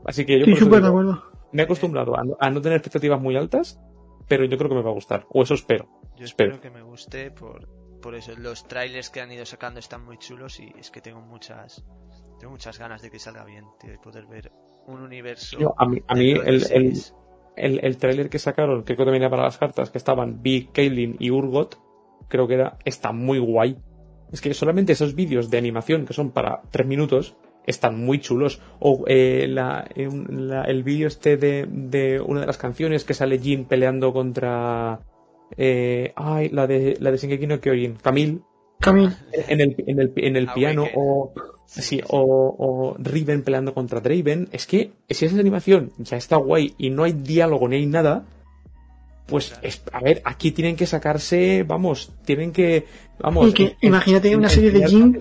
Así que yo
Estoy
por eso
súper de
digo,
acuerdo.
me he acostumbrado a no, a no tener expectativas muy altas, pero yo creo que me va a gustar. O eso espero.
Yo
Espero.
espero que me guste por, por eso. Los trailers que han ido sacando están muy chulos y es que tengo muchas tengo muchas ganas de que salga bien, tío, y poder ver un universo.
Yo, a mí, a mí
del LoL de
el, el,
series.
el, el tráiler que sacaron, que creo que también era para las cartas, que estaban B, Kaylin y Urgot, creo que era, está muy guay. Es que solamente esos vídeos de animación, que son para tres minutos, están muy chulos. O eh, la- eh, un- la- el vídeo este de, de una de las canciones que sale Jin peleando contra... eh, ay, la de, la de Shingeki no Kyojin, Camille,
Camil.
en el, en el, en el
Ah,
piano,
Waker.
o Sí, o, o Riven peleando contra Draven. Es que si esa animación ya está guay y no hay diálogo ni hay nada, Pues, es- a ver, aquí tienen que sacarse, vamos, tienen que, vamos.
Y que,
en-
imagínate una serie de
enseñar-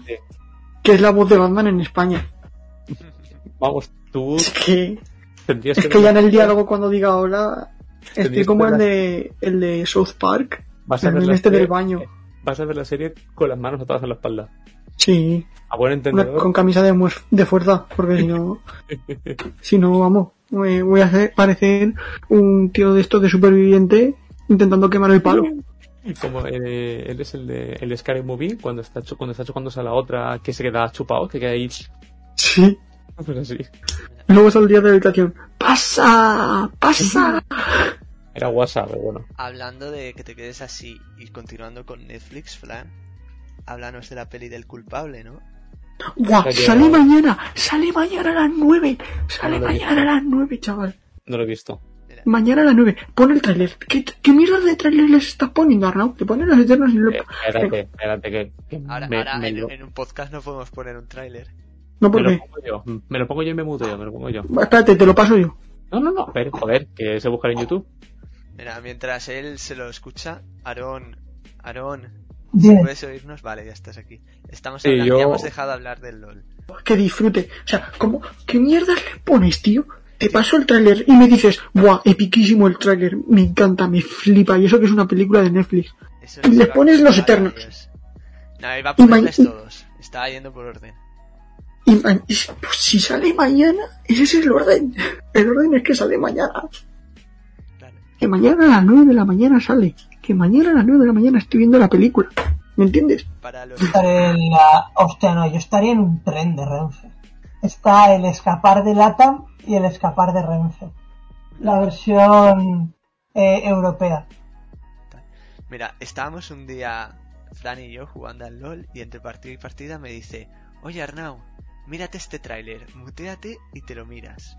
que es la voz de Batman en España.
Vamos, tú
Es que,
tendrías
es que ya en el diálogo cuando diga hola, estoy
Tenías
como
que
el
ver
de, el de South Park,
vas a
el
ver
meme
la
este
serie,
del baño.
vas a ver la serie con las manos atadas a la espalda.
Sí,
A buen
una-
entendedor.
con camisa de, muer- de fuerza, porque si no, si no, vamos, me voy a hacer parecer un tío de estos de superviviente intentando quemar el palo.
Como eh, él es el de, el de Scary Movie, cuando está, chu- cuando está chocándose a la otra, que se queda chupado, que queda ahí.
Sí,
Pues así.
luego saldría de la habitación. ¡Pasa! ¡Pasa!
Era WhatsApp, pero bueno.
Hablando de que te quedes así y continuando con Netflix, Fran, háblanos de la peli del culpable, ¿no?
¡Guau!
Está
¡Sale
lleno.
mañana! ¡Sale mañana a las nueve! ¡Sale
No lo he
mañana a
visto.
las nueve, chaval!
No lo he visto.
Mira,
Mañana a las 9. Pon el tráiler. ¿Qué, ¿Qué mierda de tráiler les estás poniendo, Arnau? Te ponen los eternos y lo...
Eh, espérate, espérate, que, que
ahora,
me,
ahora
me
en,
lo,
en un podcast no podemos poner un tráiler.
No,
me lo
porque...
pongo yo. Me lo pongo yo y me muteo, me lo pongo yo.
Espérate, te lo paso yo.
No, no, no. A ver, joder, que se buscar en YouTube.
Mira, mientras él se lo escucha, Aarón, Aarón,
Dime.
¿puedes oírnos? Vale, ya estás aquí. Estamos
Sí,
hablando,
yo-
ya hemos dejado de hablar del LOL.
Que disfrute. O sea, ¿cómo? ¿Qué mierda le pones, tío? Te paso el tráiler y me dices, ¡buah, epiquísimo el tráiler! Me encanta, me flipa. Y eso que es una película de Netflix.
Eso
Y
no
le
se va a
pones los
contar,
Eternos.
adiós. No, iba a
Y ma-
ponerles todos. Estaba yendo por orden.
Y ma- es- pues, si sale mañana, ese es el orden. El orden es que sale mañana.
Claro.
Que mañana a las 9 de la mañana sale. Que mañana a las 9 de la mañana estoy viendo la película. ¿Me entiendes?
Para los...
Estaré en la... Hostia, no, yo estaría en un tren de Renfe. Está el escapar de Latam y el escapar de Renfe. La versión eh, europea.
Mira, estábamos un día, Fran y yo, jugando al LOL y entre partida y partida me dice, oye Arnau, mírate este tráiler, muteate y te lo miras.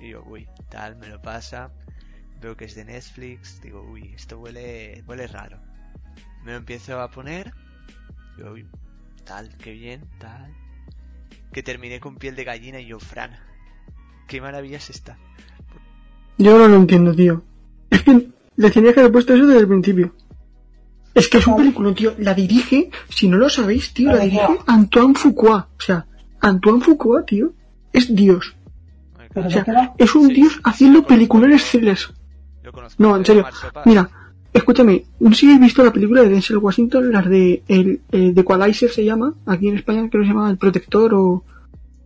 Y yo, uy, tal, me lo pasa, veo que es de Netflix, digo, uy, esto huele, huele raro. Me lo empiezo a poner, digo, uy, tal, qué bien, tal. Que terminé con piel de gallina y yo, Fran, qué maravilla es esta.
Yo no lo entiendo, tío. Es que le tenía que haber puesto eso desde el principio. Es que es un película, tío. La dirige, si no lo sabéis, tío, la
Ay,
dirige
Dios.
Antoine Fuqua. O sea, Antoine Fuqua, tío, es Dios.
Ay,
Pero
O
claro,
sea,
no queda-
es un
Sí,
dios
sí, lo
haciendo
conozco.
peliculares thrillers.
Lo conozco.
No, en
de
serio.
Omar Sopa.
Mira, escúchame, no sé si habéis visto la película de Denzel Washington, las de el, el de Equalizer se llama, aquí en España creo que se llama El Protector o,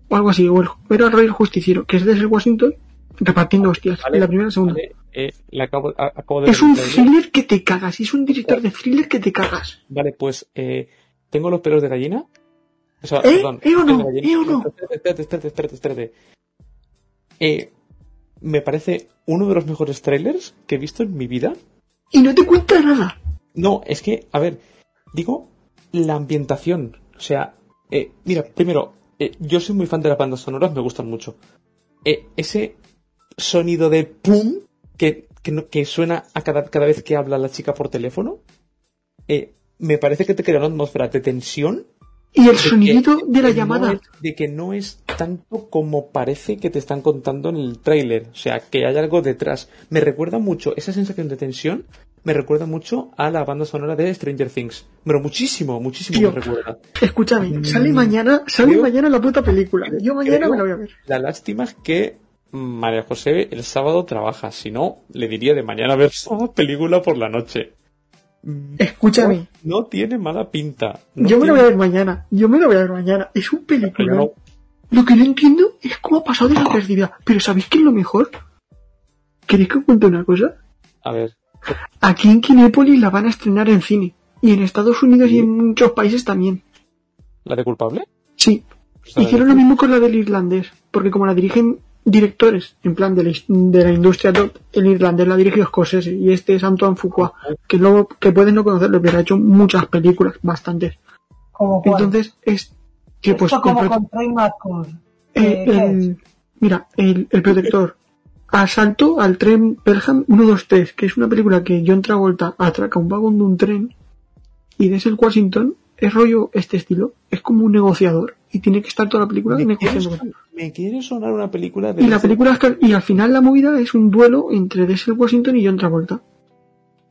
o algo así, o el, era el Rey Justiciero, que es Denzel Washington repartiendo hostias,
Vale,
en la primera y la segunda.
Vale, eh, la acabo, a- acabo de
Es
ver
un
el trailer.
thriller que te cagas, es un director de thriller que te cagas.
Vale, pues eh, tengo los pelos de gallina. O sea,
¿Eh?
perdón.
¿Eh o
pelos
no?
de gallina.
¿Eh o no?
Espérate, espérate, espérate, espérate. Eh, me parece uno de los mejores trailers que he visto en mi vida.
Y no te cuenta nada.
No, es que, a ver, digo la ambientación. O sea, eh, mira, primero, eh, yo soy muy fan de las bandas sonoras, me gustan mucho. Eh, ese sonido de pum que, que, no- que suena a cada, cada vez que habla la chica por teléfono, eh, me parece que te crea una atmósfera de tensión.
Y el
de que-
sonidito de la
que no
llamada.
es- de que no es tanto como parece que te están contando en el tráiler. O sea, que hay algo detrás. Me recuerda mucho, esa sensación de tensión me recuerda mucho a la banda sonora de Stranger Things. Pero muchísimo, muchísimo
Tío.
me recuerda.
Escúchame,
Mm.
sale mañana, sale
Creo-
mañana la puta película. Yo mañana
creo-
me la voy a ver.
La lástima es que María José el sábado trabaja. Si no, le diría de mañana a ver su película por la noche.
Escúchame,
No tiene mala pinta. No
yo me la voy a
tiene-
ver mañana. Yo me la voy a ver mañana. Es un película.
Pero no-
Lo que no entiendo es cómo ha pasado desapercibida. Pero ¿sabéis qué es lo mejor? ¿Queréis que os cuente una cosa?
A ver,
Aquí en Kinépolis la van a estrenar en cine. Y en Estados Unidos y en muchos países también.
¿la de culpable?
Sí, Hicieron lo mismo con la del irlandés, porque como la dirigen directores, en plan de la, is- de la industria top, el irlandés la dirigió Scorsese y este es Antoine Fuqua, que luego que puedes no conocerlo, pero ha hecho muchas películas, bastantes.
Como cual.
Entonces es que pues
Esto como
compro-
con Troy McClure.
eh,
Eh, ¿qué
el- mira, el, el protector. Asalto al tren Pelham 123, que es una película que John Travolta atraca un vagón de un tren y desde el Washington es rollo este estilo, es como un negociador y tiene que estar toda la película
Me quiere,
negociando. con-
sonar, me quiere sonar una película de
y la película es que- y al final la movida es un duelo entre Denzel Washington y John Travolta.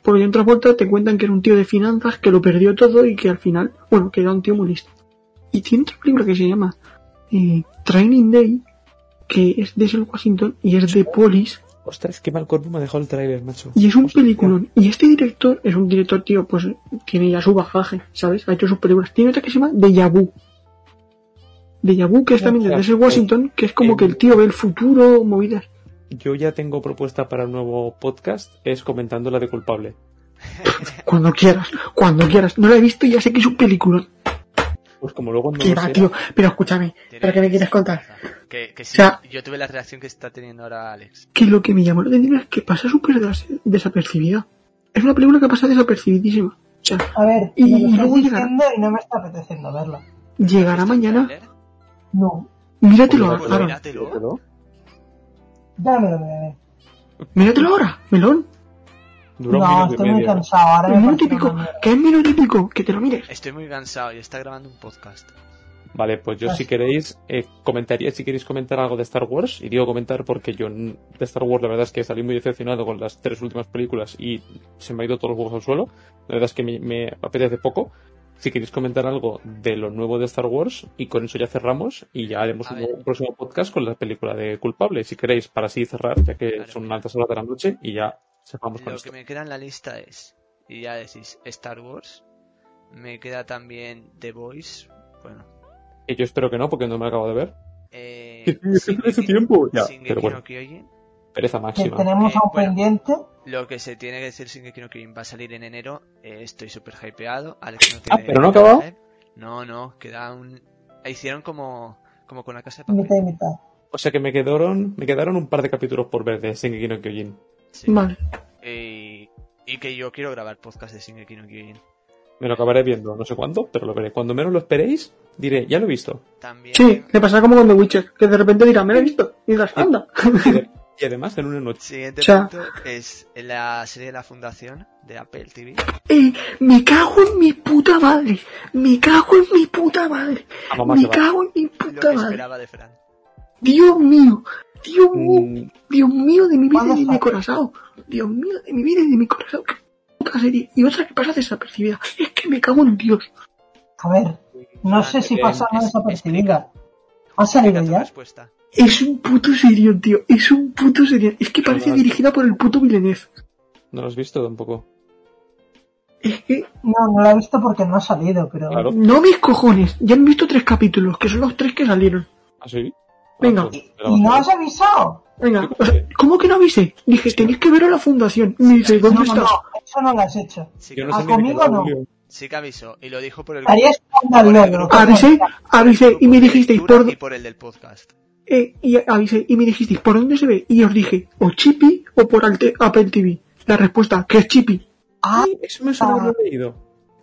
porque en otras vueltas te cuentan que era un tío de finanzas, que lo perdió todo y que al final, bueno, que era un tío muy listo. Y tiene otra película que se llama eh, Training Day, que es de Sel Washington y es de Polis.
Ostras, qué mal cuerpo me ha dejado el trailer, macho.
Y es un
Hostia.
peliculón. Y este director es un director, tío, pues tiene ya su bagaje, ¿sabes? Ha hecho sus películas. Tiene otra que se llama Deja Vu. Deja Vu, que es también de
Ostras,
Denzel Washington, que es como
eh,
que el tío ve el futuro, movidas.
Yo ya tengo propuesta para un nuevo podcast, es comentando la de culpable.
Cuando quieras, cuando quieras. No lo he visto y ya sé que es un peliculón.
Pues como luego no
Que
lo
va,
sea,
tío. Pero escúchame, ¿pero qué me quieres contar?
Que, que sí,
sea-
yo tuve la reacción que está teniendo ahora Alex.
Que lo que me llamó la atención es que pasa súper des- desapercibida. Es una película que pasa desapercibidísima. O sea,
A ver,
Y
me lo estás
luego llegará.
diciendo y no me está apeteciendo verla.
llegará mañana,
¿Trailer?
No,
míratelo
Pues
ahora.
Pues
claro.
Aaron.
míratelo.
ya me lo voy a ver.
Míratelo ahora, melón.
Duró un
no,
minuto
estoy
y
muy
medio.
cansado. Ahora me
Es muy
parece una
típico,
mierda.
que es menos típico, que te lo mires.
¿eh? Estoy muy cansado y está grabando un podcast.
Vale, pues yo si
Gracias.
queréis, eh, comentaría, si queréis comentar algo de Star Wars, y digo comentar porque yo n- de Star Wars la verdad es que salí muy decepcionado con las tres últimas películas y se me ha ido todos los huevos al suelo, la verdad es que me, me apetece poco. Si queréis comentar algo de lo nuevo de Star Wars, y con eso ya cerramos, y ya haremos
A
un,
ver.
nuevo- próximo podcast con la película de Culpable, si queréis, para así cerrar, ya que
Claro,
son
mira.
altas horas de la noche, y ya cerramos con
Lo
esto.
que me queda en la lista es, y ya decís, Star Wars. Me queda también The Voice. Bueno,
Y yo espero que no, porque no me lo acabo de ver.
eh,
Que sí, es que no hace
Shingeki-
tiempo. Ya,
Shingeki
pero bueno.
no Kyojin.
Pereza
Que
máxima.
tenemos
Eh,
a un
bueno.
pendiente.
Lo que se tiene que decir Shingeki no Kyojin va a salir en enero. eh, estoy súper hypeado. Alex no
Ah,
tiene
pero no ha
nada
acabado.
hype. No, no, queda un. Hicieron como, como con la casa de papel.
Mitad y mitad.
O sea que me quedaron, me quedaron un par de capítulos por ver de Shingeki no Kyojin.
Sí.
Vale,
Y, Eh, y que yo quiero grabar podcast de Shingeki no Kyojin.
Me lo acabaré viendo, no sé cuándo, pero lo veré. Cuando menos lo esperéis, diré, ya lo he visto.
También.
sí, le pasa como con The Witcher, que de repente dirá, me lo he visto, y dirás, anda.
Y, de- y además en una noche.
Siguiente
O sea-
punto es la serie de la fundación de Apple TV.
Eh, me cago en mi puta madre, me cago en mi puta madre,
A mamá que
me
va.
cago en mi
Lo
puta
que
madre.
esperaba de Fran.
Dios mío, Dios mío,
Mm,
Dios mío de mi vida
¿Cuándo
y de mi
sale?
corazón, Dios mío de mi vida y de mi corazón. Qué puta serie. Y otra que pasa desapercibida, es que me cago en Dios.
A ver, no sé si
eh,
pasa
es-
más
explica.
desapercibida. ¿Ha salido
Explica tu
ya?
respuesta.
Es un puto serio, tío, es un puto serio. Es que parece
Total.
dirigida por el puto Villeneuve.
No lo has visto tampoco.
Es que
No, no la he visto porque no ha salido, pero
Claro.
No mis cojones, ya han visto tres capítulos, que son los tres que salieron.
¿Ah, sí? Ah,
Venga.
pues,
¿Y,
me la
y no
bajaré.
has avisado?
Venga, o sea, ¿cómo que no avisé? Dije, tenéis que ver a la fundación. Me dice,
No,
¿dónde
no,
está?
no, eso no lo has hecho.
Sí que,
Yo no
Ah,
sé ni de qué
conmigo
va,
no.
Julio.
sí que avisó. Y lo dijo por el
Estarías jugando al logro.
Avisé, avisé, y me dijisteis, por,
y por el del podcast.
eh, y avisé, y me dijisteis, ¿por dónde se ve? Y os dije, o Chippy o por Alte- Apple TV. La respuesta, que es Chippy.
Ah,
Sí, Eso me suena haberlo leído.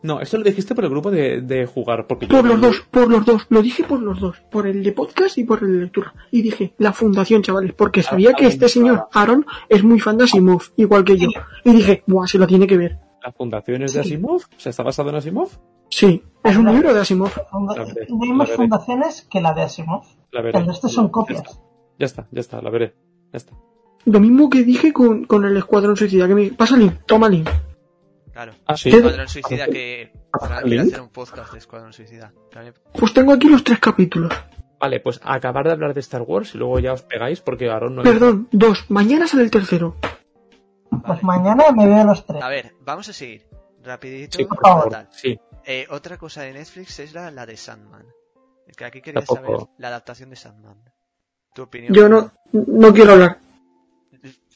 No, eso lo dijiste por el grupo de, de jugar. Porque yo-
Por los dos, por los dos, lo dije por los dos, por el de podcast y por el de lectura. Y dije, la fundación, chavales, porque sabía que este señor, Aaron, es muy fan de Asimov, igual que yo. Y dije, buah, se lo tiene que ver.
Las fundaciones de
Sí.
Asimov. O sea, está basado en Asimov.
Sí, es un libro de Asimov.
funda-
La veré,
Hay
la
más
veré.
fundaciones que la de Asimov.
La veré.
El resto son
Ya
copias.
está, ya está, ya está, la veré. Ya está.
Lo mismo que dije con, con el Escuadrón Suicida, que me pasa Link, toma Link.
Claro.
Ah, sí.
¿Qué?
Escuadrón Suicida que. Fran quiere
¿Link?
hacer un podcast de Escuadrón Suicida. También-
Pues tengo aquí los tres capítulos.
Vale, pues acabar de hablar de Star Wars y luego ya os pegáis porque Aaron no...
Perdón, dos. Mañana sale el tercero.
Pues
vale.
mañana me veo los tres.
A ver, vamos a seguir. Rapidito.
Sí, por
por favor.
favor.
Tal.
Sí.
Eh, otra cosa de Netflix es la, la de Sandman. Que aquí quería
Tampoco.
saber la adaptación de Sandman. ¿Tu opinión?
Yo no, no quiero hablar.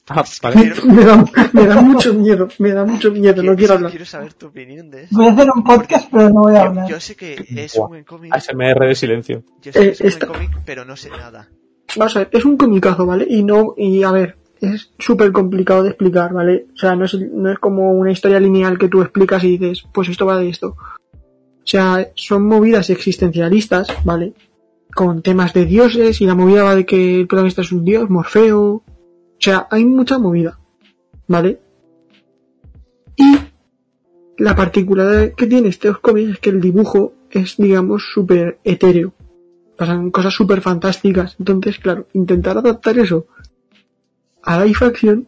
Ah, vale.
Me, me da, me da mucho miedo, me da mucho miedo, no quiero hablar.
Quiero saber tu opinión de eso.
Voy a hacer un podcast, pero no voy a
Yo,
hablar.
yo sé que es
Buah.
un buen cómic.
ASMR de silencio.
Yo sé que
Eh,
es un buen
esta-
cómic, pero no sé nada.
Vamos a ver, es un comicazo, ¿vale? Y no, y a ver, es súper complicado de explicar, ¿vale? O sea, no es, no es como una historia lineal que tú explicas y dices, pues esto va de esto. O sea, son movidas existencialistas, ¿vale? Con temas de dioses y la movida va de que el protagonista es un dios, Morfeo. O sea, hay mucha movida, ¿vale? Y la particularidad que tiene este cómics es que el dibujo es, digamos, súper etéreo pasan cosas súper fantásticas. Entonces, claro, intentar adaptar eso a Life Action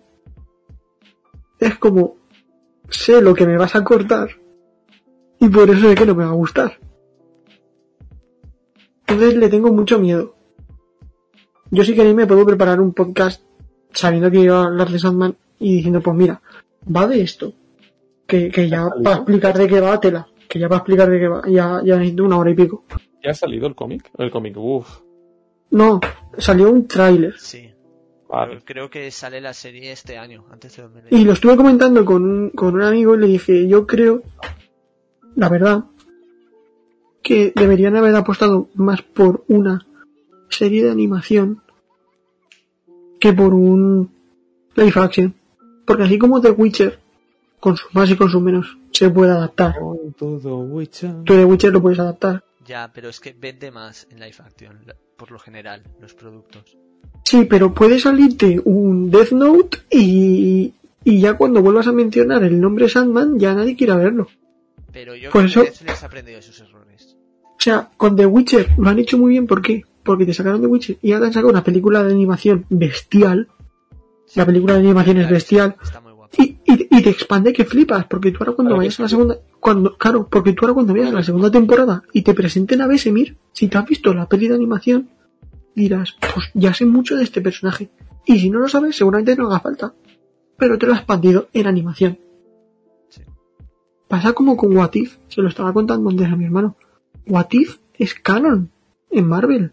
es como sé lo que me vas a cortar y por eso sé que no me va a gustar. Entonces le tengo mucho miedo. Yo sí que ni me puedo preparar un podcast sabiendo que iba a hablar de Sandman y diciendo, pues mira, va de esto. Que, que ya para explicar de qué va, tela. Que ya para explicar de qué va, ya, ya necesito una hora y pico.
¿Ya ha salido el cómic? El cómic, uff.
No, salió un tráiler.
Sí.
Vale.
Creo que sale la serie este año, antes de 2020.
Y lo estuve comentando con un, con un amigo y le dije, yo creo, la verdad, que deberían haber apostado más por una serie de animación que por un live action. Porque así como The Witcher, con sus más y con sus menos, se puede adaptar. Tú The Witcher lo puedes adaptar.
Ya, pero es que vende más en Life Action, la- por lo general, los productos.
Sí, pero puede salirte un Death Note y, y ya cuando vuelvas a mencionar el nombre Sandman, ya nadie quiera verlo.
Pero yo
Por
creo
eso-
que Netflix ha aprendido sus errores.
O sea, con The Witcher lo han hecho muy bien, ¿por qué? Porque te sacaron The Witcher y ahora han sacado una película de animación bestial. La película de animación es
Claro,
bestial.
Está muy guapo.
Y, y- y te expande que flipas, porque tú ahora cuando
Claro que
vayas a la segunda, cuando, claro, porque tú ahora cuando vayas a la segunda temporada y te presenten a Besemir, si te has visto la peli de animación, dirás, pues ya sé mucho de este personaje. Y si no lo sabes, seguramente no haga falta. Pero te lo ha expandido en animación.
Sí.
Pasa como con Watif, se lo estaba contando antes a mi hermano. Watif es canon en Marvel.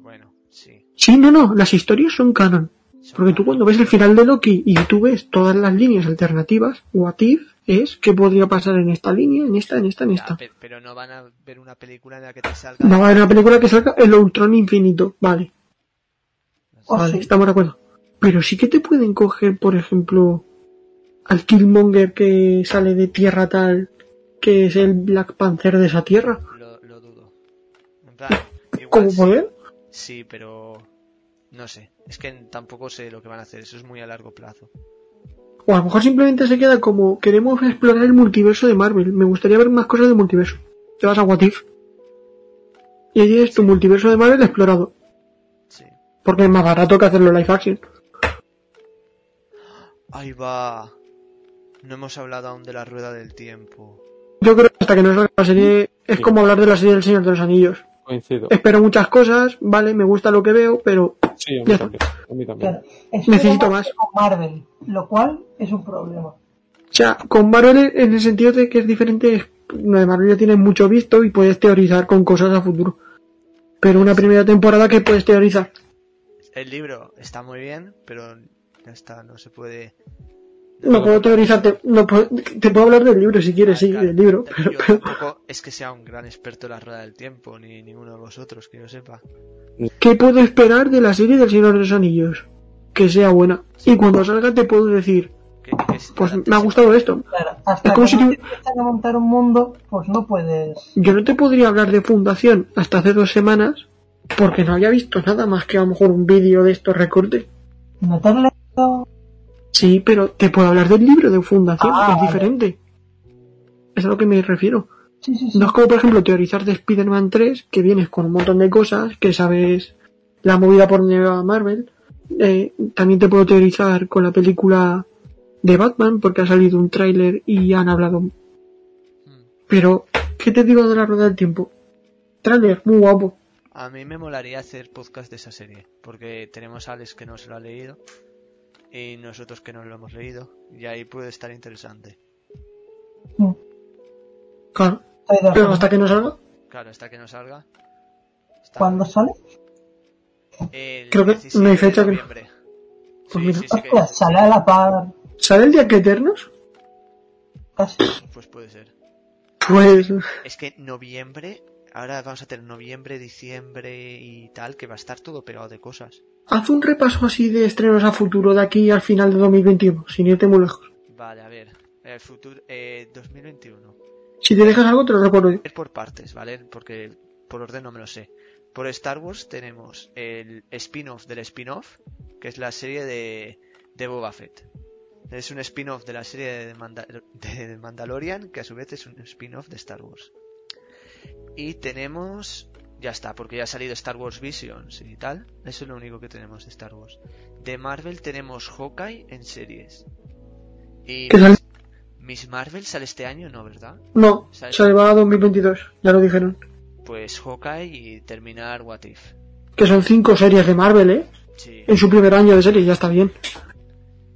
Bueno, sí.
Sí, no, no, las historias son canon.
Son
Porque tú
malos.
cuando ves el final de Loki y tú ves todas las líneas alternativas, what if es qué podría pasar en esta línea, en esta, en esta, en
Ya,
esta.
pe- pero no van a ver una película en la que te salga.
No va a haber una película que salga el Ultron infinito, vale,
O
vale,
Oh, sí.
estamos de acuerdo. Pero sí que te pueden coger, por ejemplo, al Killmonger que sale de tierra tal, que es el Black Panther de esa tierra,
Lo, lo dudo. En plan, igual
como
Pues sí,
poder.
sí, pero. No sé. Es que tampoco sé lo que van a hacer. Eso es muy a largo plazo.
O a lo mejor simplemente se queda como, queremos explorar el multiverso de Marvel, me gustaría ver más cosas del multiverso. Te vas a What If. Y allí es tu multiverso de Marvel explorado.
Sí.
Porque es más barato que hacerlo live action.
Ahí va. No hemos hablado aún de la rueda del tiempo.
Yo creo que hasta que no salga la serie es
Sí.
como hablar de la serie del Señor de los Anillos.
Coincido.
Espero muchas cosas, vale, me gusta lo que veo, pero
Sí, a mí
Ya.
también. A mí también.
Claro. Espero
Necesito más.
que con Marvel, lo cual es un problema.
o sea, con Marvel en el sentido de que es diferente, es- lo de Marvel ya tienes mucho visto y puedes teorizar con cosas a futuro. Pero una primera temporada que puedes teorizar.
El libro está muy bien, pero ya está, no se puede.
No puedo teorizarte, no puedo- te puedo hablar del libro si quieres, sí,
Claro,
del libro.
yo
Pero, pero-
tampoco es que sea un gran experto en la rueda del tiempo, ni ninguno de vosotros, que yo sepa.
¿qué puedo esperar de la serie del Señor de los Anillos? Que sea buena. Y cuando salga te puedo decir,
Que- que es-
pues
antes
me ha
se-
gustado esto,
Claro, hasta
Es
que
como
no
si
te
tú-
empiezan a montar un mundo, pues no puedes.
Yo no te podría hablar de fundación hasta hace dos semanas porque no había visto nada más que a lo mejor un vídeo de estos recortes.
No te han leído.
Sí, pero te puedo hablar del libro de fundación,
Ah,
que es
vale.
diferente. Es a lo que me refiero.
Sí, sí, sí.
No es como, por ejemplo, teorizar de Spider-Man 3, que vienes con un montón de cosas, que sabes la movida por donde va Marvel. Eh, también te puedo teorizar con la película de Batman, porque ha salido un tráiler y han hablado.
Mm.
Pero, ¿qué te digo de la rueda del tiempo? Tráiler, muy guapo.
A mí me molaría hacer podcast de esa serie, porque tenemos a Alex que no se lo ha leído y nosotros que no lo hemos leído, y ahí puede estar interesante.
Claro,
Estoy de
pero
acuerdo.
hasta que no salga,
Claro, hasta que no salga. está
¿Cuándo sale?
el
Creo que
17
no hay
de
fecha que-
noviembre.
Pues
Sí,
mira.
sí, sí que-
Ostras, sale a la par.
¿sale el día que Eternos?
Casi.
pues puede ser.
Pues
Es que noviembre, ahora vamos a tener noviembre, diciembre y tal, que va a estar todo pegado de cosas.
haz un repaso así de estrenos a futuro de aquí al final de 2021, sin irte muy lejos.
Vale, a ver, el futuro, eh, 2021.
Si te dejas algo, te lo recuerdo yo.
Ir por partes, ¿vale? Porque por orden no me lo sé. Por Star Wars tenemos el spin-off del spin-off, que es la serie de, de Boba Fett. Es un spin-off de la serie de, Manda- de Mandalorian, que a su vez es un spin-off de Star Wars. Y tenemos... Ya está, porque ya ha salido Star Wars Visions y tal. Eso es lo único que tenemos de Star Wars. De Marvel tenemos Hawkeye en series. Y
Que sale-
Miss Marvel sale este año, ¿no? ¿Verdad?
No, se va a 2022, ya lo dijeron.
Pues Hawkeye y terminar What If.
Que son cinco series de Marvel, ¿eh?
Sí,
En su primer año de serie, ya está bien.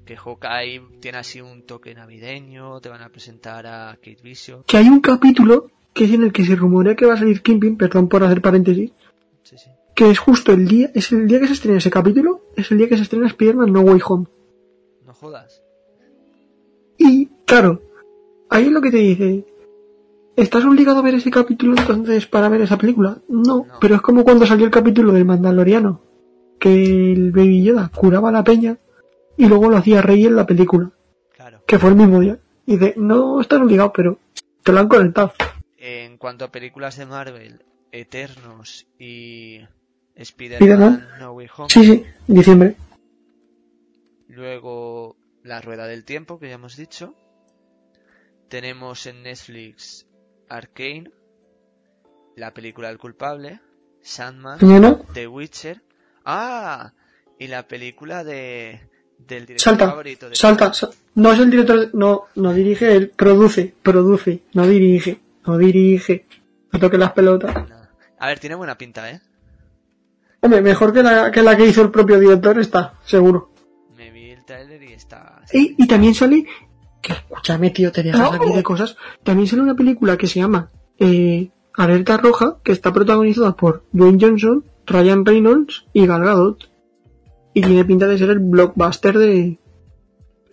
que Hawkeye tiene así un toque navideño, te van a presentar a Kate Bishop.
Que hay un capítulo que es en el que se rumorea que va a salir Kingpin, perdón por hacer paréntesis,
Sí, sí.
que es justo el día, es el día que se estrena ese capítulo, es el día que se estrena Spider-Man No Way Home.
No jodas.
Y, claro, ahí es lo que te dice. ¿Estás obligado a ver ese capítulo entonces para ver esa película? No,
No.
pero es como cuando salió el capítulo del Mandaloriano, que el Baby Yoda curaba a la peña y luego lo hacía rey en la película,
Claro.
que fue el mismo día. Y dice, no estás obligado, pero te lo han conectado.
En cuanto a películas de Marvel, Eternos y
Spider-Man.
Spider-Man No Way Home,
Sí, sí, en diciembre.
luego La Rueda del Tiempo, que ya hemos dicho. Tenemos en Netflix Arcane, la película del culpable, Sandman,
Mañana,
The Witcher. ¡Ah! Y la película de del director
salta,
favorito de
salta, sa- No es el director, no, no dirige, él produce, produce, no dirige, no dirige. No toque las pelotas.
Nada. A ver, tiene buena pinta, ¿eh?
Hombre, mejor que la, que la que hizo el propio director está, seguro.
Me vi el trailer y está...
Y, y también sale, que escúchame tío, te dejas
No,
salir de
hombre.
cosas, también sale una película que se llama eh, Alerta Roja, que está protagonizada por Dwayne Johnson, Ryan Reynolds y Gal Gadot. Y tiene pinta de ser el blockbuster de,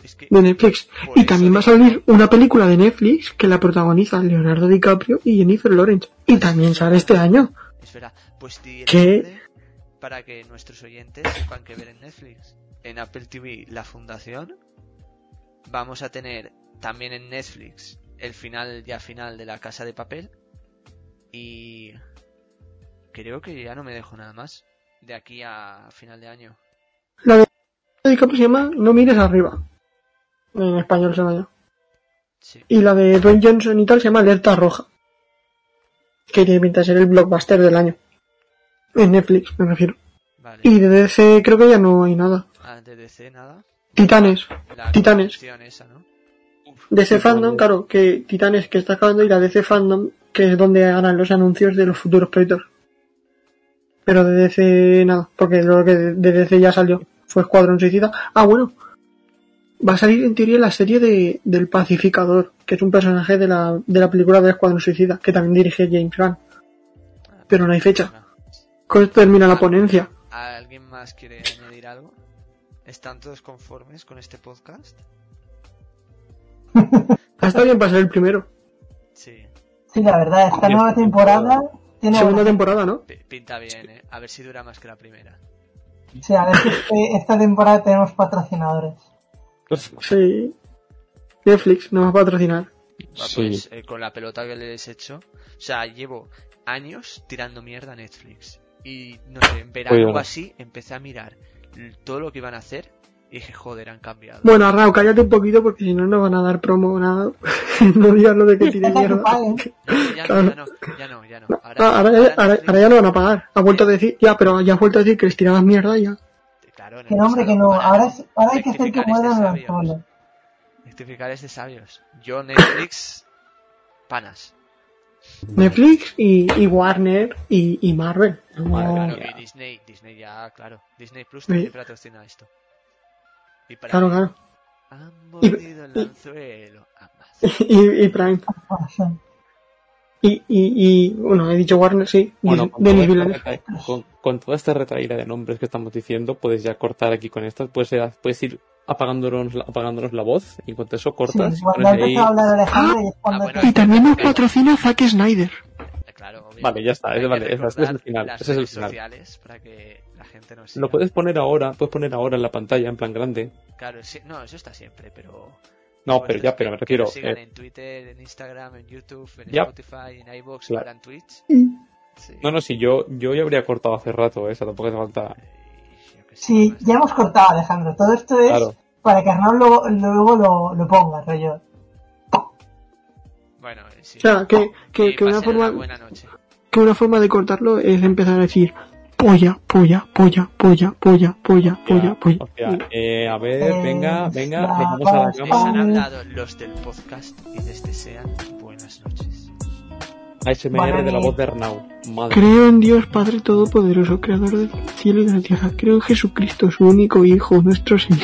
Es que
de Netflix.
Por
Y
eso
también va a
digo.
salir una película de Netflix que la protagonizan Leonardo DiCaprio y Jennifer Lawrence. Y también sale este año.
Espera, pues di el
¿Qué?
nombre para que nuestros oyentes sepan qué ver en Netflix. En Apple TV, La Fundación. Vamos a tener también en Netflix el final ya final de La Casa de Papel. Y creo que ya no me dejo nada más de aquí a final de año.
La de DiCaprio se llama No mires arriba. En español se llama.
Sí.
Y la de Dwayne Johnson y tal se llama Alerta Roja. Que tiene pinta de ser el blockbuster del año. En Netflix, me refiero.
Vale.
Y de DC creo que ya no hay nada.
Antes de DC, nada.
Titanes.
La
Titanes.
canción esa, ¿no?
DC Fandom, claro, que Titanes que está acabando y la DC Fandom, que es donde ganan los anuncios de los futuros proyectos. Pero de DC nada, porque lo que de DC ya salió fue Escuadrón Suicida. Ah, bueno. Va a salir en teoría la serie de, del Pacificador, que es un personaje de la, de la película de Escuadrón Suicida, que también dirige James Gunn.
Ah.
Pero no hay fecha. Con esto termina la ponencia.
¿Alguien más quiere añadir algo? ¿Están todos conformes con este podcast?
Ha estado Ah, bien para ser el primero.
Sí.
Sí, la verdad, esta
Dios.
nueva temporada tiene...
Segunda temporada, ¿no?
Pi- Pinta bien, ¿eh? A ver si dura más que la primera.
Sí, a ver si eh, esta temporada tenemos patrocinadores.
Sí. Netflix nos va a patrocinar.
Va,
Sí.
Pues eh, con la pelota que les he hecho. O sea, llevo años tirando mierda a Netflix. Y no sé, en verano
Oye.
o así empecé a mirar l- todo lo que iban a hacer y dije, joder, han cambiado.
Bueno, Arnau, cállate un poquito porque si no, no van a dar promo nada. no digas lo de que tiene
Deja que
mierda.
paguen.
No, ya, no, ya no, ya no, ya no.
Ah, ahora, ya- ahora- ahora ya no van a pagar. Ha vuelto a decir, ya, pero ya ha vuelto a decir que les tirabas mierda ya.
Netflix- Claro, en
Que
el
no, hombre, que
pasado,
no. Ahora, es- ahora hay que hacer que
rectificar es de
mueran las
sabios.
bolas.
Rectificar es de sabios. Yo, Netflix, panas.
Netflix y, y Warner y, y Marvel. No,
Claro,
ya.
y Disney, Disney ya, claro. Disney Plus
Sí.
también patrocina esto. Y para
claro,
mí,
claro.
Han mordido el anzuelo. Ambas. Eh,
Y, y Prime. Y, y, y, bueno, he dicho Warner, sí.
Bueno, pues, con,
Denis
toda
Villeneuve.
esta reta- con- con toda esta retaíla de nombres que estamos diciendo, puedes ya cortar aquí con estas, puedes, eh, puedes ir apagándonos, la- apagándonos la voz y en cuanto a eso
Sí,
cortas. y
cuando
pones
ha
ahí-
empezado a hablar Alejandro y es
Ah,
cuando...
bueno,
Y también nos patrocina Zack Snyder.
Eh, Claro, obvio.
Vale, ya está,
Hay
es,
que
vale, esa- ese es el
recordar
final.
Las
ese es el
redes
final.
sociales para que la gente nos siga.
Lo puedes poner ahora, puedes poner ahora en la pantalla, en plan grande.
Claro, sí- no, eso está siempre, pero.
No,
Bueno,
pero ya, pero me
que- que
refiero.
nos sigan
eh,
en Twitter, en Instagram, en YouTube, en
Ya.
Spotify, en iBox,
Claro.
ahora en Twitch. Sí.
no, no, si yo, yo ya habría cortado hace rato, esa tampoco hace falta.
Y yo qué sé, pues,
Sí,
más.
ya hemos cortado, Alejandro. Todo esto es
Claro.
para que Arnaud luego, luego lo, lo ponga, rollo.
Bueno, eh, sí.
O sea, que, que,
Y
que una
pasen
forma...
Buena noche.
que una forma de cortarlo es empezar a decir polla, polla, polla, polla, polla, polla, polla, polla.
Hostia, eh, a ver, venga, venga, nos
Venga,
vamos a la
vamos,
Les
cama.
vamos.
han hablado los del podcast y les desean buenas noches.
ASMR de la
Vale.
voz de Arnau. Madre.
Creo en Dios Padre Todopoderoso, Creador del cielo y de la tierra. Creo en Jesucristo, su único Hijo, nuestro Señor.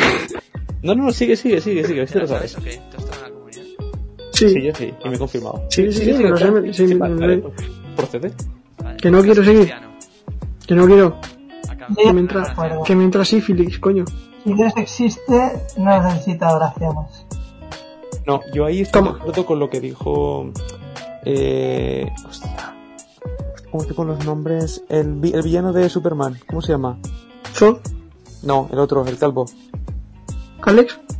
No, no, no, sigue, sigue, sigue, sigue. Este
¿Te
lo
la
sabes.
sabes o qué? ¿Te has tomado la comunión?
Sí,
Sí,
yo sí, y me he confirmado.
Sí, sí, sí, lo sé, me- sí, me-
vale,
me-
vale, pues, Procede.
Vale,
Que no
podcast
quiero seguir.
cristiano.
que no quiero.
Acabamos
Que
con una
me entra-
oración.
Que me entra sífilis, coño.
Si Dios existe, no necesita oraciones.
No, yo ahí estoy
Toma.
de acuerdo con lo que dijo. Eh. Hostia. ¿Cómo estoy con los nombres? El, vi- el villano de Superman, ¿cómo se llama?
Zo,
No, el otro, el calvo.
Alex,